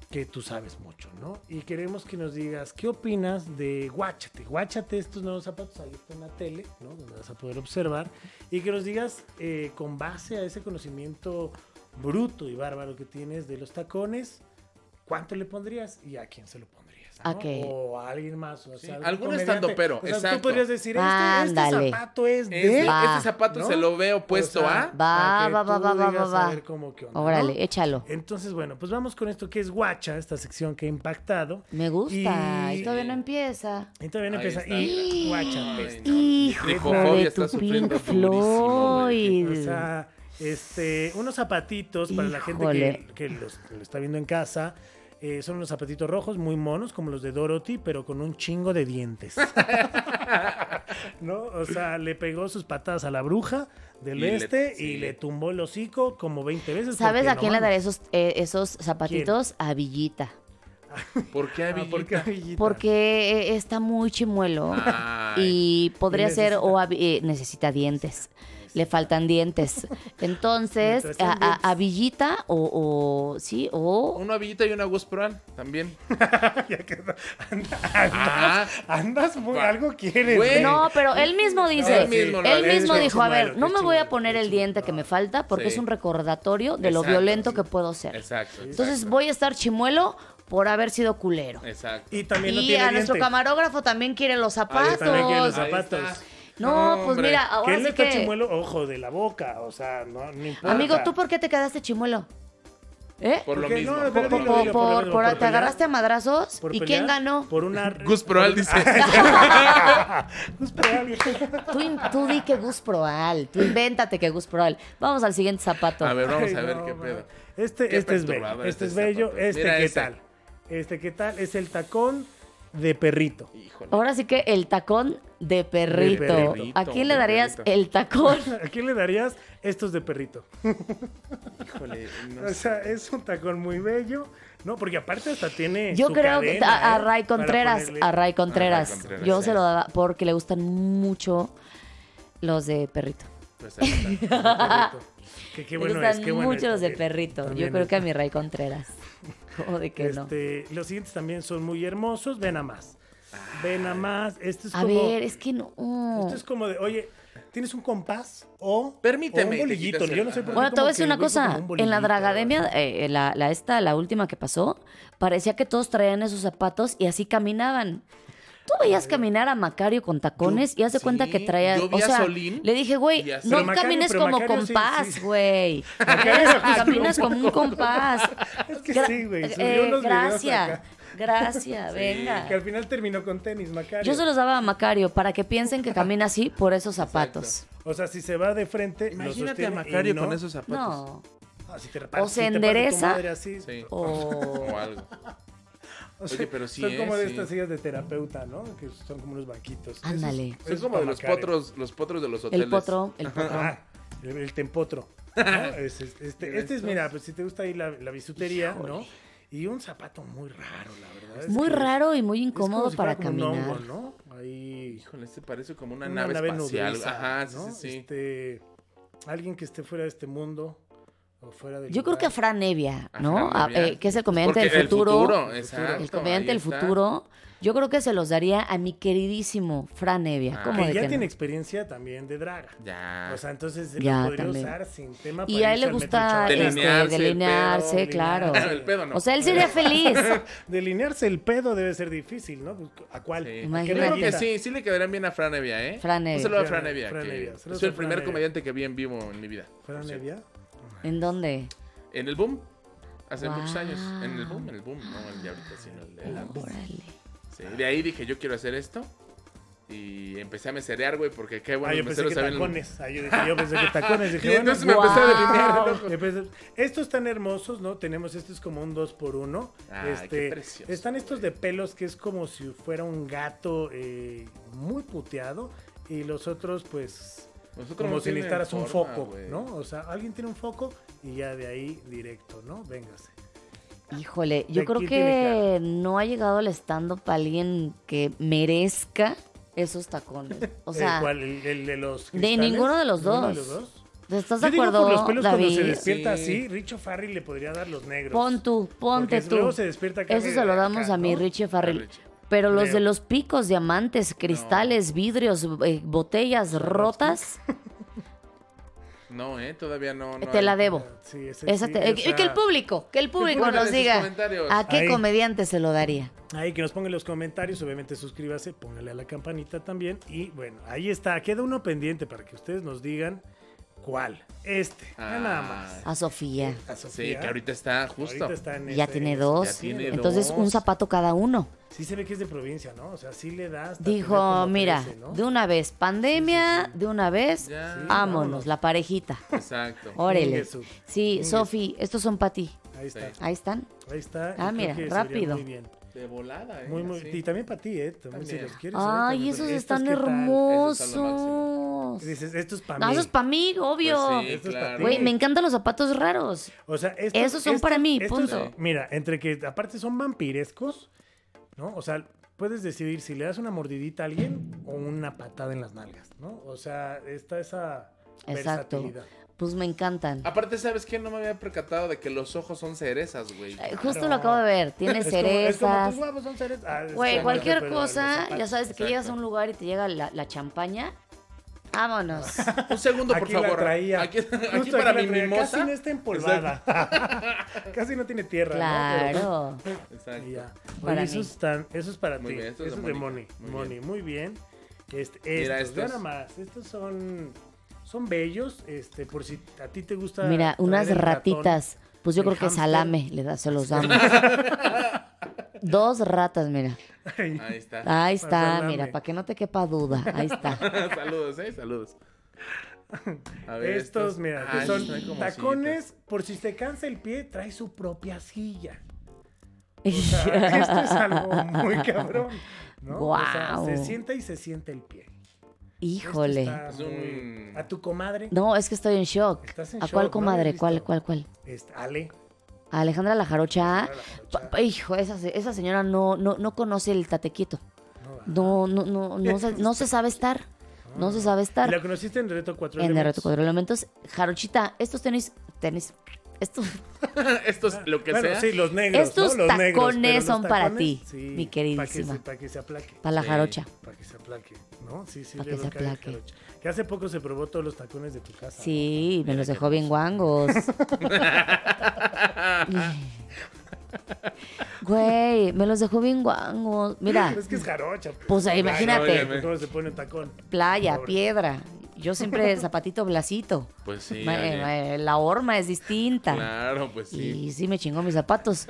Speaker 1: que tú sabes mucho, ¿no? Y queremos que nos digas, ¿qué opinas de Guáchate? Guáchate estos nuevos zapatos, ahí está en la tele, ¿no? Donde vas a poder observar. Y que nos digas, eh, con base a ese conocimiento bruto y bárbaro que tienes de los tacones, ¿cuánto le pondrías y a quién se lo pondrías?
Speaker 3: ¿A
Speaker 1: ¿no?
Speaker 3: qué?
Speaker 1: O a alguien más. O sea,
Speaker 2: Sí,
Speaker 1: algún
Speaker 2: algún
Speaker 1: comediante.
Speaker 2: estandopero,
Speaker 1: O sea,
Speaker 2: exacto.
Speaker 1: Tú podrías decir, este, este
Speaker 3: Ándale.
Speaker 1: zapato es de...
Speaker 2: Este,
Speaker 3: Va.
Speaker 2: este zapato
Speaker 1: Ah, ¿No?
Speaker 2: se lo veo puesto
Speaker 1: O sea,
Speaker 2: a.
Speaker 1: para
Speaker 3: Va,
Speaker 1: que
Speaker 3: va, va,
Speaker 1: tú
Speaker 3: va, va, va,
Speaker 1: digas,
Speaker 3: va.
Speaker 1: a ver cómo que onda,
Speaker 3: Órale,
Speaker 1: ¿no?
Speaker 3: échalo.
Speaker 1: Entonces, bueno, pues vamos con esto que es Guacha, esta sección que ha impactado.
Speaker 3: Me gusta.
Speaker 1: Y- eh,
Speaker 3: Y todavía no empieza.
Speaker 1: Y todavía no
Speaker 2: Ahí
Speaker 1: empieza.
Speaker 2: está,
Speaker 1: Y
Speaker 2: mira.
Speaker 1: Guacha.
Speaker 2: Ay,
Speaker 1: pues,
Speaker 2: no.
Speaker 3: Hijo
Speaker 2: Mi
Speaker 3: de
Speaker 2: tripofobia está
Speaker 3: tu
Speaker 2: sufriendo
Speaker 3: Pink
Speaker 2: durísimo, güey.
Speaker 1: O
Speaker 3: Floyd.
Speaker 1: sea, este, unos zapatitos para la gente
Speaker 3: Híjole.
Speaker 1: que, que los, que lo está viendo en casa. Eh, son unos zapatitos rojos muy monos, como los de Dorothy, pero con un chingo de dientes. ¿No? O sea, le pegó sus patadas a la bruja del
Speaker 2: Y le-
Speaker 1: este y
Speaker 2: sí.
Speaker 1: le tumbó el hocico como 20 veces.
Speaker 3: ¿Sabes
Speaker 1: porque
Speaker 3: a
Speaker 1: no
Speaker 3: quién le
Speaker 1: mames.
Speaker 3: daré esos, eh, esos zapatitos? A Villita.
Speaker 2: ¿Por qué a
Speaker 1: Ah, ¿por qué
Speaker 2: Villita?
Speaker 1: Villita?
Speaker 3: Porque eh, está muy chimuelo.
Speaker 2: Ay.
Speaker 3: Y podría
Speaker 1: Y
Speaker 3: ser, o a Vi- eh, necesita dientes. Le faltan dientes. Entonces,
Speaker 1: Mientras
Speaker 3: a,
Speaker 1: sean dientes.
Speaker 3: a- a Villita, o, o- sí, o.
Speaker 2: Una Villita y una Gus Proal también.
Speaker 1: Ya quedó. Anda- andas,
Speaker 2: Ah.
Speaker 1: andas muy.
Speaker 2: Va.
Speaker 1: Algo quieres.
Speaker 2: Güey.
Speaker 1: güey.
Speaker 3: No, pero él mismo dice.
Speaker 2: Él mismo lo
Speaker 3: él
Speaker 2: había
Speaker 3: mismo
Speaker 2: dicho.
Speaker 3: dijo: A ver,
Speaker 1: Chimuelo,
Speaker 3: no
Speaker 1: qué
Speaker 3: me voy a
Speaker 1: chimuelo,
Speaker 3: poner
Speaker 1: qué
Speaker 3: el diente que
Speaker 1: chimuelo.
Speaker 3: me falta porque
Speaker 2: Sí.
Speaker 3: es un recordatorio de lo
Speaker 2: Exacto,
Speaker 3: violento
Speaker 2: sí.
Speaker 3: que puedo ser.
Speaker 2: Exacto.
Speaker 3: Entonces,
Speaker 2: exacto.
Speaker 3: voy a estar chimuelo por haber sido culero.
Speaker 2: Exacto.
Speaker 1: Y también no
Speaker 3: y
Speaker 1: tiene
Speaker 3: a nuestro
Speaker 1: diente.
Speaker 3: camarógrafo también quiere los
Speaker 1: Ahí
Speaker 3: zapatos.
Speaker 1: está, también quiere los
Speaker 2: Ahí
Speaker 1: zapatos.
Speaker 2: está.
Speaker 3: No, pues
Speaker 2: hombre.
Speaker 3: mira,
Speaker 1: Que
Speaker 3: ahora
Speaker 1: él
Speaker 3: sí
Speaker 1: está
Speaker 3: que...
Speaker 1: chimuelo, ojo, de la boca. O sea, no, no importa.
Speaker 3: Amigo, ¿tú por qué te quedaste chimuelo? ¿Eh?
Speaker 2: Por lo
Speaker 1: Porque
Speaker 2: mismo.
Speaker 1: no,
Speaker 2: por
Speaker 1: pero
Speaker 2: lo
Speaker 3: Por,
Speaker 1: dilo,
Speaker 2: mismo.
Speaker 1: dilo,
Speaker 3: por-
Speaker 1: por-
Speaker 3: por-
Speaker 1: por
Speaker 3: ¿Te
Speaker 1: pelear,
Speaker 3: agarraste a madrazos?
Speaker 1: por
Speaker 3: ¿Y
Speaker 1: pelear
Speaker 3: quién ganó?
Speaker 1: Por una.
Speaker 2: Gus Proal dice.
Speaker 1: Gus Proal, viejo.
Speaker 3: Tú, in- tú di que Gus Proal. Tú invéntate que Gus Proal. Vamos al siguiente zapato.
Speaker 2: A ver, vamos a
Speaker 1: Ay,
Speaker 2: ver
Speaker 1: no,
Speaker 2: qué
Speaker 1: man.
Speaker 2: pedo.
Speaker 1: Este,
Speaker 2: Qué
Speaker 1: este es bello.
Speaker 2: perturbador
Speaker 1: Este
Speaker 2: este
Speaker 1: es bello.
Speaker 2: zapato.
Speaker 1: Este,
Speaker 2: Mira
Speaker 1: ¿qué
Speaker 2: ese.
Speaker 1: tal? Este, ¿qué tal? Es el tacón de perrito.
Speaker 2: Híjole.
Speaker 3: Ahora sí que el tacón de perrito.
Speaker 1: perrito,
Speaker 3: ¿A quién le
Speaker 2: de
Speaker 3: darías
Speaker 2: perrito.
Speaker 3: el tacón?
Speaker 1: ¿A quién le darías estos de perrito?
Speaker 2: Híjole. no
Speaker 1: O
Speaker 2: sé.
Speaker 1: sea, es un tacón muy bello. No, porque aparte hasta tiene.
Speaker 3: Yo
Speaker 1: su
Speaker 3: creo que
Speaker 1: cadena,
Speaker 3: a, a
Speaker 1: ¿eh?
Speaker 3: Ray
Speaker 1: Para
Speaker 3: Contreras,
Speaker 1: ponerle-
Speaker 3: a Ray Contreras.
Speaker 2: Contreras,
Speaker 3: Yo
Speaker 2: sí.
Speaker 3: se lo daba porque le gustan mucho los de perrito.
Speaker 2: Pues ahí está.
Speaker 1: Perrito. Que qué
Speaker 3: Le
Speaker 1: bueno
Speaker 3: gustan
Speaker 1: es, qué bueno
Speaker 3: mucho
Speaker 1: es
Speaker 3: los de
Speaker 1: también.
Speaker 3: perrito.
Speaker 1: También
Speaker 3: Yo creo
Speaker 1: es.
Speaker 3: que a mi Ray Contreras. ¿Cómo de que no?
Speaker 1: Este, Los siguientes también son muy hermosos. Ven a más. Ven
Speaker 2: Ah.
Speaker 1: a más. Este es
Speaker 3: A
Speaker 1: como.
Speaker 3: ver, es que no.
Speaker 1: Esto es como de, oye, ¿tienes un compás o.
Speaker 2: Permíteme,
Speaker 1: o un
Speaker 2: te
Speaker 1: bolillito?
Speaker 2: quitas el-
Speaker 1: Yo no sé por qué
Speaker 3: Bueno, te
Speaker 1: como
Speaker 3: voy a
Speaker 1: que
Speaker 3: decir una
Speaker 1: el güey como
Speaker 3: cosa.
Speaker 1: un
Speaker 3: En la
Speaker 1: bolillito.
Speaker 3: dragademia, eh, eh, la, la esta, la última que pasó, parecía que todos traían esos zapatos y así caminaban. Tú veías caminar a Macario con tacones y haz de
Speaker 2: sí,
Speaker 3: cuenta que traía.
Speaker 2: yo vi
Speaker 3: o
Speaker 2: a
Speaker 3: sea,
Speaker 2: Solín
Speaker 3: le dije, güey,
Speaker 2: y a-
Speaker 3: no
Speaker 1: Pero Macario-
Speaker 3: camines
Speaker 1: pero
Speaker 3: como
Speaker 1: Macario sí, sí.
Speaker 3: compás, güey. Caminas- Caminas como un compás.
Speaker 1: Es que
Speaker 3: Gra-
Speaker 1: sí, güey.
Speaker 3: eh,
Speaker 1: subió unos videos
Speaker 3: gracias,
Speaker 1: acá,
Speaker 3: gracias, venga.
Speaker 1: Que al final terminó con tenis, Macario.
Speaker 3: Yo se los daba a Macario para que piensen que camina así por esos zapatos.
Speaker 1: O sea, si se va de frente. lo
Speaker 2: Imagínate a
Speaker 1: sostiene y
Speaker 2: Macario
Speaker 1: no-
Speaker 2: con esos zapatos.
Speaker 3: No.
Speaker 1: Ah, si te reparas-
Speaker 3: O
Speaker 1: si
Speaker 3: se
Speaker 1: te parte tu
Speaker 3: endereza.
Speaker 1: madre así.
Speaker 2: Sí.
Speaker 3: O...
Speaker 2: O algo.
Speaker 1: O
Speaker 2: Oye, pero sí,
Speaker 1: Son
Speaker 2: ¿eh?
Speaker 1: como de
Speaker 2: Sí.
Speaker 1: estas sillas de terapeuta, ¿no? Que son como unos banquitos. Esos-
Speaker 3: Ándale.
Speaker 1: esos
Speaker 2: Son como
Speaker 1: para
Speaker 2: de los
Speaker 1: Macario.
Speaker 2: potros, los potros de los hoteles.
Speaker 3: El potro, el potro.
Speaker 1: Ah, el, el tempotro. ¿no? Es- es- este, este es,
Speaker 2: Estos.
Speaker 1: mira, pues si te gusta ahí la, la bisutería, ¿no? Y un zapato muy raro, la verdad. es
Speaker 3: Muy
Speaker 1: que-
Speaker 3: raro y muy
Speaker 1: es como
Speaker 3: incómodo
Speaker 1: si fuera
Speaker 3: para
Speaker 1: como un
Speaker 3: caminar.
Speaker 1: hongo, ¿no? Ahí.
Speaker 2: Híjole, este parece como una, nave, espacial.
Speaker 1: nodriza,
Speaker 2: Ajá, sí,
Speaker 1: ¿no?
Speaker 2: sí, sí.
Speaker 1: Este, alguien que esté fuera de este mundo o fuera del
Speaker 3: Yo creo que a
Speaker 1: lugar.
Speaker 3: Fran Nevia,
Speaker 2: A
Speaker 3: ¿no?
Speaker 2: Fran
Speaker 3: A-
Speaker 2: Evia.
Speaker 3: eh, que es el comediante
Speaker 2: Porque
Speaker 3: del futuro.
Speaker 2: El futuro, exacto,
Speaker 3: el comediante
Speaker 2: ahí
Speaker 3: del
Speaker 2: está.
Speaker 3: futuro. Yo creo que se los daría a mi queridísimo Fran Nevia.
Speaker 2: Ah.
Speaker 3: ¿Cómo
Speaker 1: Que
Speaker 3: de
Speaker 1: ya
Speaker 3: que no?
Speaker 1: tiene experiencia también de draga.
Speaker 2: Ya.
Speaker 1: O sea, entonces se
Speaker 3: Ya,
Speaker 1: lo podría
Speaker 3: también.
Speaker 1: usar sin tema
Speaker 3: Y
Speaker 1: para
Speaker 3: a
Speaker 1: irse
Speaker 3: él le
Speaker 1: al metro
Speaker 3: gusta
Speaker 1: Chavo.
Speaker 3: este,
Speaker 2: Delinearse el
Speaker 3: delinearse,
Speaker 1: pedo,
Speaker 3: claro.
Speaker 1: delinearse.
Speaker 2: el pedo no.
Speaker 3: O sea, él sería feliz.
Speaker 1: Delinearse el pedo debe ser difícil, ¿no? Pues, ¿A cuál?
Speaker 2: Sí.
Speaker 1: ¿A qué
Speaker 2: Yo
Speaker 3: Imagínate.
Speaker 2: creo que
Speaker 1: rayita?
Speaker 2: sí, sí le quedarían bien a Fran Evia, ¿eh?
Speaker 3: Fran Evia.
Speaker 2: Un saludo a
Speaker 1: Fran
Speaker 2: Fran Evia,
Speaker 1: Fran
Speaker 2: que
Speaker 1: Evia. Saludos
Speaker 2: soy
Speaker 1: a Fran
Speaker 2: el primer
Speaker 1: Evia.
Speaker 2: comediante que vi en vivo en mi vida.
Speaker 1: ¿Fuera
Speaker 2: por cierto.
Speaker 1: Nevia?
Speaker 3: ¿En dónde?
Speaker 2: En el boom. Hace
Speaker 3: Wow.
Speaker 2: muchos años. En el boom, en el boom. No, el de ahorita, sino el de antes.
Speaker 3: Órale.
Speaker 2: Sí, de ahí dije, yo quiero hacer esto. Y empecé a meserear, güey, porque qué bueno
Speaker 1: ah, yo pensé que
Speaker 2: saben-
Speaker 1: tacones. Ah, yo, dije, yo pensé que tacones. Dije,
Speaker 2: Y
Speaker 1: bueno,
Speaker 2: entonces me empecé a delinear,
Speaker 3: guau.
Speaker 2: loco.
Speaker 1: Eh, pues, estos tan hermosos, ¿no? Tenemos, este es como un 2 por 1
Speaker 2: Ay,
Speaker 1: este,
Speaker 2: qué precioso,
Speaker 1: Están estos de pelos que es como si fuera un gato eh, muy puteado y los otros pues
Speaker 2: Nosotros
Speaker 1: como
Speaker 2: no
Speaker 1: si
Speaker 2: tienen
Speaker 1: necesitaras un
Speaker 2: forma,
Speaker 1: foco,
Speaker 2: güey.
Speaker 1: ¿no? O sea, alguien tiene un foco y ya de ahí directo, ¿no? Véngase.
Speaker 3: Híjole, yo
Speaker 1: ¿De
Speaker 3: creo
Speaker 1: quién tiene
Speaker 3: que no ha llegado el stand-up a alguien que merezca esos tacones. O
Speaker 1: Eh,
Speaker 3: sea,
Speaker 1: ¿cuál? ¿El, el de los
Speaker 3: de
Speaker 1: cristales?
Speaker 3: ninguno de los
Speaker 1: ¿Ninguno
Speaker 3: dos. ¿estás de
Speaker 1: Yo digo,
Speaker 3: acuerdo,
Speaker 1: por los pelos cuando se
Speaker 3: David?
Speaker 1: despierta
Speaker 2: Sí.
Speaker 1: así, Richo Farrell le podría dar los negros.
Speaker 3: Pon tú, ponte
Speaker 1: Porque luego
Speaker 3: tú.
Speaker 1: se despierta acá
Speaker 3: Eso
Speaker 1: medio
Speaker 3: se lo
Speaker 1: de
Speaker 3: damos
Speaker 1: acá,
Speaker 3: a mi
Speaker 1: ¿no?
Speaker 3: Richie
Speaker 2: A
Speaker 3: Farrell.
Speaker 2: Richie.
Speaker 3: Pero los
Speaker 1: Creo.
Speaker 3: de los picos, diamantes, cristales, vidrios, eh, botellas rotas,
Speaker 2: No, eh, todavía no. no
Speaker 3: te
Speaker 2: hay-
Speaker 3: la debo.
Speaker 1: Sí, ese
Speaker 3: Esa
Speaker 1: sí,
Speaker 3: te- eh,
Speaker 1: esa-
Speaker 3: que el público, que el público
Speaker 2: público
Speaker 3: nos
Speaker 2: de sus
Speaker 3: diga "Ah,
Speaker 2: comentarios.
Speaker 3: a qué
Speaker 1: Ahí.
Speaker 3: comediante se lo daría.
Speaker 1: Ahí que nos pongan los comentarios, obviamente suscríbase, póngale a la campanita también. Y bueno, ahí está, queda uno pendiente para que ustedes nos digan cuál. Este, ya nada más.
Speaker 3: A Sofía.
Speaker 1: A
Speaker 2: Ah. Sí,
Speaker 1: Sofía,
Speaker 2: que ahorita está justo.
Speaker 1: ahorita está en
Speaker 3: Ya
Speaker 1: ese-
Speaker 3: tiene
Speaker 1: en
Speaker 3: dos.
Speaker 2: Ya tiene
Speaker 3: Entonces
Speaker 2: dos.
Speaker 3: un zapato cada uno.
Speaker 1: Sí se ve que es de provincia, ¿no? O sea, sí le das.
Speaker 3: Dijo, mira, de una vez pandemia, de una vez,
Speaker 2: Ya. Sí,
Speaker 1: vámonos.
Speaker 3: vámonos, la parejita.
Speaker 2: Exacto.
Speaker 1: Chingue
Speaker 3: Órele.
Speaker 1: su-
Speaker 3: Sí,
Speaker 1: chingue su-
Speaker 3: Sofi, estos son para ti.
Speaker 1: Ahí está,
Speaker 3: Ahí están.
Speaker 1: ahí está. y
Speaker 3: Ah,
Speaker 1: creo
Speaker 3: mira,
Speaker 1: que sería
Speaker 3: rápido.
Speaker 1: Muy bien.
Speaker 2: De volada, eh.
Speaker 1: Muy, muy,
Speaker 2: así.
Speaker 1: y también para ti, ¿eh? También, si
Speaker 2: También.
Speaker 1: los quieres. ¿eh?
Speaker 3: Ay,
Speaker 1: También
Speaker 3: esos
Speaker 1: para-
Speaker 3: están
Speaker 1: ¿Estos qué tal?
Speaker 2: Esos son lo
Speaker 3: hermosos.
Speaker 1: Y Dices, esto es para
Speaker 3: No,
Speaker 1: mí.
Speaker 3: eso es para mí, obvio.
Speaker 2: Pues sí,
Speaker 1: Esto es para
Speaker 2: claro.
Speaker 1: ti.
Speaker 3: Güey, me encantan los zapatos raros.
Speaker 1: O sea, esto-
Speaker 3: Esos son
Speaker 1: esto-
Speaker 3: para mí,
Speaker 1: esto
Speaker 3: punto.
Speaker 1: es- mira, entre que aparte son vampirescos, ¿no? O sea, puedes decidir si le das una mordidita a alguien o una patada en las nalgas, ¿no? O sea, está esa
Speaker 3: Exacto.
Speaker 1: versatilidad.
Speaker 3: Pues me encantan.
Speaker 1: Ah,
Speaker 2: Aparte, ¿sabes qué? No me había percatado de que los ojos son cerezas, güey.
Speaker 3: Eh, Justo
Speaker 1: claro.
Speaker 3: lo acabo de ver. Tiene
Speaker 1: Es como- es como
Speaker 3: cerezas.
Speaker 1: tus huevos son cerezas. Ah, es
Speaker 3: Güey,
Speaker 1: como-
Speaker 3: cualquier
Speaker 1: pero
Speaker 3: cosa,
Speaker 1: los
Speaker 3: ya
Speaker 1: zapatos.
Speaker 3: sabes que
Speaker 2: Exacto.
Speaker 3: llegas a un lugar y te llega la, la champaña. Vámonos.
Speaker 2: Un segundo, por
Speaker 1: Aquí la
Speaker 2: favor.
Speaker 1: traía.
Speaker 2: Aquí, aquí
Speaker 1: Justo
Speaker 2: para
Speaker 1: la
Speaker 2: mi
Speaker 1: traía.
Speaker 2: mimosa.
Speaker 1: Casi no está empolvada. Casi no tiene tierra, ¿no? Pero-
Speaker 3: Claro.
Speaker 2: Exacto.
Speaker 1: Y este- ya. Oye,
Speaker 3: Para mí.
Speaker 1: esos están, eso es para ti.
Speaker 2: Muy bien,
Speaker 1: Eso
Speaker 2: esto es
Speaker 1: es
Speaker 2: de
Speaker 1: de Moni.
Speaker 2: Mónica. Muy
Speaker 1: Moni,
Speaker 2: bien.
Speaker 1: muy bien. Este,
Speaker 2: Mira
Speaker 1: estos, vean
Speaker 2: estos.
Speaker 1: nada más. Estos son, son bellos. Este, por si a ti te gusta.
Speaker 3: Mira,
Speaker 1: traer
Speaker 3: unas
Speaker 1: el ratón.
Speaker 3: ratitas. Pues yo
Speaker 1: el
Speaker 3: creo que
Speaker 1: hámster.
Speaker 3: salame le da, se los damos. Dos ratas, mira.
Speaker 1: Ay,
Speaker 2: Ahí está.
Speaker 3: Ahí
Speaker 1: Al
Speaker 3: está,
Speaker 1: salame.
Speaker 3: mira, para que no te quepa duda. Ahí está.
Speaker 2: saludos, eh. Saludos. A
Speaker 1: estos, mira, que
Speaker 2: Ay, traen
Speaker 1: son
Speaker 2: como
Speaker 1: tacones. Por si se cansa el pie, trae su propia silla. O sea, esto es algo muy cabrón. ¿no? O sea,
Speaker 3: Guau.
Speaker 1: se sienta y se siente el pie. Esto
Speaker 3: Híjole.
Speaker 1: Este está
Speaker 2: Es un-
Speaker 1: muy- A tu comadre.
Speaker 3: No, es que estoy en shock.
Speaker 1: Estás en
Speaker 3: ¿A cuál
Speaker 1: shock, no lo había
Speaker 3: comadre? ¿Cuál,
Speaker 1: visto.
Speaker 3: cuál, cuál?
Speaker 1: Este, Ale.
Speaker 3: ¿A Alejandra la Jarocha.
Speaker 1: la Jarocha.
Speaker 3: Ah, Pa- Hijo, esa, se- esa señora no, no, no conoce el tatequito.
Speaker 1: no va.
Speaker 3: No, no, no, no, se, no se sabe estar. No se sabe
Speaker 1: ¿Y la
Speaker 3: estar.
Speaker 1: conociste en Reto 4
Speaker 3: En el reto cuatro elementos. Jarochita, estos tenis, tenis, estos,
Speaker 2: sillitas. estos, lo que sea.
Speaker 1: sí, los negros.
Speaker 3: Estos
Speaker 1: ¿no? Los negros,
Speaker 3: tacones
Speaker 1: pero los
Speaker 3: son para ti, mi
Speaker 1: Para
Speaker 3: queridísima.
Speaker 1: que, se- pa' que se aplaque.
Speaker 3: para la
Speaker 2: Sí.
Speaker 3: Jarocha.
Speaker 1: Para que se aplaque, ¿no? Sí, sí,
Speaker 3: Pa'
Speaker 1: le
Speaker 3: que
Speaker 1: va
Speaker 3: se
Speaker 1: a caer el
Speaker 3: aplaque.
Speaker 1: jarocho. Que hace poco se probó todos los tacones de tu casa.
Speaker 3: Sí, me los dejó bien guangos. Güey, me los dejó bien guangos. Mira,
Speaker 1: Es que es jarocha. pues.
Speaker 3: Pues,
Speaker 1: Ay,
Speaker 3: imagínate.
Speaker 1: no, oye, ¿Cómo se pone un tacón?
Speaker 3: playa,
Speaker 1: Pobre.
Speaker 3: piedra. Yo siempre zapatito blacito.
Speaker 2: Pues sí.
Speaker 3: Ma-
Speaker 2: oye.
Speaker 3: eh, la horma es distinta.
Speaker 2: Claro, pues sí.
Speaker 3: Y sí me chingó mis zapatos.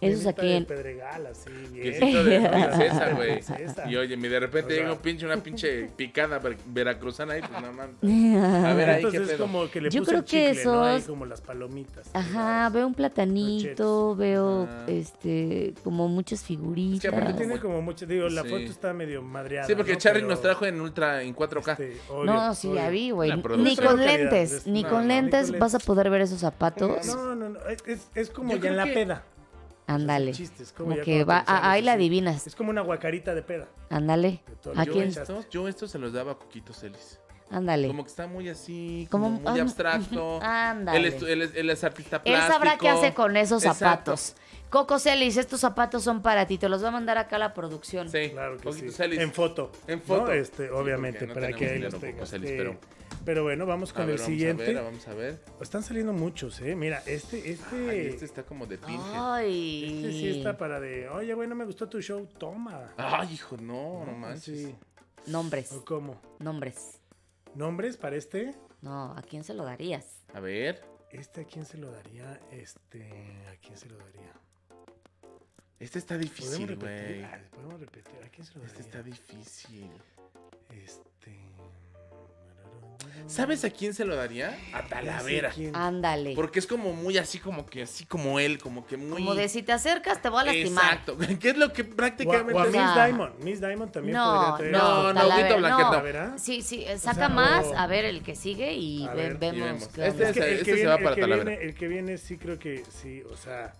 Speaker 3: Esos
Speaker 1: Piedrita
Speaker 3: aquí
Speaker 1: de
Speaker 3: en...
Speaker 1: Pedregal, así, bien.
Speaker 2: Quesito de princesa, güey.
Speaker 1: Princesa.
Speaker 2: Y oye, mi de repente
Speaker 1: O sea.
Speaker 2: llega un pinche, una pinche picada ver- veracruzana ahí, pues no mames. A ver ahí qué
Speaker 1: Entonces es
Speaker 2: pedo.
Speaker 1: como que le
Speaker 3: Yo
Speaker 1: puso
Speaker 3: creo
Speaker 1: el chicle,
Speaker 3: que
Speaker 1: ¿no? Ahí
Speaker 3: esos-
Speaker 1: como las palomitas.
Speaker 3: Ajá, veo un platanito,
Speaker 1: Los
Speaker 3: veo
Speaker 2: Ajá.
Speaker 3: este como muchas figuritas.
Speaker 2: aparte
Speaker 1: Tiene como mucho, digo, la
Speaker 2: Sí.
Speaker 1: foto está medio madreada.
Speaker 2: Sí, porque
Speaker 1: ¿no?
Speaker 2: Charlie
Speaker 1: Pero,
Speaker 2: nos trajo en ultra, en 4K.
Speaker 1: este,
Speaker 3: No,
Speaker 1: obvio,
Speaker 3: sí,
Speaker 1: obvio.
Speaker 3: ya vi, güey.
Speaker 2: La
Speaker 3: Ni
Speaker 2: producción.
Speaker 3: con
Speaker 1: Cero calidad,
Speaker 3: lentes,
Speaker 1: es-
Speaker 3: ni
Speaker 1: no,
Speaker 3: con
Speaker 1: no, ni
Speaker 3: lentes
Speaker 1: con
Speaker 3: vas a
Speaker 1: lentes.
Speaker 3: poder ver esos zapatos.
Speaker 1: No, no, no. Es, es- es como
Speaker 2: Yo
Speaker 1: ya en
Speaker 2: creo
Speaker 1: la
Speaker 2: que-
Speaker 1: peda.
Speaker 3: Ándale.
Speaker 1: Es un chiste, es como
Speaker 3: Como
Speaker 1: ya
Speaker 3: que
Speaker 1: cuando
Speaker 3: va,
Speaker 1: te sales
Speaker 3: a- ahí la
Speaker 1: así.
Speaker 3: adivinas.
Speaker 1: Es como una guacarita de peda.
Speaker 3: Ándale.
Speaker 1: De todo yo
Speaker 3: ¿A
Speaker 2: yo,
Speaker 3: quién?
Speaker 2: estos, yo estos se los daba a Coquito Celis.
Speaker 3: Ándale.
Speaker 2: Como que está muy así,
Speaker 3: Como-
Speaker 2: como muy
Speaker 3: ah,
Speaker 2: abstracto.
Speaker 3: ándale.
Speaker 2: Él es, él es- él es artista
Speaker 3: Él
Speaker 2: plástico.
Speaker 3: sabrá qué hace con esos
Speaker 2: Exacto.
Speaker 3: zapatos. Coco Celis, estos zapatos son para ti. Te los va a mandar acá la producción.
Speaker 2: Sí,
Speaker 1: Claro que
Speaker 2: Coquito
Speaker 1: sí.
Speaker 2: Celis.
Speaker 1: En foto.
Speaker 2: En
Speaker 1: ¿no?
Speaker 2: foto.
Speaker 1: Este,
Speaker 2: Sí,
Speaker 1: obviamente,
Speaker 2: porque no
Speaker 1: para
Speaker 2: tenemos
Speaker 1: que ahí
Speaker 2: dinero
Speaker 1: los
Speaker 2: en
Speaker 1: tengas.
Speaker 2: Cocoselis,
Speaker 1: eh,
Speaker 2: pero-
Speaker 1: pero bueno, vamos con
Speaker 2: A ver,
Speaker 1: el
Speaker 2: vamos
Speaker 1: siguiente.
Speaker 2: a ver, vamos a ver.
Speaker 1: Están saliendo muchos, ¿eh? Mira, este, este.
Speaker 2: Ay, este está como de pinche.
Speaker 3: Ah.
Speaker 2: Ay,
Speaker 3: Ay.
Speaker 1: este sí está para de. Oye, güey, no me gustó tu show, toma.
Speaker 2: hijo, Ah, no, no manches.
Speaker 1: pues Sí.
Speaker 3: Nombres,
Speaker 1: ¿O cómo?
Speaker 3: nombres.
Speaker 1: ¿Nombres para este?
Speaker 3: No, ¿a quién se lo darías?
Speaker 2: A ver.
Speaker 1: ¿Este a quién se lo daría? Este. ¿A quién se lo daría?
Speaker 2: Este está
Speaker 1: Podemos
Speaker 2: este difícil,
Speaker 1: repetir.
Speaker 2: güey.
Speaker 1: Ah, Podemos repetir. ¿A quién se lo daría?
Speaker 2: Este está difícil.
Speaker 1: Este.
Speaker 2: ¿Sabes a quién se lo daría? A Talavera.
Speaker 1: Sí, ¿quién?
Speaker 3: Ah, Ándale.
Speaker 2: Porque es como muy así como que así como él, como que muy
Speaker 3: Como de si te acercas, te voy a lastimar.
Speaker 2: Exacto. ¿Qué es lo que
Speaker 1: O a,
Speaker 2: prácticamente
Speaker 1: o a
Speaker 2: es?
Speaker 1: Miss
Speaker 3: sea,
Speaker 1: Diamond. Miss Diamond también
Speaker 3: No,
Speaker 1: podría
Speaker 2: No,
Speaker 3: no,
Speaker 2: no,
Speaker 3: Talavera,
Speaker 2: Huguito Blanquet,
Speaker 3: no.
Speaker 2: no.
Speaker 1: ¿Talavera?
Speaker 3: Sí, sí, eh, saca
Speaker 1: sea,
Speaker 3: más,
Speaker 1: o-
Speaker 3: a ver el que sigue y
Speaker 1: A
Speaker 3: ve-
Speaker 1: ver, y
Speaker 3: vemos.
Speaker 2: vemos.
Speaker 3: qué
Speaker 2: Este
Speaker 3: onda.
Speaker 1: Es que
Speaker 2: Ese-
Speaker 1: el que
Speaker 2: ese se
Speaker 1: viene-
Speaker 2: va para
Speaker 1: el que
Speaker 2: Talavera.
Speaker 1: viene- El que viene sí creo que sí, o sea,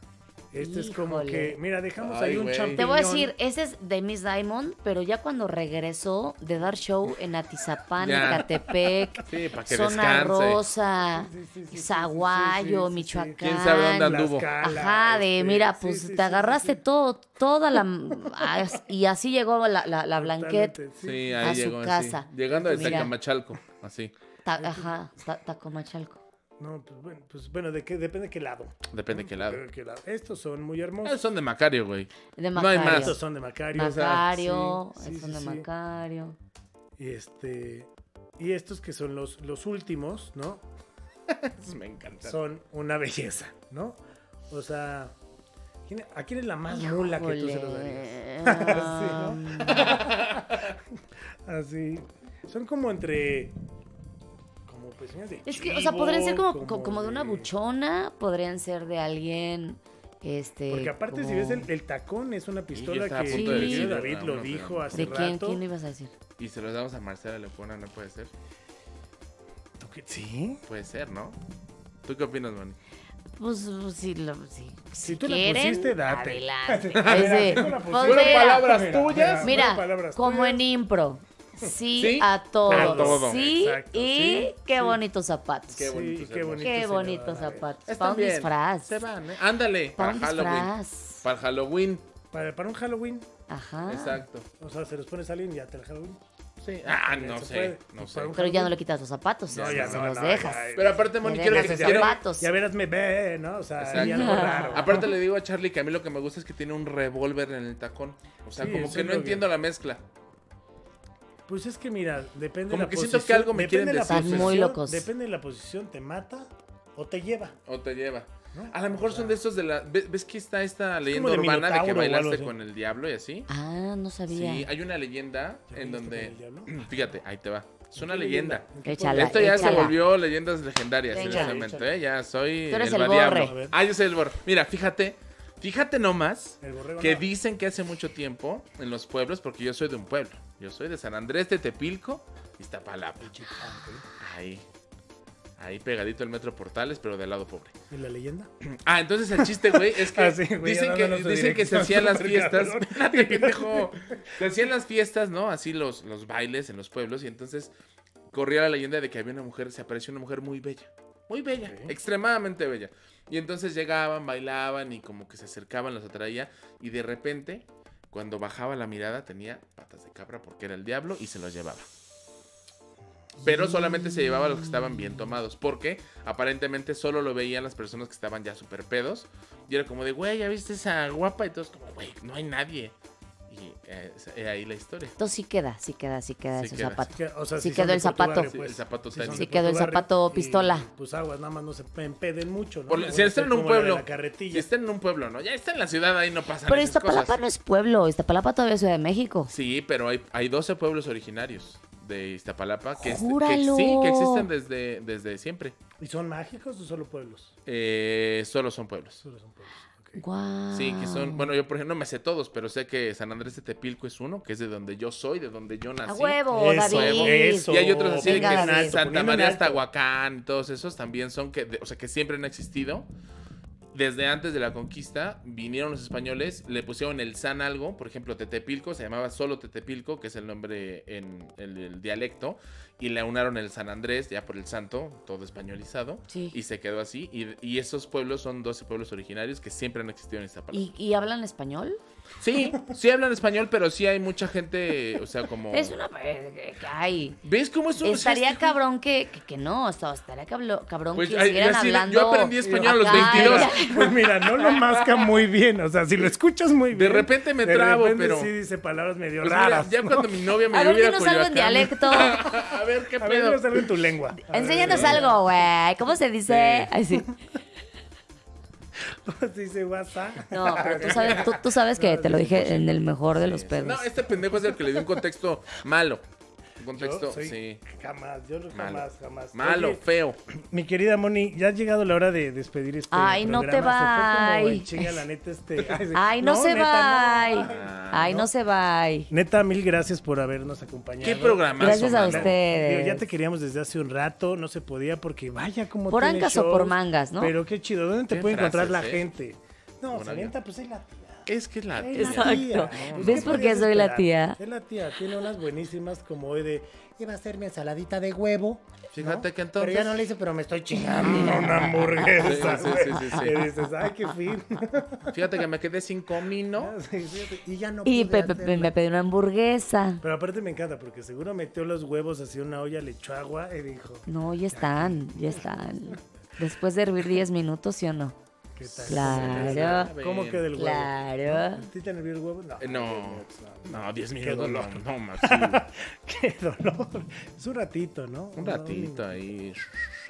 Speaker 1: este es como
Speaker 3: Híjole.
Speaker 1: que, mira, dejamos
Speaker 2: Ay,
Speaker 1: ahí un
Speaker 2: güey.
Speaker 1: champiñón.
Speaker 3: Te voy a decir, ese es de Miss Diamond, pero ya cuando regresó de dar show en Atizapán,
Speaker 2: Ya.
Speaker 3: Ecatepec,
Speaker 2: Sí, para que
Speaker 3: Zona
Speaker 2: descanse.
Speaker 3: Rosa,
Speaker 1: Sí, sí, sí, sí, sí, sí,
Speaker 3: ah, Zaguayo,
Speaker 1: sí, sí, sí.
Speaker 3: Michoacán.
Speaker 2: ¿Quién sabe dónde
Speaker 1: Las
Speaker 2: anduvo?
Speaker 1: calas,
Speaker 3: Ajá, de
Speaker 1: este,
Speaker 3: mira,
Speaker 1: sí,
Speaker 3: pues
Speaker 1: sí,
Speaker 3: te
Speaker 1: sí, sí,
Speaker 3: agarraste
Speaker 1: sí.
Speaker 3: todo, toda la... as- Y así llegó la, la, la Blanquette.
Speaker 1: Totalmente,
Speaker 2: Sí,
Speaker 3: A
Speaker 2: ahí
Speaker 3: su
Speaker 2: llegó así.
Speaker 3: casa.
Speaker 2: Llegando de
Speaker 3: Mira.
Speaker 2: Tacamachalco, así.
Speaker 3: Ta- ajá, ta- Tacomachalco.
Speaker 1: No, pues bueno, pues, bueno, de qué, depende de qué lado.
Speaker 2: Depende de qué lado.
Speaker 1: Pero de qué lado. Estos son muy
Speaker 2: Esos
Speaker 1: hermosos.
Speaker 2: son de Macario, güey.
Speaker 3: De
Speaker 2: No hay
Speaker 3: Macario.
Speaker 2: más.
Speaker 1: Estos son de Macario. o sea,
Speaker 3: Ah, Macario,
Speaker 1: sí, sí,
Speaker 3: es un
Speaker 1: sí,
Speaker 3: de
Speaker 1: sí.
Speaker 3: Macario.
Speaker 1: Y este y estos que son los, los últimos, ¿no?
Speaker 2: Esos me encantan.
Speaker 1: Son una belleza, ¿no? O sea, ¿quién- ¿a quién es la más mula Ah, que tú se lo darías?
Speaker 3: Híjole.
Speaker 1: Así. Ah, Son como entre. Como pezuñas de.
Speaker 3: Es que, o sea, podrían ser como,
Speaker 1: chivo,
Speaker 3: co- como de una buchona, podrían ser de alguien, este...
Speaker 1: Porque aparte, si
Speaker 3: como-
Speaker 1: ves el, el tacón, es una pistola
Speaker 2: estaba a
Speaker 1: que
Speaker 3: punto de
Speaker 1: que
Speaker 3: decir,
Speaker 1: David
Speaker 2: no,
Speaker 1: lo
Speaker 2: no,
Speaker 1: dijo
Speaker 2: no.
Speaker 1: hace
Speaker 3: ¿De quién?
Speaker 1: rato.
Speaker 3: ¿Quién lo ibas a decir?
Speaker 2: Y se los damos a Marcela Lepona, no puede ser.
Speaker 1: ¿Tú qué- ¿Sí?
Speaker 2: Puede ser, ¿no? ¿Tú qué opinas, Moni?
Speaker 3: Pues, pues, si, lo, si, si
Speaker 1: tú la
Speaker 3: quieren,
Speaker 1: pusiste, date.
Speaker 3: adelante.
Speaker 1: Adelante,
Speaker 3: Ese,
Speaker 1: tú la pusiste.
Speaker 3: pues,
Speaker 2: Fueron
Speaker 3: mira,
Speaker 2: palabras
Speaker 1: Mira, mira,
Speaker 2: tuyas.
Speaker 3: mira,
Speaker 1: fueron palabras
Speaker 3: como
Speaker 1: tuyas.
Speaker 3: en impro. Sí,
Speaker 2: Sí,
Speaker 3: a todo.
Speaker 2: a todo.
Speaker 3: Sí,
Speaker 1: Exacto,
Speaker 3: y
Speaker 1: sí,
Speaker 3: qué
Speaker 1: sí.
Speaker 3: bonitos zapatos.
Speaker 2: Qué
Speaker 1: Sí,
Speaker 3: Qué,
Speaker 2: bonitos
Speaker 1: qué
Speaker 2: hermosos.
Speaker 1: bonito. se le
Speaker 3: bonitos
Speaker 1: va a dar.
Speaker 3: zapatos.
Speaker 2: Están
Speaker 3: Para un
Speaker 2: bien.
Speaker 3: disfraz.
Speaker 2: Se van, ¿eh? Ándale.
Speaker 3: Para
Speaker 2: Para
Speaker 3: un
Speaker 2: Halloween.
Speaker 3: disfraz.
Speaker 2: Para Halloween.
Speaker 1: Para, para un Halloween.
Speaker 3: Ajá.
Speaker 2: Exacto.
Speaker 1: O sea, se los pones a alguien y ya te el Halloween.
Speaker 2: Sí. Ah,
Speaker 1: Ya
Speaker 2: no
Speaker 1: se
Speaker 2: sé.
Speaker 1: puede.
Speaker 2: No
Speaker 1: Para
Speaker 2: sé.
Speaker 1: un
Speaker 3: Pero ya no le quitas los zapatos.
Speaker 1: No,
Speaker 3: o sea,
Speaker 1: ya
Speaker 3: se
Speaker 1: no,
Speaker 3: los
Speaker 1: no,
Speaker 3: dejas.
Speaker 1: ya,
Speaker 2: Pero aparte, Moni,
Speaker 3: Le
Speaker 2: quiero
Speaker 3: dejas
Speaker 2: que
Speaker 3: sus
Speaker 1: Ya,
Speaker 2: quiero-
Speaker 3: zapatos.
Speaker 1: ya verás, me ve, ¿no? O sea,
Speaker 2: Exacto.
Speaker 1: y algo raro.
Speaker 2: Aparte le digo a Charlie que a mí lo que me gusta es que tiene un revólver en el tacón. O sea,
Speaker 1: Sí,
Speaker 2: como
Speaker 1: eso
Speaker 2: que
Speaker 1: es
Speaker 2: no
Speaker 1: lo que-
Speaker 2: entiendo la mezcla.
Speaker 1: Pues es que mira, depende
Speaker 2: Como
Speaker 1: de la
Speaker 2: que
Speaker 1: posición.
Speaker 2: siento que algo me
Speaker 1: depende
Speaker 2: quieren
Speaker 1: de la
Speaker 2: decir,
Speaker 3: pero-
Speaker 1: posición,
Speaker 3: Muy locos.
Speaker 1: Depende de la posición, te mata o te lleva.
Speaker 2: O te lleva.
Speaker 1: ¿no?
Speaker 2: A lo mejor
Speaker 1: O
Speaker 2: son
Speaker 1: sea,
Speaker 2: de estos de la... ¿Ves, ves que está esta leyenda
Speaker 1: como de
Speaker 2: urbana de que
Speaker 1: Minotauro o algo
Speaker 2: bailaste
Speaker 1: así.
Speaker 2: con el diablo y así?
Speaker 3: Ah, no sabía.
Speaker 2: Sí, hay una leyenda
Speaker 1: ¿Ya bailaste
Speaker 2: en
Speaker 1: con
Speaker 2: donde...
Speaker 1: el diablo?
Speaker 2: Fíjate, ahí te va. Es una
Speaker 1: ¿Qué
Speaker 2: leyenda.
Speaker 1: ¿En qué
Speaker 3: Échala.
Speaker 2: Esto ya se
Speaker 3: échala.
Speaker 2: volvió leyendas legendarias en
Speaker 3: Venga.
Speaker 2: este momento, ¿eh? Ya soy
Speaker 3: Tú eres
Speaker 2: el,
Speaker 3: el
Speaker 2: diablo.
Speaker 1: borre.
Speaker 2: Ah, yo soy el borre. Mira, fíjate, fíjate nomás
Speaker 1: El borrego
Speaker 2: que
Speaker 1: no.
Speaker 2: dicen que hace mucho tiempo en los pueblos, porque yo soy de un pueblo, yo soy de San Andrés de Tepilco, Iztapalapa.
Speaker 1: ¿eh?
Speaker 2: Ahí, ahí pegadito el metro Portales, pero del lado pobre.
Speaker 1: ¿Y la leyenda?
Speaker 2: Ah, entonces el chiste, güey, es que
Speaker 1: Ah, sí, güey,
Speaker 2: dicen,
Speaker 1: ya
Speaker 2: que,
Speaker 1: dándonos de
Speaker 2: dicen que se
Speaker 1: dirección,
Speaker 2: hacían las
Speaker 1: súper
Speaker 2: fiestas.
Speaker 1: cabrón.
Speaker 2: Espérate, pendejo. Se hacían las fiestas, ¿no? Así los, los bailes en los pueblos. Y entonces corría la leyenda de que había una mujer, se apareció una mujer muy bella. Muy bella,
Speaker 1: Ok.
Speaker 2: extremadamente bella. Y entonces llegaban, bailaban y como que se acercaban, los atraía. Y de repente, cuando bajaba la mirada, tenía patas de cabra porque era el diablo y se los llevaba. Pero solamente se llevaba a los que estaban bien tomados. Porque aparentemente solo lo veían las personas que estaban ya súper pedos. Y era como de, güey, ¿ya viste esa guapa? Y todos como, güey, no hay nadie. Y eh, es- eh, ahí la historia.
Speaker 3: Entonces sí queda, sí queda, sí queda
Speaker 2: Sí
Speaker 3: ese
Speaker 2: queda,
Speaker 3: zapato.
Speaker 1: Que, o sea,
Speaker 3: Sí
Speaker 1: si
Speaker 3: quedó
Speaker 1: son de
Speaker 3: el
Speaker 1: por tu
Speaker 3: zapato.
Speaker 1: barrio, pues,
Speaker 2: Sí, el
Speaker 1: son
Speaker 2: zapato
Speaker 1: de
Speaker 2: tenis.
Speaker 1: por
Speaker 3: Sí quedó
Speaker 1: tu
Speaker 3: el
Speaker 1: barrio,
Speaker 3: zapato
Speaker 1: y,
Speaker 3: pistola.
Speaker 1: Pues aguas, nada más no se empeden mucho, ¿no?
Speaker 2: Por-
Speaker 1: No
Speaker 2: si
Speaker 1: vaya a
Speaker 2: está
Speaker 1: ser
Speaker 2: en un
Speaker 1: como la de
Speaker 2: pueblo,
Speaker 1: La carretilla.
Speaker 2: si está en un pueblo, ¿no? Ya está en la ciudad, ahí no pasa
Speaker 3: Pero
Speaker 2: esas
Speaker 3: Iztapalapa
Speaker 2: cosas.
Speaker 3: no es pueblo, Iztapalapa todavía es Ciudad de México.
Speaker 2: Sí, pero hay, hay 12 pueblos originarios de Iztapalapa que, es- que
Speaker 3: ¡Júralo!
Speaker 2: sí, que existen desde, desde siempre.
Speaker 1: ¿Y son mágicos o solo pueblos?
Speaker 2: Eh, solo son pueblos.
Speaker 1: Solo son pueblos. ok.
Speaker 3: Guau.
Speaker 2: Sí, que
Speaker 3: Ah.
Speaker 2: son, bueno, yo por ejemplo no me sé todos, pero sé que San Andrés de Tepilco es uno, que es de donde yo soy, de donde yo nací.
Speaker 3: A huevo,
Speaker 1: Eso,
Speaker 3: David.
Speaker 1: eso.
Speaker 2: ¿Ah, Y hay otros así
Speaker 3: Venga,
Speaker 2: de que
Speaker 3: David.
Speaker 2: San- Santa
Speaker 1: Poniendo
Speaker 2: María
Speaker 1: en alto.
Speaker 2: hasta Huacán, todos esos también son que, de- o sea, que siempre han existido. Desde antes de la conquista vinieron los españoles, le pusieron el san algo, por ejemplo, Tetepilco, se llamaba solo Tetepilco, que es el nombre en el, el dialecto, y le aunaron el San Andrés, ya por el santo, todo españolizado,
Speaker 3: Sí.
Speaker 2: y se quedó así. Y, y esos pueblos son 12 pueblos originarios que siempre han existido en esta palabra.
Speaker 3: ¿Y, y hablan español?
Speaker 2: Sí, sí hablan español, pero sí hay mucha gente, o sea, como...
Speaker 3: Es una... eh, que hay.
Speaker 2: ¿Ves cómo es un- o sea,
Speaker 3: Estaría
Speaker 2: este-
Speaker 3: cabrón que, que, que no, o sea, estaría cablo- cabrón
Speaker 2: Pues,
Speaker 3: que
Speaker 2: ay,
Speaker 3: siguieran
Speaker 2: yo sí- yo
Speaker 3: hablando.
Speaker 2: aprendí español a los
Speaker 3: acá,
Speaker 2: 22.
Speaker 3: ya.
Speaker 1: Pues mira, no lo masca muy bien. O sea, si lo escuchas muy bien.
Speaker 2: De repente me trabo,
Speaker 1: de repente
Speaker 2: pero-
Speaker 1: Sí, dice palabras medio
Speaker 2: Pues mira,
Speaker 1: raras.
Speaker 2: ya cuando mi novia me
Speaker 3: A ver,
Speaker 2: lleve
Speaker 3: dinos algo en
Speaker 2: Coyoacán.
Speaker 3: dialecto.
Speaker 2: a ver, qué
Speaker 1: A ver,
Speaker 2: pedo.
Speaker 1: dinos algo en tu lengua. A ver,
Speaker 3: Enséñanos algo, güey. ¿Cómo se dice?
Speaker 2: Sí.
Speaker 3: Ay, sí.
Speaker 1: ¿cómo se dice WhatsApp?
Speaker 3: No, pero tú sabes, tú, tú sabes que te lo dije en el mejor de los pedos.
Speaker 2: No, este pendejo es el que le dio un contexto malo. un contexto,
Speaker 1: Yo soy-
Speaker 2: sí.
Speaker 1: Jamás, yo
Speaker 2: Malo.
Speaker 1: jamás, jamás.
Speaker 2: Malo,
Speaker 1: Oye,
Speaker 2: feo.
Speaker 1: Mi querida Moni, ya ha llegado la hora de despedir este
Speaker 3: Ay, no
Speaker 1: programa.
Speaker 3: te
Speaker 1: Se fue como en
Speaker 3: vay.
Speaker 1: chinga, la neta, este. Ay, sí.
Speaker 3: Ay, no, se
Speaker 1: neta,
Speaker 3: va.
Speaker 1: no.
Speaker 3: Ay, no se va.
Speaker 1: Neta, mil gracias por habernos acompañado.
Speaker 2: ¿Qué programa?
Speaker 3: Gracias a
Speaker 2: Omar?
Speaker 3: ustedes.
Speaker 1: Digo, ya te queríamos desde hace un rato, no se podía porque vaya como
Speaker 3: Por
Speaker 1: tiene
Speaker 3: ancas o
Speaker 1: shows,
Speaker 3: por mangas, ¿no?
Speaker 1: Pero qué chido, ¿dónde te
Speaker 2: Qué
Speaker 1: puede encontrar la
Speaker 2: frases, ¿eh?
Speaker 1: gente? No,
Speaker 2: Por
Speaker 1: se
Speaker 2: acá.
Speaker 1: avienta, pues es la tía.
Speaker 2: Es que es la
Speaker 1: es
Speaker 2: tía.
Speaker 1: la tía.
Speaker 3: Exacto.
Speaker 1: Pues,
Speaker 3: ¿Ves por qué
Speaker 1: podías
Speaker 3: soy la
Speaker 1: esperar?
Speaker 3: tía?
Speaker 1: Es la tía, tiene unas buenísimas como hoy de
Speaker 4: Iba a hacerme ensaladita de huevo.
Speaker 2: Fíjate
Speaker 4: ¿no?
Speaker 2: que entonces-
Speaker 4: Pero ya no le hice, pero me estoy chingando.
Speaker 1: "Dame una hamburguesa.
Speaker 2: Sí, sí,
Speaker 1: güey".
Speaker 2: sí, sí, sí.
Speaker 1: Y dices, ay, qué fin.
Speaker 2: Fíjate que me quedé sin comino.
Speaker 1: Sí, sí, sí.
Speaker 4: Y ya no
Speaker 3: Y
Speaker 4: pude
Speaker 3: pe- pe- pe-
Speaker 4: hacerla.
Speaker 3: me pedí una hamburguesa.
Speaker 1: Pero aparte me encanta porque seguro metió los huevos hacia una olla, le echó agua y dijo,
Speaker 3: No, ya están, ya están. Después de hervir 10 minutos, ¿sí o no?
Speaker 1: ¿qué tal?
Speaker 3: Claro,
Speaker 1: ¿Cómo queda el huevo?
Speaker 3: claro.
Speaker 1: ¿A ti te nervió el huevo? No.
Speaker 2: Eh, No, no, 10 minutos. No,
Speaker 1: dolor.
Speaker 2: no, más, sí.
Speaker 1: Qué dolor. Es un ratito, ¿no?
Speaker 2: Un ratito ahí.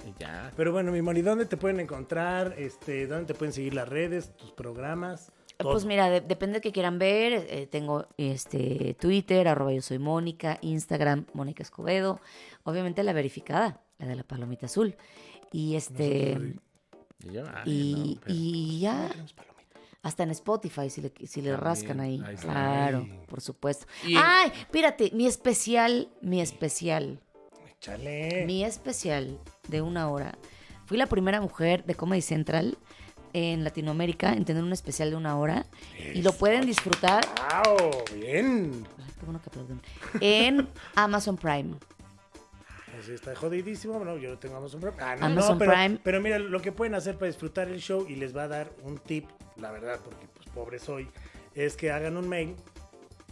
Speaker 2: y ya.
Speaker 1: Pero bueno, mi Moni, ¿dónde te pueden encontrar? Este, ¿Dónde te pueden seguir las redes, tus programas? Todo.
Speaker 3: Pues mira, de- depende de qué quieran ver. eh, tengo este Twitter, arroba yo soy Mónica, Instagram, Mónica Escobedo. Obviamente la verificada, la de la palomita azul. Y este.
Speaker 2: Y yo, ay,
Speaker 3: y,
Speaker 2: no, pero-
Speaker 3: y ya. Hasta en Spotify, si le, si le
Speaker 2: También,
Speaker 3: rascan ahí.
Speaker 2: ahí está.
Speaker 3: claro, por supuesto.
Speaker 2: Y-
Speaker 3: Ay, espérate, mi especial, mi especial.
Speaker 1: Échale.
Speaker 3: Mi especial de una hora. Fui la primera mujer de Comedy Central en Latinoamérica en tener un especial de una hora. Y lo pueden disfrutar.
Speaker 1: ¡Wow! Bien.
Speaker 3: Ay, qué bueno que aplauden. En Amazon Prime.
Speaker 1: Pues está jodidísimo. Bueno, yo no tengo Amazon Prime. Ah, no,
Speaker 3: Amazon
Speaker 1: no, pero,
Speaker 3: Prime.
Speaker 1: Pero mira, lo que pueden hacer para disfrutar el show y les va a dar un tip, la verdad, porque pues pobre soy, es que hagan un mail,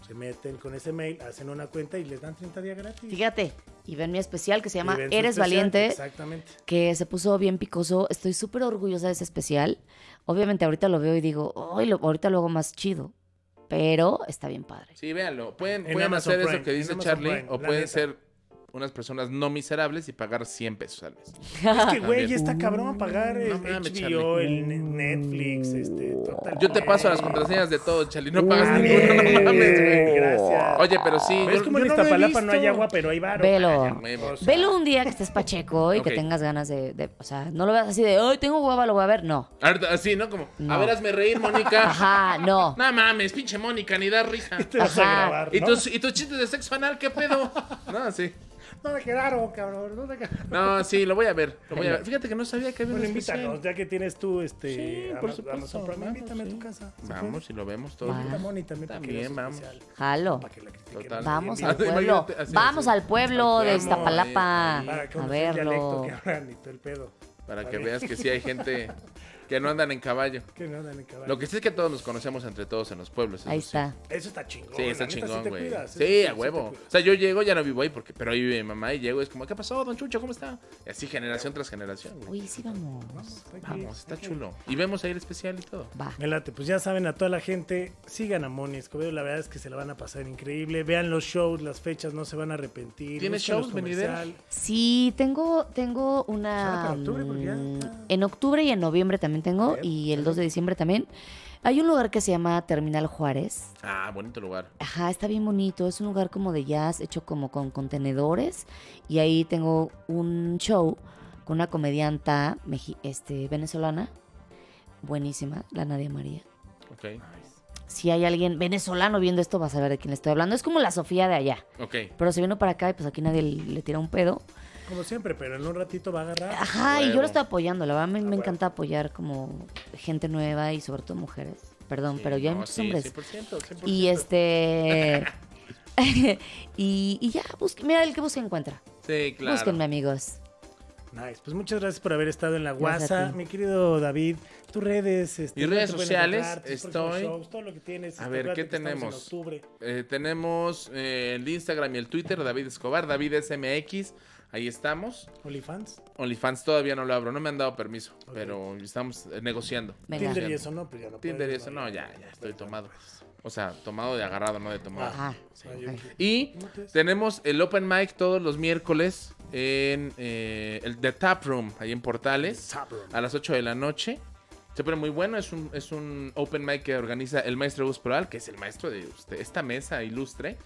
Speaker 1: se meten con ese mail, hacen una cuenta y les dan 30 días gratis.
Speaker 3: Fíjate. Y ven mi especial que se
Speaker 1: Y
Speaker 3: llama
Speaker 1: ven su
Speaker 3: Eres
Speaker 1: especial,
Speaker 3: Valiente.
Speaker 1: Exactamente.
Speaker 3: que se puso bien picoso. Estoy súper orgullosa de ese especial. Obviamente ahorita lo veo y digo, "Ay, lo- ahorita lo hago más chido. Pero está bien padre.
Speaker 2: Sí, véanlo. Pueden,
Speaker 1: En
Speaker 2: pueden
Speaker 1: Amazon
Speaker 2: hacer
Speaker 1: Prime,
Speaker 2: eso que
Speaker 1: en
Speaker 2: dice
Speaker 1: Amazon
Speaker 2: Charlie
Speaker 1: Prime,
Speaker 2: o
Speaker 1: la
Speaker 2: pueden
Speaker 1: neta.
Speaker 2: ser unas personas no miserables y pagar 100 pesos al mes.
Speaker 1: Es que, güey, ya
Speaker 2: También.
Speaker 1: está cabrón pagar el
Speaker 2: mames,
Speaker 1: HBO, el ne- Netflix, este, total.
Speaker 2: Yo te
Speaker 1: Play.
Speaker 2: paso las contraseñas de todo, Charlie. No pagas
Speaker 1: Mames,
Speaker 2: ninguno, no mames, güey.
Speaker 1: Gracias.
Speaker 2: Oye, pero sí.
Speaker 1: Pero es
Speaker 2: yo-
Speaker 1: como
Speaker 2: yo
Speaker 1: en
Speaker 2: no lo he
Speaker 1: Iztapalapa no hay
Speaker 2: visto.
Speaker 1: agua, pero hay varo.
Speaker 3: Velo.
Speaker 2: Me-
Speaker 3: Velo un día que estés pacheco y
Speaker 2: Ok.
Speaker 3: que tengas ganas de, de- O sea, no lo veas así de, ay, tengo hueva, lo voy a ver. No.
Speaker 2: Ahorita, así, ¿no? Como, a
Speaker 3: No.
Speaker 2: ver, hazme reír, Mónica.
Speaker 3: Ajá, no.
Speaker 2: No mames, pinche Mónica, ni da risa.
Speaker 1: Te vas a
Speaker 3: Ajá.
Speaker 1: grabar,
Speaker 2: ¿Y
Speaker 1: Este ¿no?
Speaker 2: tus, ¿Y tus chistes de sexo anal qué pedo? No, sí.
Speaker 4: No me quedaron, cabrón. No me quedaron.
Speaker 2: No, sí, lo voy a ver. Lo voy a ver. Fíjate que no sabía que había
Speaker 1: Bueno,
Speaker 2: un especial.
Speaker 1: invítanos, ya que tienes tú este
Speaker 2: Pues, Sí,
Speaker 1: Ama-
Speaker 2: por supuesto,
Speaker 1: Amazon Prime,
Speaker 2: vamos,
Speaker 1: invítame a
Speaker 2: sí.
Speaker 1: tu casa. ¿se
Speaker 2: Vamos y lo vemos todo.
Speaker 1: puede?
Speaker 3: Va.
Speaker 1: Invita a Moni también, para que
Speaker 2: También,
Speaker 1: vea su
Speaker 2: vamos.
Speaker 1: especial,
Speaker 3: Jalo.
Speaker 1: para que la critiquen.
Speaker 2: Total.
Speaker 3: Vamos
Speaker 2: Sí,
Speaker 3: al
Speaker 2: así,
Speaker 3: pueblo.
Speaker 2: imagínate, así,
Speaker 3: Vamos
Speaker 2: así.
Speaker 3: al pueblo de
Speaker 2: Vamos,
Speaker 3: Iztapalapa
Speaker 2: ahí,
Speaker 1: eh, Para que
Speaker 3: a
Speaker 1: conocer el dialecto
Speaker 3: verlo.
Speaker 1: que hablan y todo el pedo.
Speaker 2: Para
Speaker 1: Está
Speaker 2: que
Speaker 1: bien.
Speaker 2: veas que sí hay gente que no andan en caballo.
Speaker 1: Que no andan en caballo.
Speaker 2: Lo que sí es que todos nos conocemos entre todos en los pueblos. eso
Speaker 3: Ahí
Speaker 2: sí.
Speaker 3: está.
Speaker 1: Eso está chingón.
Speaker 2: Sí,
Speaker 1: la
Speaker 2: está
Speaker 1: neta,
Speaker 2: chingón,
Speaker 1: te
Speaker 2: güey.
Speaker 1: cuidas, eso
Speaker 2: Sí,
Speaker 1: te-
Speaker 2: a
Speaker 1: eso te
Speaker 2: huevo.
Speaker 1: cuidas.
Speaker 2: O sea, yo llego, ya no vivo ahí, porque, pero ahí vive mi mamá y llego, es como, ¿qué pasó, don Chucho? ¿Cómo está? Y así generación tras generación, güey.
Speaker 3: Uy, sí, vamos.
Speaker 2: Vamos, está chulo. Y vemos ahí el especial y todo.
Speaker 3: Va.
Speaker 1: Me late, pues ya saben a toda la gente, sigan a Moni Escobedo, la verdad es que se la van a pasar increíble, vean los shows, las fechas, no se van a arrepentir.
Speaker 2: ¿Tienes
Speaker 1: busquen los
Speaker 2: shows venideros?
Speaker 1: comercial.
Speaker 3: Sí, tengo, tengo
Speaker 1: Ahora
Speaker 3: una.
Speaker 1: para octubre, porque ya
Speaker 3: mm,
Speaker 1: está.
Speaker 3: En octubre y en noviembre también tengo,
Speaker 1: ver,
Speaker 3: y el 2 de diciembre también. Hay un lugar que se llama Terminal Juárez.
Speaker 2: Ah, bonito lugar.
Speaker 3: Ajá, está bien bonito. Es un lugar como de jazz, hecho como con contenedores. Y ahí tengo un show con una comedianta meji- este, venezolana. Buenísima, la Nadia María.
Speaker 2: Ok.
Speaker 3: Si hay alguien venezolano viendo esto, vas a ver de quién le estoy hablando. Es como la Sofía de allá.
Speaker 2: Ok.
Speaker 3: Pero se vino para acá y pues aquí nadie le le tira un pedo.
Speaker 1: Como siempre, pero en un ratito va a agarrar.
Speaker 3: Ajá, y yo
Speaker 2: Huevo.
Speaker 3: lo estoy apoyando. La verdad me, me encanta apoyar como gente nueva y sobre todo mujeres. Perdón, pero ya hay
Speaker 2: No,
Speaker 3: muchos
Speaker 2: sí,
Speaker 3: hombres.
Speaker 2: 100%, 100%.
Speaker 3: y este. y, y ya, busque, mira, el que busque encuentra.
Speaker 2: Sí, claro.
Speaker 3: Búsquenme, amigos.
Speaker 1: Nice, pues muchas gracias por haber estado en la
Speaker 3: Gracias a
Speaker 1: guasa,
Speaker 3: ti.
Speaker 1: mi querido David. Tus redes, este,
Speaker 2: Mis
Speaker 1: ¿dónde
Speaker 2: redes
Speaker 1: te pueden
Speaker 2: sociales,
Speaker 1: encontrar? Tus próximos
Speaker 2: estoy-
Speaker 1: shows, todo lo que tienes.
Speaker 2: A
Speaker 1: este,
Speaker 2: ver,
Speaker 1: acuérdate
Speaker 2: ¿qué
Speaker 1: que estamos
Speaker 2: tenemos?
Speaker 1: En octubre.
Speaker 2: Eh, tenemos eh, el Instagram y el Twitter, David Escobar, David SMX. Ahí estamos.
Speaker 1: OnlyFans.
Speaker 2: OnlyFans todavía no lo abro, no me han dado permiso, pero estamos eh, negociando.
Speaker 3: Venga.
Speaker 1: Tinder y
Speaker 2: Negociando.
Speaker 1: eso no, pero ya no
Speaker 2: Tinder y
Speaker 1: puedes,
Speaker 2: eso, no, ya, ya estoy tomado. O sea, tomado de agarrado, no de tomado.
Speaker 3: Ajá.
Speaker 1: Ay, ok.
Speaker 2: Y tenemos el Open Mic todos los miércoles en eh, el The Tap Room, ahí en Portales,
Speaker 1: The Tap Room.
Speaker 2: a las 8 de la noche. Se pone muy bueno, es un, es un Open Mic que organiza el maestro Gus Proal, que es el maestro de usted- esta mesa ilustre.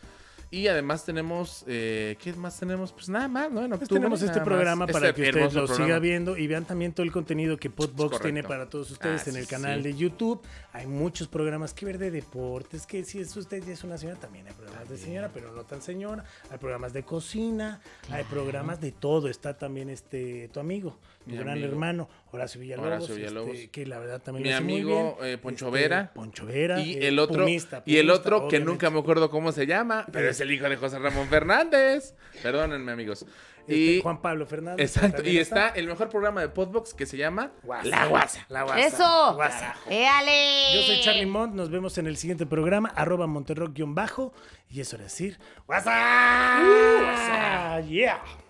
Speaker 2: Y además tenemos, eh, ¿qué más tenemos? Pues nada más, ¿no? En
Speaker 1: Pues
Speaker 2: octubre,
Speaker 1: tenemos este
Speaker 2: nada más.
Speaker 1: programa para que
Speaker 2: Este
Speaker 1: ustedes
Speaker 2: hermoso
Speaker 1: lo
Speaker 2: programa.
Speaker 1: sigan viendo y vean también todo el contenido que Podbox
Speaker 2: correcto.
Speaker 1: tiene para todos ustedes
Speaker 2: Ah,
Speaker 1: en el
Speaker 2: sí,
Speaker 1: canal
Speaker 2: sí.
Speaker 1: de YouTube. Hay muchos programas que ver de deportes, que si es usted ya es una señora, también hay programas de señora, pero no tan señora. Hay programas de cocina, hay programas de todo. Está también este tu amigo, tu
Speaker 2: Mi
Speaker 1: gran
Speaker 2: amigo.
Speaker 1: hermano, Horacio Villalobos,
Speaker 2: Horacio Villalobos.
Speaker 1: este, que la verdad también
Speaker 2: Mi
Speaker 1: lo hace muy
Speaker 2: amigo,
Speaker 1: bien. Este,
Speaker 2: eh, Poncho Vera.
Speaker 1: Poncho Vera.
Speaker 2: Y
Speaker 1: eh,
Speaker 2: el otro,
Speaker 1: pumista,
Speaker 2: y el
Speaker 1: pumista,
Speaker 2: otro que
Speaker 1: obviamente.
Speaker 2: nunca me acuerdo cómo se llama, pero es el hijo de José Ramón Fernández. Perdónenme, amigos.
Speaker 1: Este,
Speaker 2: Y,
Speaker 1: Juan Pablo Fernández.
Speaker 2: exacto,
Speaker 1: también
Speaker 2: y está el mejor programa de Podbox que se llama La Guasa.
Speaker 1: La guasa.
Speaker 3: ¡Eso!
Speaker 1: Guasa.
Speaker 3: ¡Éale!
Speaker 1: Yo soy Charlie Mont, nos vemos en el siguiente programa, arroba monterrock-bajo, y eso es decir, WhatsApp. yeah.